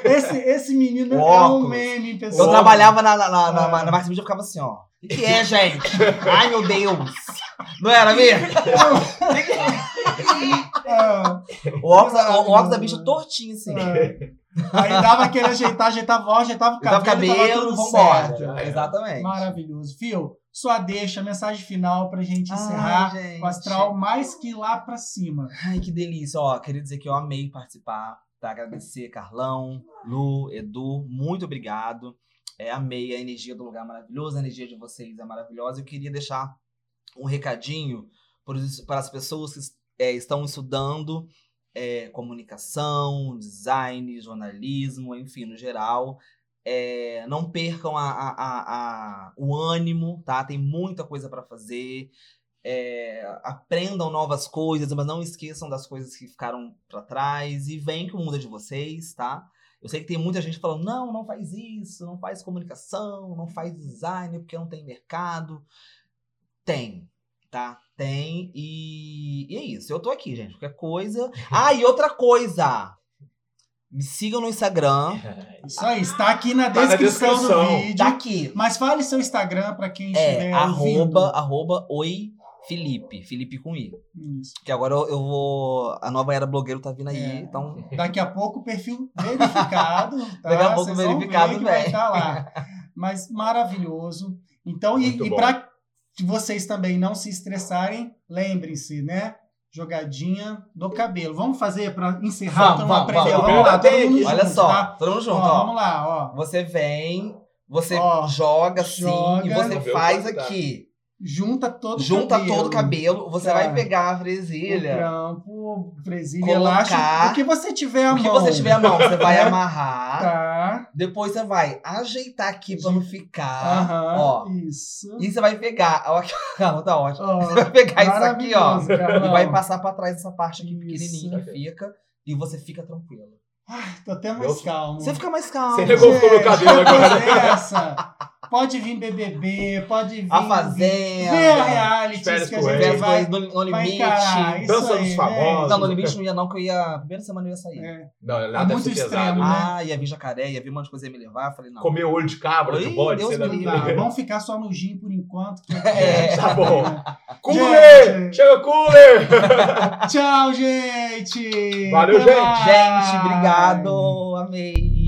Speaker 3: Esse, esse menino é um
Speaker 4: Óculos.
Speaker 3: meme, pessoal.
Speaker 4: Eu trabalhava na, na, na, na,
Speaker 3: Ah.
Speaker 4: na Marcia Media, eu ficava assim, ó. O que, que é, gente? Ai, meu Deus! Não era mesmo?
Speaker 3: Ah,
Speaker 4: O óculos, da- o óculos da bicha tortinho, assim.
Speaker 3: ah. Aí dava aquele ajeitar, ajeitava a voz, ajeitava o
Speaker 4: Eu tava
Speaker 3: cabelo,
Speaker 4: cabelo,
Speaker 3: tava tudo
Speaker 4: vambora.
Speaker 3: certo.
Speaker 2: É.
Speaker 4: Exatamente.
Speaker 3: Maravilhoso. Fio, só deixa a mensagem final pra gente
Speaker 4: Ai,
Speaker 3: encerrar
Speaker 4: gente.
Speaker 3: o astral mais que lá pra cima.
Speaker 4: Ai, que delícia. Ó, queria dizer que eu amei participar, tá? Agradecer, Carlão, Lu, Edu, muito obrigado. É, amei a energia do lugar é maravilhosa, a energia de vocês é maravilhosa. Eu queria deixar um recadinho pros- para as pessoas que es- é, estão estudando é, comunicação, design, jornalismo, enfim, no geral. É, não percam a- a- a- a- o ânimo, tá? Tem muita coisa para fazer é, aprendam novas coisas, mas não esqueçam das coisas que ficaram pra trás e vem que o mundo é de vocês, tá? Eu sei que tem muita gente falando, não, não faz isso, não faz comunicação, não faz design, porque não tem mercado. Tem, tá? Tem e, e é isso. Eu tô aqui, gente. Qualquer coisa. Ah, e outra coisa! Me sigam no Instagram.
Speaker 3: Isso aí, está aqui na,
Speaker 2: Tá na
Speaker 3: descrição, do
Speaker 2: descrição.
Speaker 3: vídeo.
Speaker 4: Tá aqui.
Speaker 3: Mas fale seu Instagram pra quem estiver
Speaker 4: É,
Speaker 3: né? ouvindo.
Speaker 4: arroba, arroba, oi, Felipe. Felipe com I.
Speaker 3: Isso.
Speaker 4: Que agora eu, eu vou. A nova era blogueiro tá vindo aí,
Speaker 3: É.
Speaker 4: então.
Speaker 3: Daqui a pouco o perfil verificado. Tá?
Speaker 4: Daqui a pouco
Speaker 3: Vocês vão ver
Speaker 4: verificado
Speaker 3: que vai
Speaker 4: vem.
Speaker 3: estar lá. Mas maravilhoso. Então, e,
Speaker 2: Muito
Speaker 3: e
Speaker 2: bom.
Speaker 3: para vocês também não se estressarem, lembrem-se, né? Jogadinha do cabelo. Vamos fazer para encerrar?
Speaker 4: Vamos,
Speaker 3: Então,
Speaker 4: vamos,
Speaker 3: aprender.
Speaker 4: vamos.
Speaker 3: Vamos, lá, todo
Speaker 2: Tem
Speaker 3: mundo
Speaker 2: aqui.
Speaker 3: junto,
Speaker 4: Olha só,
Speaker 3: Tá?
Speaker 4: todo mundo junto,
Speaker 3: Ó,
Speaker 4: ó.
Speaker 3: Vamos lá, ó.
Speaker 4: Você vem, você
Speaker 3: Ó,
Speaker 4: joga assim e
Speaker 3: joga.
Speaker 4: você
Speaker 2: Vou ver o
Speaker 4: faz
Speaker 2: quanto tá.
Speaker 4: aqui.
Speaker 3: Junta todo o
Speaker 4: Junta
Speaker 3: cabelo.
Speaker 4: todo o cabelo, você
Speaker 3: Tá.
Speaker 4: vai pegar a
Speaker 3: O
Speaker 4: presilha.
Speaker 3: trampo, presilha,
Speaker 4: Colocar.
Speaker 3: elástico. O que você tiver à
Speaker 4: O que
Speaker 3: mão. É.
Speaker 4: você tiver à mão, você vai amarrar.
Speaker 3: Tá.
Speaker 4: Depois você vai ajeitar aqui pra não ficar.
Speaker 3: Aham.
Speaker 4: Ah, Ó.
Speaker 3: Isso.
Speaker 4: E você vai pegar. Ó, aqui, Carlão, tá ótimo.
Speaker 3: Ó,
Speaker 4: Você vai pegar isso aqui, ó.
Speaker 3: maravilhoso, Carlão.
Speaker 4: E vai passar pra trás dessa parte aqui
Speaker 3: Isso.
Speaker 4: pequenininha que fica. E você fica tranquilo.
Speaker 3: Ah, tô até mais
Speaker 2: Eu-
Speaker 3: calmo.
Speaker 4: Você fica mais calmo.
Speaker 2: Você negou- Ficou no cabelo agora.
Speaker 3: depois dessa, Pode vir BBB, pode vir.
Speaker 4: A
Speaker 3: Ver a
Speaker 4: Fazenda.
Speaker 3: reality que a
Speaker 2: Férias
Speaker 3: gente
Speaker 2: com
Speaker 4: Vê as
Speaker 3: vai,
Speaker 4: coisas no, no
Speaker 3: vai
Speaker 4: limite.
Speaker 3: encarar. Isso
Speaker 2: Dança
Speaker 3: aí,
Speaker 2: dos
Speaker 3: né?
Speaker 2: famosos.
Speaker 4: Não, no limite não ia não, que eu ia... Primeira semana eu ia sair.
Speaker 3: É.
Speaker 2: Não, nada
Speaker 3: muito
Speaker 2: é pesado.
Speaker 3: extremo,
Speaker 2: né?
Speaker 3: né?
Speaker 4: Ah, ia vir jacaré, ia vir um monte de coisa, ia me levar. Falei, não.
Speaker 2: Comer olho de cabra, de
Speaker 4: Ih,
Speaker 2: bode,
Speaker 4: Deus
Speaker 2: sei lá.
Speaker 4: me
Speaker 3: Não
Speaker 4: livre.
Speaker 3: dá, Vamos ficar só no gin por enquanto. que-
Speaker 4: É.
Speaker 2: Tá bom.
Speaker 3: Gente.
Speaker 2: Cooler! Chega cooler!
Speaker 3: Tchau, gente!
Speaker 2: Valeu,
Speaker 3: Até
Speaker 2: gente.
Speaker 3: mais!
Speaker 4: Gente, obrigado. Amei.